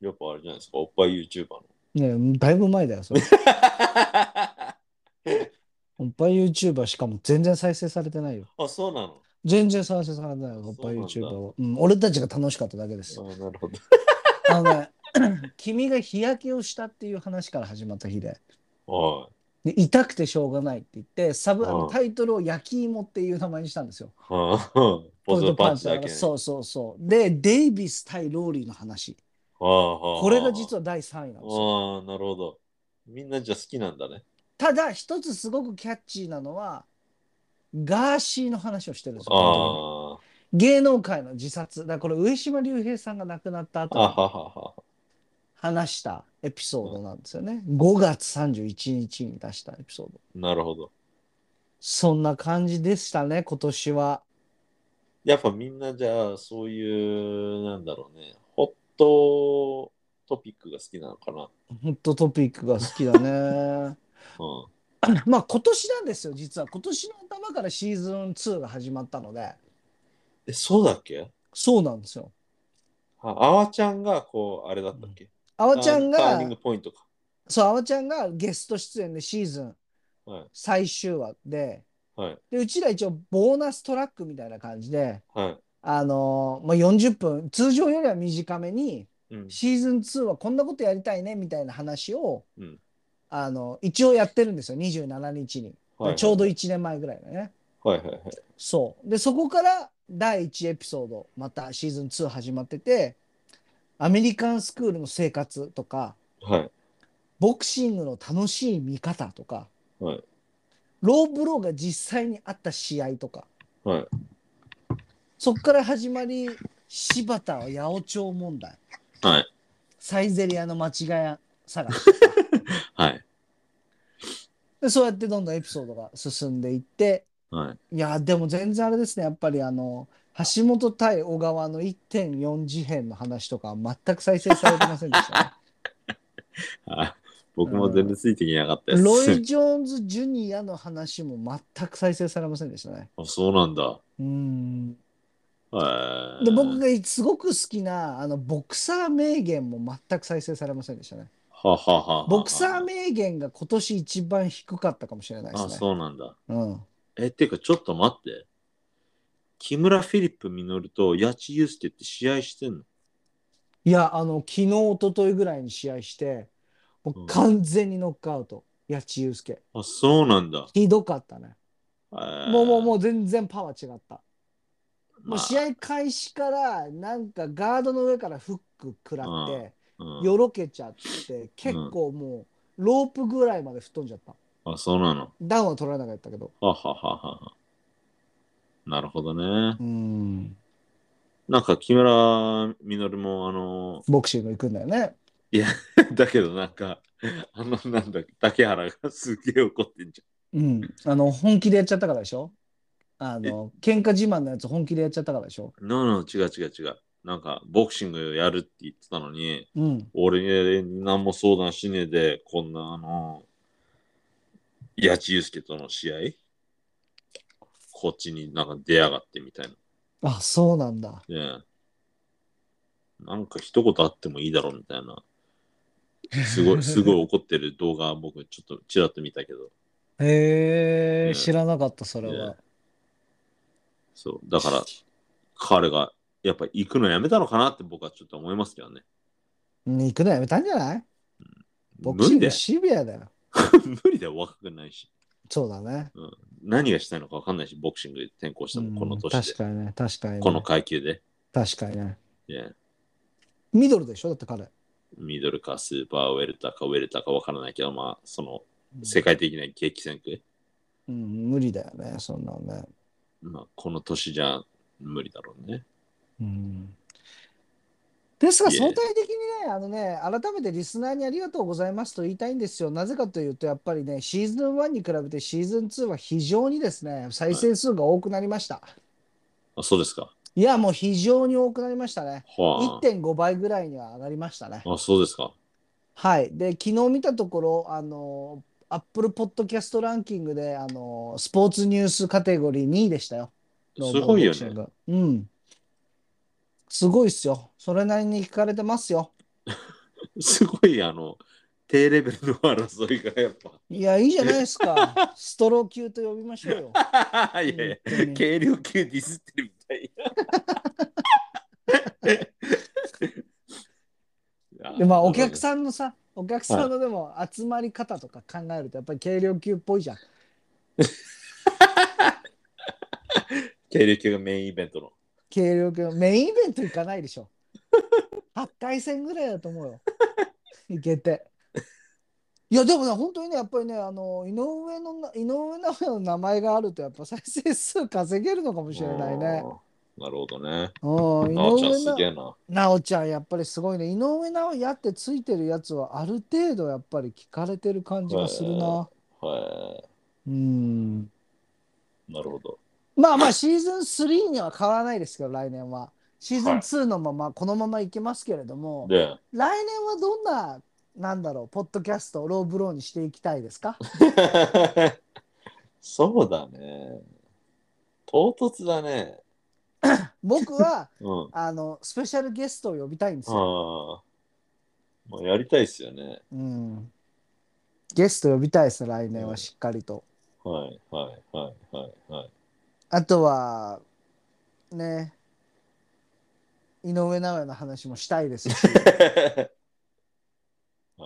[SPEAKER 2] やっぱあれじゃないですか。おっぱい YouTuber の。
[SPEAKER 1] ねだいぶ前だよ、そ れ。おっぱい YouTuber しかも全然再生されてないよ。
[SPEAKER 2] あ、そうなの。
[SPEAKER 1] 全然再生されてないよ、おっぱい YouTuber を。うん、俺たちが楽しかっただけです。
[SPEAKER 2] あなるほど。
[SPEAKER 1] あのね、 君が日焼けをしたっていう話から始まった日で。
[SPEAKER 2] は
[SPEAKER 1] で痛くてしょうがないって言ってサブあ
[SPEAKER 2] う
[SPEAKER 1] の
[SPEAKER 2] ん
[SPEAKER 1] タイトルを焼き芋っていう名前にしたんですよ。
[SPEAKER 2] い。はい。ポテトパンチだけ、ね。
[SPEAKER 1] そうそうそう。でデイビス対ローリーの話
[SPEAKER 2] こ
[SPEAKER 1] これが実は第3位なんですよ。
[SPEAKER 2] ああ、なるほど。みんなじゃあ好きなんだね。
[SPEAKER 1] ただ一つすごくキャッチーなのはガーシーの話をしてるんですよ。本
[SPEAKER 2] あ
[SPEAKER 1] 当に芸能界の自殺だからこれ上島竜兵さんが亡くなった
[SPEAKER 2] あ、あは
[SPEAKER 1] 後に
[SPEAKER 2] はは。
[SPEAKER 1] 話したエピソードなんですよね。5月31日に出したエピソード。
[SPEAKER 2] なるほど。
[SPEAKER 1] そんな感じでしたね今年は。
[SPEAKER 2] やっぱみんなじゃあそういう、なんだろうね、ホットトピックが好きなのかな。
[SPEAKER 1] ホットトピックが好きだ ね。
[SPEAKER 2] うん。
[SPEAKER 1] まあ今年なんですよ実は今年の頭からシーズン2が始まったので
[SPEAKER 2] え、そうだっけ
[SPEAKER 1] そうなんですよ。
[SPEAKER 2] あ、あわちゃんがこう、あれだったっけ
[SPEAKER 1] あ
[SPEAKER 2] あ
[SPEAKER 1] わちゃん
[SPEAKER 2] ターニン
[SPEAKER 1] が
[SPEAKER 2] グポイントか。
[SPEAKER 1] そうあわちゃんがゲスト出演でシーズン
[SPEAKER 2] はい。
[SPEAKER 1] 最終話で
[SPEAKER 2] はい。
[SPEAKER 1] でうちら一応ボーナストラックみたいな感じで、
[SPEAKER 2] は
[SPEAKER 1] あのーまあ、40分通常よりは短めに
[SPEAKER 2] い。うん。
[SPEAKER 1] シーズン2はこんなことやりたいねみたいな話を、
[SPEAKER 2] うん
[SPEAKER 1] あの一応やってるんですよ27日に、
[SPEAKER 2] はい
[SPEAKER 1] ちょうど1年前ぐらいだね。
[SPEAKER 2] はいはいはい。
[SPEAKER 1] そう。で、そこから第1エピソード、またシーズン2始まってて、アメリカンスクールの生活とか、
[SPEAKER 2] はい。
[SPEAKER 1] ボクシングの楽しい見方とか、
[SPEAKER 2] はい
[SPEAKER 1] ローブローが実際にあった試合とか、
[SPEAKER 2] はい
[SPEAKER 1] そこから始まり、柴田は八百長問題、
[SPEAKER 2] はい。
[SPEAKER 1] サイゼリアの間違い探し
[SPEAKER 2] はい。
[SPEAKER 1] で、そうやってどんどんエピソードが進んでいって、
[SPEAKER 2] はい。
[SPEAKER 1] いやでも全然あれですねやっぱりあの橋本対小川の1.4次編の話とかは全く再生されてませんでした
[SPEAKER 2] あ 僕も全然ついてきなか ったで
[SPEAKER 1] ね。
[SPEAKER 2] す。
[SPEAKER 1] ロイ・ジョーンズ・ジュニアの話も全く再生されませんでしたね。
[SPEAKER 2] あそうなんだ。
[SPEAKER 1] うん
[SPEAKER 2] はい。
[SPEAKER 1] で僕がすごく好きなあのボクサー名言も全く再生されませんでしたね。
[SPEAKER 2] ははははは。
[SPEAKER 1] ボクサー名言が今年一番低かったかもしれないで
[SPEAKER 2] あ、
[SPEAKER 1] すね。
[SPEAKER 2] そうなんだ。
[SPEAKER 1] うん、
[SPEAKER 2] え、てか、ちょっと待って。木村フィリップ実と八千祐介って試合してんの
[SPEAKER 1] いやあの昨日一昨日ぐらいに試合してもう完全にノックアウト、八千祐介
[SPEAKER 2] あ、そうなんだ。
[SPEAKER 1] ひどかったね。もうもうも
[SPEAKER 2] う、
[SPEAKER 1] う全然パワー違った。もう試合開始からなんかガードの上からフック食らって、
[SPEAKER 2] うん
[SPEAKER 1] よろけちゃって、結構もうロープぐらいまで吹っ飛んじゃった。
[SPEAKER 2] あ、そうなの。
[SPEAKER 1] ダウンは取られなかったけど。
[SPEAKER 2] ははははは。なるほどね。
[SPEAKER 1] うん。
[SPEAKER 2] なんか木村実も、あの、
[SPEAKER 1] ボクシング行くんだよね。
[SPEAKER 2] だけどなんか、あの、なんだ、竹原がすげえ怒ってんじ
[SPEAKER 1] うん。あの、本気でやっちゃったからでしょあの、喧嘩自慢のやつ本気でやっちゃったからでしょ
[SPEAKER 2] ゃん。のの、違う違う違う。なんか、ボクシングやるって言ってたのに、
[SPEAKER 1] うん。
[SPEAKER 2] 俺に何も相談しねえで、こんなあの、八千祐介との試合、こっちになんか出やがってみたいな。
[SPEAKER 1] あ、そうなんだ。
[SPEAKER 2] ねえなんか一言あってもいいだろうみたいな。すごい、すごい怒ってる動画、僕ちょっとちらっと見たけど。
[SPEAKER 1] へ
[SPEAKER 2] ね
[SPEAKER 1] え、知らなかった、それは。
[SPEAKER 2] そう。だから、彼が、やっぱ行くのやめたのかなって僕はちょっと思いますけどね。
[SPEAKER 1] うん行くのやめたんじゃないボク
[SPEAKER 2] 無
[SPEAKER 1] シン
[SPEAKER 2] 理
[SPEAKER 1] グ
[SPEAKER 2] で、
[SPEAKER 1] シビアだよ。
[SPEAKER 2] 無理だよ、若くないし。
[SPEAKER 1] そうだね。
[SPEAKER 2] 何がしたいのか分かんないし、ボクシング転向したの、この
[SPEAKER 1] うん
[SPEAKER 2] 年
[SPEAKER 1] 確
[SPEAKER 2] で。
[SPEAKER 1] かにね、確かにね。
[SPEAKER 2] この階級で。
[SPEAKER 1] 確かにね。
[SPEAKER 2] ね
[SPEAKER 1] ミドルでしょだって彼。
[SPEAKER 2] ミドルかスーパーウェルターかウェルターか分からないけど、まあ、その世界的な激戦区、
[SPEAKER 1] うん、無理だよね、そんなのね。
[SPEAKER 2] まあ、この年じゃ無理だろうね。
[SPEAKER 1] うんですが、
[SPEAKER 2] いえ
[SPEAKER 1] 相対的にね、あのね、改めてリスナーにありがとうございますと言いたいんですよ。なぜかというと、やっぱりね、シーズン1に比べてシーズン2は非常にですね、再生数が多くなりました。
[SPEAKER 2] あ、そうですか。
[SPEAKER 1] いや、もう非常に多くなりましたね。
[SPEAKER 2] は
[SPEAKER 1] 1.5倍ぐらいには上がりましたね。
[SPEAKER 2] あ。あ、そうですか。
[SPEAKER 1] はい。で、昨日見たところ、あの、Apple Podcast ランキングで、あの、スポーツニュースカテゴリー2位でしたよ。
[SPEAKER 2] すごいよ
[SPEAKER 1] ローボーボクシン
[SPEAKER 2] ね。
[SPEAKER 1] グうん。すごいっすよ。それなりに聞かれてますよ。
[SPEAKER 2] すごい、あの、低レベルの争いがやっ
[SPEAKER 1] いや、いいじゃないです か。ストロー級と呼びましょうよ。
[SPEAKER 2] ぱ。いやいや
[SPEAKER 1] 本当に
[SPEAKER 2] 軽量級ディスってるみたいない
[SPEAKER 1] で
[SPEAKER 2] や。
[SPEAKER 1] まあ、お客さんのさ、お客さんのでも集まり方とか考えると、やっぱり軽量級っぽいじゃん。
[SPEAKER 2] 軽量級がメインイベントの。
[SPEAKER 1] 軽量級のメインイベント行かないでしょ。8回戦ぐらいだと思う よ。行けて。いやでもね、本当にね、やっぱりね、あの井上のな井上尚弥の名前があると、やっぱ再生数稼げるのかもしれないね。
[SPEAKER 2] あー。なるほどね。
[SPEAKER 1] うん、井
[SPEAKER 2] なおちゃん
[SPEAKER 1] 上
[SPEAKER 2] す
[SPEAKER 1] な
[SPEAKER 2] げえな。
[SPEAKER 1] なおちゃん、やっぱりすごいね。井上尚弥ってついてるやつは、ある程度やっぱり聞かれてる感じがするな。
[SPEAKER 2] は
[SPEAKER 1] うん。
[SPEAKER 2] い。なるほど。
[SPEAKER 1] まあまあシーズン3には変わらないですけど来年はシーズン2のままこのままいけますけれども、
[SPEAKER 2] で、
[SPEAKER 1] 来年はどんななんだろうポッドキャストをローブローにしていきたいです か
[SPEAKER 2] そうだね。唐突だね。
[SPEAKER 1] 僕は
[SPEAKER 2] うん。
[SPEAKER 1] あのスペシャルゲストを呼びたいんですよ、
[SPEAKER 2] ああ。まあ、やりたいですよね。
[SPEAKER 1] うん、ゲスト呼びたいです来年はしっかりと、
[SPEAKER 2] はいはいはいはいはい。
[SPEAKER 1] あとはね井上尚弥の話もしたいですし
[SPEAKER 2] は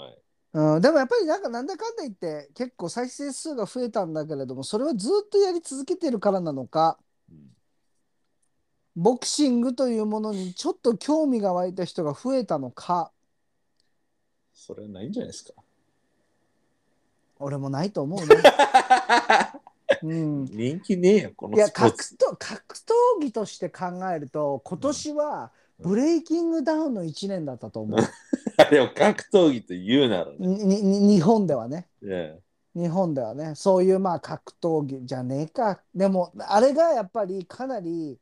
[SPEAKER 2] い。
[SPEAKER 1] うん、でもやっぱりなんかなんだかんだ言って結構再生数が増えたんだけれどもそれはずっとやり続けてるからなのか
[SPEAKER 2] うん
[SPEAKER 1] ボクシングというものにちょっと興味が湧いた人が増えたのか
[SPEAKER 2] それないんじゃないですか。
[SPEAKER 1] 俺もないと思うね。うん、
[SPEAKER 2] 人気ねえよ、この
[SPEAKER 1] いや
[SPEAKER 2] スポー
[SPEAKER 1] 格
[SPEAKER 2] ツ。
[SPEAKER 1] 闘格闘技として考えると今年は
[SPEAKER 2] うん
[SPEAKER 1] ブレイキングダウンの1年だったと思う。
[SPEAKER 2] あれを格闘技と言うならね。
[SPEAKER 1] にに日本ではね。
[SPEAKER 2] ね
[SPEAKER 1] 日本ではねそういうまあ格闘技じゃねえかでもあれがやっぱりかなり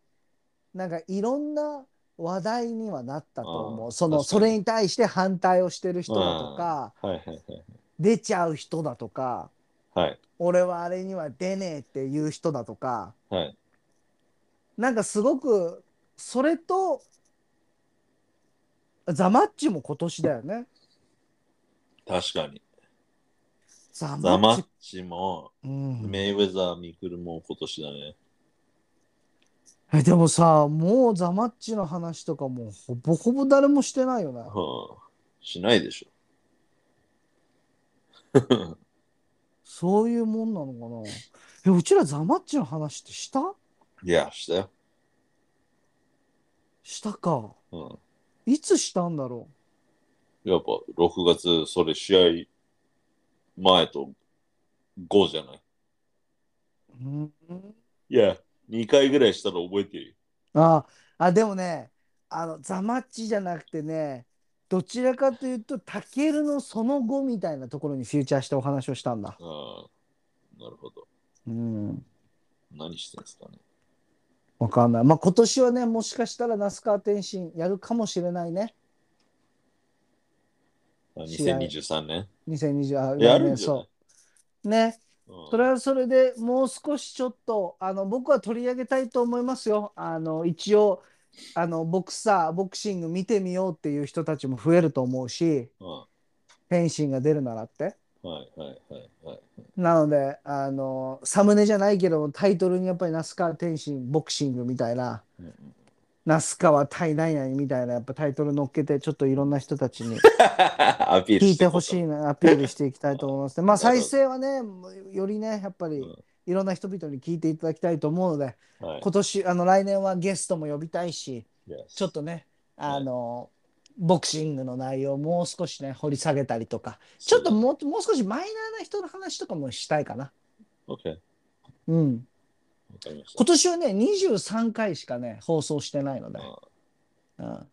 [SPEAKER 1] なんかいろんな話題にはなったと思
[SPEAKER 2] あ
[SPEAKER 1] う
[SPEAKER 2] あ
[SPEAKER 1] その
[SPEAKER 2] 確か
[SPEAKER 1] そ
[SPEAKER 2] に
[SPEAKER 1] れに対して反対をしてる人だとか
[SPEAKER 2] はいはいはい。
[SPEAKER 1] 出ちゃう人だとか
[SPEAKER 2] はい
[SPEAKER 1] 俺はあれには出ねえっていう人だとか
[SPEAKER 2] はい。
[SPEAKER 1] なんかすごくそれとザ・マッチも今年だよね
[SPEAKER 2] 確かに。
[SPEAKER 1] ザ・
[SPEAKER 2] ザ・
[SPEAKER 1] マ
[SPEAKER 2] マ
[SPEAKER 1] ッチ
[SPEAKER 2] ッ、チも、
[SPEAKER 1] うん、
[SPEAKER 2] メイウェザー・ミクルも今年だね。
[SPEAKER 1] えでもさもうザ・マッチの話とかもうほぼほぼ誰もしてないよね
[SPEAKER 2] はあ、しないでしょ。
[SPEAKER 1] そういうもんなのかなえ、うちらザマッチの話ってした
[SPEAKER 2] いや、したよ。
[SPEAKER 1] したか。
[SPEAKER 2] うん。
[SPEAKER 1] いつしたんだろ
[SPEAKER 2] やっぱ6月、それ試合前と後じゃない。
[SPEAKER 1] う。うん、
[SPEAKER 2] いや、2回ぐらいしたら覚えてるよ。
[SPEAKER 1] ああ、でもね、あの、ザマッチじゃなくてね、どちらかというと、タケルのその後みたいなところにフューチャーしてお話をしたんだ。
[SPEAKER 2] ああ、なるほど。
[SPEAKER 1] うん。
[SPEAKER 2] 何してんすかね。
[SPEAKER 1] わかんない。まあ、今年はね、もしかしたら那須川天心やるかもしれないね。
[SPEAKER 2] あ
[SPEAKER 1] 試合
[SPEAKER 2] 2023年。
[SPEAKER 1] 2020、あ、
[SPEAKER 2] や
[SPEAKER 1] 来
[SPEAKER 2] るん
[SPEAKER 1] 年
[SPEAKER 2] じゃない
[SPEAKER 1] そ、う。ね。
[SPEAKER 2] うん
[SPEAKER 1] それはそれでもう少しちょっとあの僕は取り上げたいと思いますよ。あの一応あのボクサーボクシング見てみようっていう人たちも増えると思うし
[SPEAKER 2] うん
[SPEAKER 1] 天心が出るならって。
[SPEAKER 2] はいはいはいはい。
[SPEAKER 1] なので、あの、サムネじゃないけど、タイトルにやっぱり那須川天心ボクシングみたいな、那須川対何々みたいな、やっぱタイトル乗っけて、ちょっといろんな人たちに
[SPEAKER 2] アピール
[SPEAKER 1] 聞い
[SPEAKER 2] して
[SPEAKER 1] ほしいな、アピールしていきたいと思いますね。まあ、
[SPEAKER 2] なるほ
[SPEAKER 1] 再生
[SPEAKER 2] ど
[SPEAKER 1] はね、よりね、やっぱり
[SPEAKER 2] うん
[SPEAKER 1] いろんな人々に聞いていただきたいと思うので、
[SPEAKER 2] い。はい、
[SPEAKER 1] 今年、あの、来年はゲストも呼びたいし、ちょっ
[SPEAKER 2] と
[SPEAKER 1] とね、あの、ボクシングの内容をもう少しね、掘り下げたりとか、ちょっともうもう少しマイナーな人の話とかもしたいかな。
[SPEAKER 2] OK。わ
[SPEAKER 1] うん。
[SPEAKER 2] かりました
[SPEAKER 1] 今。年はね、23回しかね、放送してないので、
[SPEAKER 2] あ
[SPEAKER 1] うん、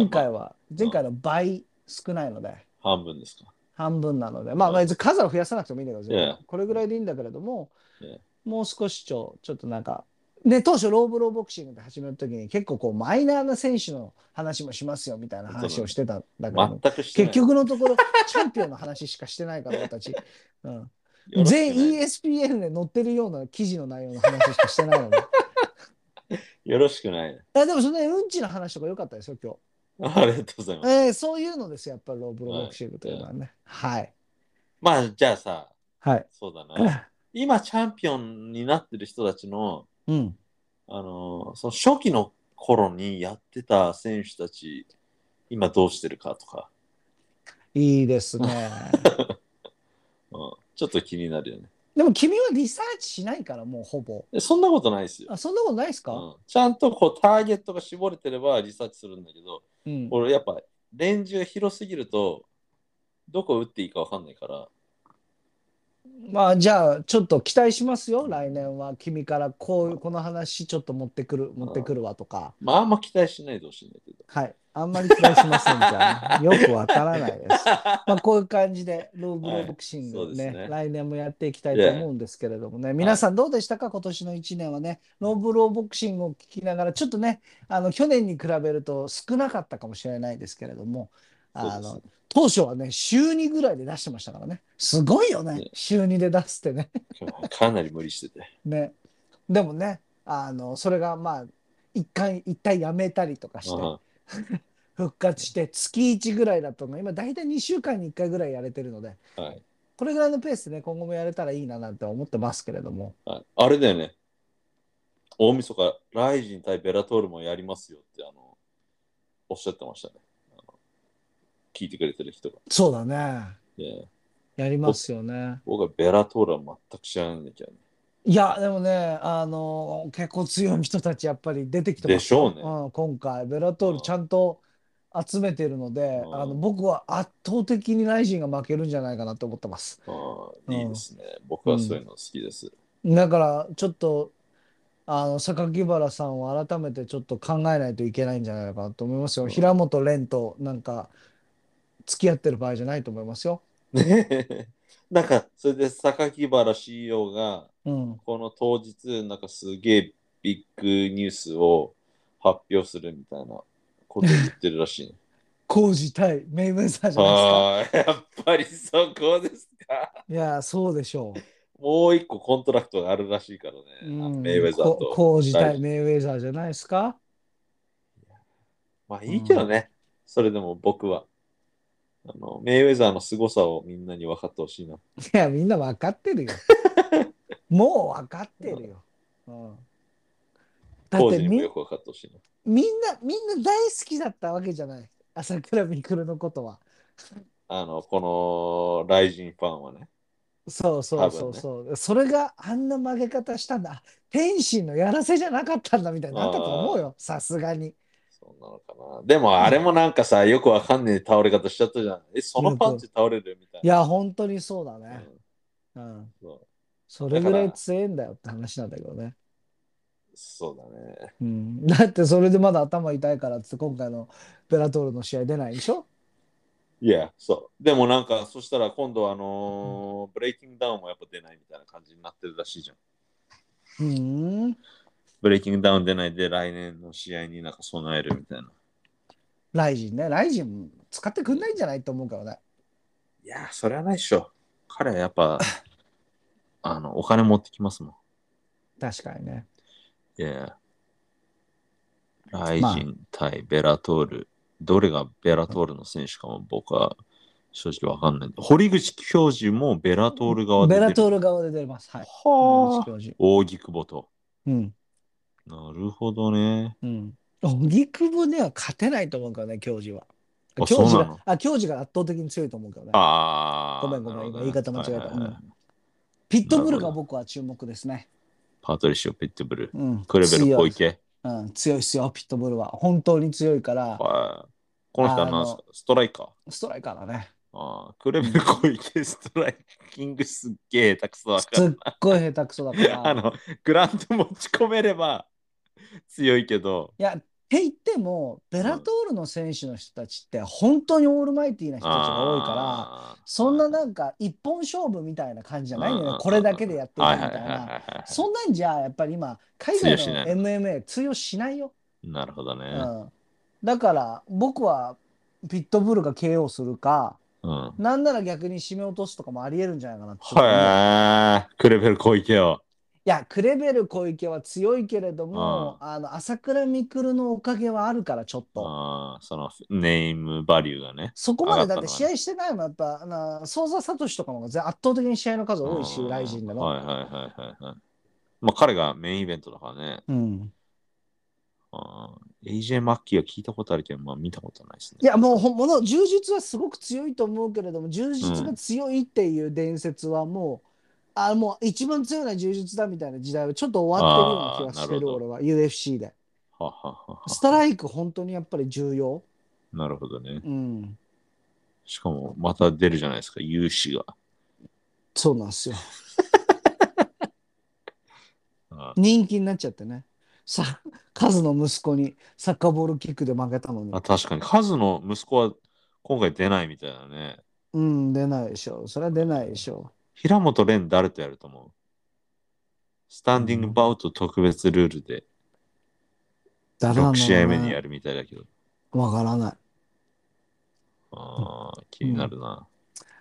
[SPEAKER 1] 前回は、前回の倍少ないので、
[SPEAKER 2] 半分ですか。
[SPEAKER 1] 半分なので、まあ、
[SPEAKER 2] うん
[SPEAKER 1] 別に数は増やさなくてもいいんだけど、
[SPEAKER 2] Yeah.
[SPEAKER 1] これぐらいでいいんだけれども、
[SPEAKER 2] Yeah.
[SPEAKER 1] もう少しちょ、ちょっとなんか、ね、当初、ローブローボクシングで始めるときに、結構こう、マイナーな選手の話もしますよみたいな話をしてたんだけど、
[SPEAKER 2] 全くしてな
[SPEAKER 1] 結
[SPEAKER 2] い。
[SPEAKER 1] 局のところ、チャンピオンの話しかしてないから、俺たち。うん、
[SPEAKER 2] よろしく
[SPEAKER 1] 全
[SPEAKER 2] ね
[SPEAKER 1] ESPN で載ってるような記事の内容の話しかしてないので。
[SPEAKER 2] よろしくない。
[SPEAKER 1] あでもそのねうんちの話とか良かったですよ、今
[SPEAKER 2] ありがとうございます。
[SPEAKER 1] 日。えーそういうのですよ、やっぱりローブロボクシングというのはね。はい。
[SPEAKER 2] まあ、じゃあさ、
[SPEAKER 1] はい。
[SPEAKER 2] そうだ な。今、チャンピオンになってる人たちの、
[SPEAKER 1] うん。
[SPEAKER 2] あのーその初期の頃にやってた選手たち、今どうしてるかとか、
[SPEAKER 1] いいです ね。
[SPEAKER 2] うんちょっと気になるよね。
[SPEAKER 1] でも君はリサーチしないから、もうほぼ。
[SPEAKER 2] えそんなことないですよ。
[SPEAKER 1] あ、そんなことないですか
[SPEAKER 2] うんちゃんとこうターゲットが絞れてればリサーチするんだけど、
[SPEAKER 1] うん。
[SPEAKER 2] 俺やっぱレンジが広すぎると、どこ打っていいかわかんないから、
[SPEAKER 1] まあ、じゃあ、ちょっと期待しますよ、来年は。君からこういう、この話ちょっと持ってくる、持ってくるわとか。
[SPEAKER 2] まああんま期待しないでほしいんだけど。
[SPEAKER 1] はい。あんまり期待しませんじゃん。 よくわからないです。まあ、こういう感じで、ローグローボクシン
[SPEAKER 2] は
[SPEAKER 1] グ
[SPEAKER 2] いそ
[SPEAKER 1] を
[SPEAKER 2] うです
[SPEAKER 1] ね、
[SPEAKER 2] ね
[SPEAKER 1] 来年もやっていきたいと思うんですけれどもね、皆さんどうでしたか、今年の1年はね、ローグローボクシングを聞きながら、ちょっとね、あの去年に比べると少なかったかもしれないですけれども、あ
[SPEAKER 2] そう
[SPEAKER 1] の
[SPEAKER 2] で
[SPEAKER 1] 当初はね、週2ぐらいで出してましたからね、すごいよね
[SPEAKER 2] ね、
[SPEAKER 1] 週2で出すってね。
[SPEAKER 2] かなり無理してて。
[SPEAKER 1] ねでもね、あのそれがまあ、一回、一旦やめたりとかして。
[SPEAKER 2] うん
[SPEAKER 1] 復活して月1ぐらいだったのが今大体2週間に1回ぐらいやれてるので
[SPEAKER 2] はい
[SPEAKER 1] これぐらいのペースでね今後もやれたらいいななんて思ってますけれども
[SPEAKER 2] はい、あれだよね。大晦日、ライジン対ベラトールもやりますよって、あの、おっしゃってましたね。あの聞いてくれてる人が。
[SPEAKER 1] そうだね
[SPEAKER 2] いや
[SPEAKER 1] やりますよね
[SPEAKER 2] 僕はベラトールは全く知らないんだけどね。
[SPEAKER 1] いやでもねあの結構強い人たちやっぱり出てきて
[SPEAKER 2] で
[SPEAKER 1] ま
[SPEAKER 2] し
[SPEAKER 1] す
[SPEAKER 2] ょうね。
[SPEAKER 1] うん、今回ベラトー
[SPEAKER 2] うん
[SPEAKER 1] ルちゃんと集めてるので、
[SPEAKER 2] うん
[SPEAKER 1] あの僕は圧倒的にライジンが負けるんじゃないかなと思ってます
[SPEAKER 2] あ
[SPEAKER 1] う
[SPEAKER 2] あ
[SPEAKER 1] ん
[SPEAKER 2] いいですね。僕はそういうの好きです。
[SPEAKER 1] だからちょっとあの榊原さんを改めてちょっと考えないといけないんじゃないかなと思いますよ。
[SPEAKER 2] うん
[SPEAKER 1] 平本蓮となんか付き合ってる場合じゃないと思いますよ。
[SPEAKER 2] なんか、それで榊原 CEO が、
[SPEAKER 1] うん、
[SPEAKER 2] この当日、なんかすげえビッグニュースを発表するみたいなことを言ってるらしいね。
[SPEAKER 1] 工事対メイウェザーじゃないですか。
[SPEAKER 2] ああ、やっぱりそこですか。
[SPEAKER 1] いやそうでしょ
[SPEAKER 2] もう一個コントラクトがあるらしいからね。
[SPEAKER 1] う。うん、
[SPEAKER 2] メイウェザー。
[SPEAKER 1] こと工事対メイウェザーじゃないですか。
[SPEAKER 2] まあいいけどね。それでも僕は。あのメイウェザーの凄さをみんなに分かってほしいな。
[SPEAKER 1] いやみんな分かってる よ。もう分かってるよ。うん、だ
[SPEAKER 2] 当
[SPEAKER 1] って
[SPEAKER 2] 時にも
[SPEAKER 1] み
[SPEAKER 2] よく分かってほしいな。
[SPEAKER 1] みんなみんな大好きだったわけじゃない朝倉未来のことは。
[SPEAKER 2] あの、このライジンファンはね。
[SPEAKER 1] そうそうそうそう、それがあんな曲げ方したんだ天心のやらせじゃなかったんだみたいになったと思うよさすがに
[SPEAKER 2] そんなのかな。でもあれもなんかさ、よく分かんねえ倒れ方しちゃったじゃん。え、そのパンチ倒れるみたい
[SPEAKER 1] いや本当にそうだ
[SPEAKER 2] な。
[SPEAKER 1] ね、
[SPEAKER 2] うん
[SPEAKER 1] うん
[SPEAKER 2] そう
[SPEAKER 1] それぐらい強えんだよって話なんだけどね、
[SPEAKER 2] そうだね。
[SPEAKER 1] うん、だってそれでまだ頭痛いからっつって今回のベラトールの試合出ないでしょ
[SPEAKER 2] いや、そう。でもなんか、そしたら今度あのーブレイキングダウンもやっぱ出ないみたいな感じになってるらしいじゃん。
[SPEAKER 1] うーん
[SPEAKER 2] ブレイキングダウン出ないで来年の試合になんか備えるみたいな。
[SPEAKER 1] ライジンねライジン使ってくんないんじゃないと思うからね
[SPEAKER 2] いやー、それはないでしょ。彼はやっ ぱ、あの、お金持ってきますも
[SPEAKER 1] 確かにね
[SPEAKER 2] ん。いやー。ライジン対ベラトール、どれがベラトールの選手かも僕は正直わかんない。堀口教授もベラトール側で
[SPEAKER 1] ベ
[SPEAKER 2] 出る。
[SPEAKER 1] ラトール側で出れます。はい。
[SPEAKER 2] はあ。
[SPEAKER 1] 教授。
[SPEAKER 2] 大木久保と。
[SPEAKER 1] うん。
[SPEAKER 2] なるほどね。
[SPEAKER 1] うん。荻窪では勝てないと思うからね、教授は。教
[SPEAKER 2] あ
[SPEAKER 1] 授
[SPEAKER 2] そうな
[SPEAKER 1] が
[SPEAKER 2] の、
[SPEAKER 1] あ、教授が圧倒的に強いと思うからね。
[SPEAKER 2] ああ。
[SPEAKER 1] ごめんごめん
[SPEAKER 2] なるほど
[SPEAKER 1] 今言い方間違えた
[SPEAKER 2] はいはいは
[SPEAKER 1] う
[SPEAKER 2] い
[SPEAKER 1] んピットブルが僕は注目ですね。
[SPEAKER 2] パートリッシュ、ペットブル。
[SPEAKER 1] うん。
[SPEAKER 2] クレベル、小
[SPEAKER 1] 強い。
[SPEAKER 2] 池。
[SPEAKER 1] うん、強いっすよ、ピットブルは。本当に強いから、
[SPEAKER 2] はい。この人は何ですかストライカー。
[SPEAKER 1] ストライカーだね。
[SPEAKER 2] ああ、クレベル、小池、ストライキングすっげえたくさんわか
[SPEAKER 1] すっ
[SPEAKER 2] る。
[SPEAKER 1] ごい下手くそだか
[SPEAKER 2] あ
[SPEAKER 1] ら。
[SPEAKER 2] の、グラウンド持ち込めれば強いけど、
[SPEAKER 1] いや、って言っても、ベラトールの選手の人たちって本当にオールマイティーな人たちが多いから、
[SPEAKER 2] ああ
[SPEAKER 1] そんななんか一本勝負みたいな感じじゃないんだよ
[SPEAKER 2] う
[SPEAKER 1] ね
[SPEAKER 2] ん。
[SPEAKER 1] これだけでやっていく
[SPEAKER 2] はい
[SPEAKER 1] み
[SPEAKER 2] は
[SPEAKER 1] た
[SPEAKER 2] いはい
[SPEAKER 1] い
[SPEAKER 2] はい
[SPEAKER 1] な。
[SPEAKER 2] はい。
[SPEAKER 1] そんなんじゃ、やっぱり今、海外の
[SPEAKER 2] 通用しない
[SPEAKER 1] MMA 通用しないよ。
[SPEAKER 2] なるほど
[SPEAKER 1] う
[SPEAKER 2] ね。
[SPEAKER 1] ん。だから、僕はピットブルが KO するか、
[SPEAKER 2] うん。
[SPEAKER 1] なんなら逆に締め落とすとかもありえるんじゃないかなって。
[SPEAKER 2] へえ、クレベル小池を。
[SPEAKER 1] いや、クレベル小池は強いけれども、あの、朝倉未来のおかげはあるから、ちょっと。
[SPEAKER 2] ああ、そのネームバリューがね。
[SPEAKER 1] そこまでだっ
[SPEAKER 2] 上が
[SPEAKER 1] て
[SPEAKER 2] ったのはね
[SPEAKER 1] 試合してないもん、やっぱ、な、ソーザサトシとかも圧倒的に試合の数多いし、ライジンで
[SPEAKER 2] も。はい
[SPEAKER 1] も。
[SPEAKER 2] はいはいはいはい。まあ彼がメインイベントだからね。
[SPEAKER 1] うん。
[SPEAKER 2] あー AJ マッキーは聞いたことあるけど、まあ見たことないですね。
[SPEAKER 1] いや、もう、ほんもの、柔術はすごく強いと思うけれども、柔術が強いっていう伝説はもう、あ、もう一番強いのは柔術だみたいな時代はちょっと終わってるような気がして
[SPEAKER 2] あーなる
[SPEAKER 1] る、
[SPEAKER 2] ほ
[SPEAKER 1] 俺は、UFC で。
[SPEAKER 2] はははは
[SPEAKER 1] ストライク、本当にやっぱり重要。
[SPEAKER 2] なるほどね。
[SPEAKER 1] うん。
[SPEAKER 2] しかも、また出るじゃないですか、有志が。
[SPEAKER 1] そうなんですよ。
[SPEAKER 2] あ
[SPEAKER 1] 人気になっちゃってね。さ、カズの息子にサッカーボールキックで負けたのに。
[SPEAKER 2] あ確かに、カズの息子は今回出ないみたいなね。
[SPEAKER 1] うん、出ないでしょ。それは出ないでしょ。
[SPEAKER 2] 平本蓮誰とやると思うスタンディングバウト特別ルールで
[SPEAKER 1] だ
[SPEAKER 2] 6試合目にや
[SPEAKER 1] る。
[SPEAKER 2] るみたいだけど。
[SPEAKER 1] わからない。
[SPEAKER 2] あー気になるな。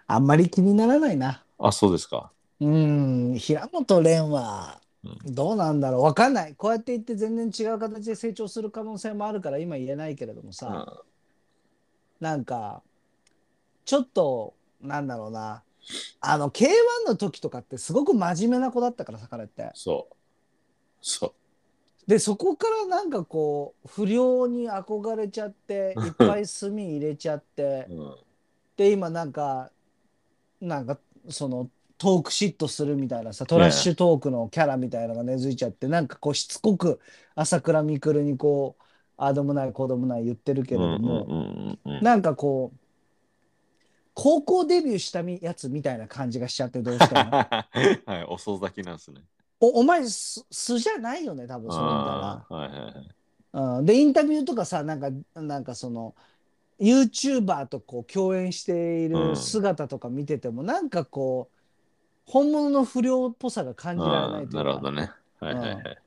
[SPEAKER 1] あんまり気にならないな。
[SPEAKER 2] あ、そうですか。
[SPEAKER 1] うん、平本蓮は
[SPEAKER 2] うん
[SPEAKER 1] どうなんだろう。わかんない。こうやって言って全然違う形で成長する可能性もあるから今言えないけれども
[SPEAKER 2] う
[SPEAKER 1] さ、なんか、ちょっと、なんだろうな。あの、K1 の時とかってすごく真面目な子だったからさ、彼って。
[SPEAKER 2] そう。そう。
[SPEAKER 1] でそこからなんかこう不良に憧れちゃっていっぱい炭入れちゃって
[SPEAKER 2] うん
[SPEAKER 1] で今なんかなんかそのトークシットするみたいなさトラッシュトークのキャラみたいなのが根付いちゃってなんかこうしつこく朝倉未来にこうああでもないこうでもない言ってるけれども、
[SPEAKER 2] うんうんうんうん
[SPEAKER 1] なんかこう高校デビューしたみやつみたいな感じがしちゃってどうして も
[SPEAKER 2] はい、遅咲きなんですね。
[SPEAKER 1] おお前素素じゃないよね多分それみたいな
[SPEAKER 2] あ。ーはいはいはい。
[SPEAKER 1] うん、でインタビューとかさなんかなんかその YouTuber とこう共演してい
[SPEAKER 2] うん
[SPEAKER 1] る姿とか見てても、なんかこう本物の不良っぽさが感じられ
[SPEAKER 2] あ
[SPEAKER 1] な
[SPEAKER 2] あ
[SPEAKER 1] い
[SPEAKER 2] ー
[SPEAKER 1] という
[SPEAKER 2] なる
[SPEAKER 1] か
[SPEAKER 2] ほどね。はいはいはい。なる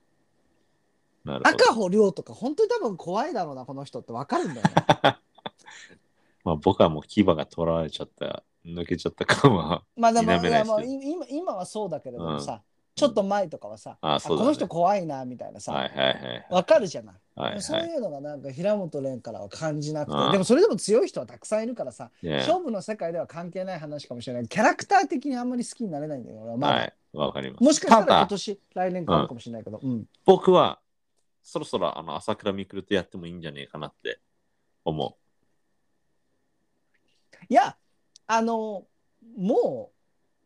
[SPEAKER 2] ほど。
[SPEAKER 1] 赤穂亮とか本当に多分怖いだろうなこの人ってわかるんだよ ね
[SPEAKER 2] まあ僕はもう牙が取られちゃった、抜けちゃった感 は。
[SPEAKER 1] まあでも
[SPEAKER 2] 否め
[SPEAKER 1] い
[SPEAKER 2] ない
[SPEAKER 1] や
[SPEAKER 2] です
[SPEAKER 1] も
[SPEAKER 2] け
[SPEAKER 1] う
[SPEAKER 2] ど
[SPEAKER 1] い今今はそうだけれど
[SPEAKER 2] うん
[SPEAKER 1] もさ、ちょっと前とかはさ、
[SPEAKER 2] ああ、
[SPEAKER 1] あ
[SPEAKER 2] そ
[SPEAKER 1] こ
[SPEAKER 2] うだ、ね。
[SPEAKER 1] の人怖いなみたいなさわ
[SPEAKER 2] は、いはいはい。
[SPEAKER 1] かるじゃない、
[SPEAKER 2] はい
[SPEAKER 1] そ
[SPEAKER 2] は
[SPEAKER 1] う
[SPEAKER 2] い。
[SPEAKER 1] いうのがなんか平本蓮からは感じなくて、
[SPEAKER 2] うん
[SPEAKER 1] でもそれでも強い人はたくさんいるからさ
[SPEAKER 2] ね
[SPEAKER 1] 勝負の世界では関係ない話かもしれないキャラクター的にあんまり好きになれないんだよ俺はまだ、
[SPEAKER 2] はい、わかります。
[SPEAKER 1] もしかした
[SPEAKER 2] た
[SPEAKER 1] ら今
[SPEAKER 2] だ、
[SPEAKER 1] 年来年変わるかもしれないけど、うん、
[SPEAKER 2] 僕はそろそろあの朝倉未来とやってもいいんじゃねえかなって思
[SPEAKER 1] いやあのも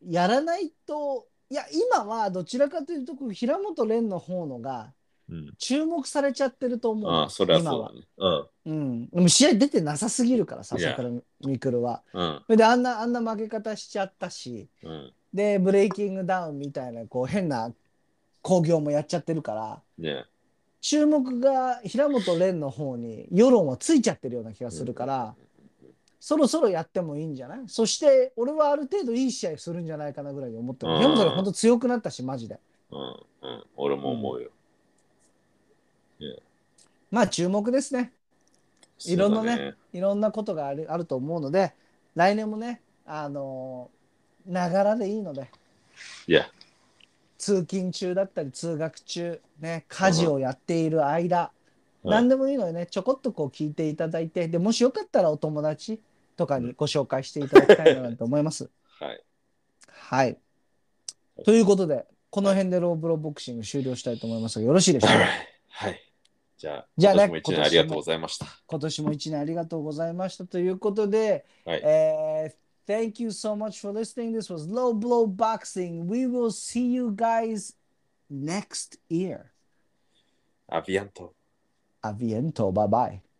[SPEAKER 1] うやらないといや今はどちらかというとこう平本蓮の方のが
[SPEAKER 2] う。うん。
[SPEAKER 1] 注目されちゃってると思う
[SPEAKER 2] ああ、それは
[SPEAKER 1] 今
[SPEAKER 2] そうだね。うん。
[SPEAKER 1] うん、でも試合出てなさすぎるからさ
[SPEAKER 2] いや
[SPEAKER 1] 朝倉未来は
[SPEAKER 2] うん。
[SPEAKER 1] であんなあんな負け方しちゃったし
[SPEAKER 2] うん。
[SPEAKER 1] でブレイキングダウンみたいなこう変な興行もやっちゃってるから
[SPEAKER 2] ね
[SPEAKER 1] 注目が平本蓮の方に世論はついちゃってるような気がするから、そろそろやってもいいんじゃないそして俺はある程度いい試合するんじゃないかなぐらいに思ってる
[SPEAKER 2] うん
[SPEAKER 1] 平本蓮本当強くなったしマジで
[SPEAKER 2] うん。うん。俺も思うよ。
[SPEAKER 1] まあ注目ですねいろんなね
[SPEAKER 2] そうだ。
[SPEAKER 1] いろんなことがあるあると思うので来年もねあのーながらでいいので
[SPEAKER 2] いや、
[SPEAKER 1] 通勤中だったり通学中ね家事をやっている間、
[SPEAKER 2] うん
[SPEAKER 1] 何でもいいのでねちょこっとこう聞いていただいてでもしよかったらお友達とかにご紹介していただきたいなと思い ます。
[SPEAKER 2] はい。
[SPEAKER 1] はい。ということで、この辺でローブローボクシング終了したいと思いますが、よろしいでしょうか。
[SPEAKER 2] はい。じゃあ、
[SPEAKER 1] じゃあね
[SPEAKER 2] 今年も一年ありがとうございました。
[SPEAKER 1] 今年も一年ありがとうございましたということで、
[SPEAKER 2] はい
[SPEAKER 1] えー Thank you so much for listening. This was Low Blow Boxing. We will see you guys next year.
[SPEAKER 2] アビアント。
[SPEAKER 1] Aviento. Bye bye.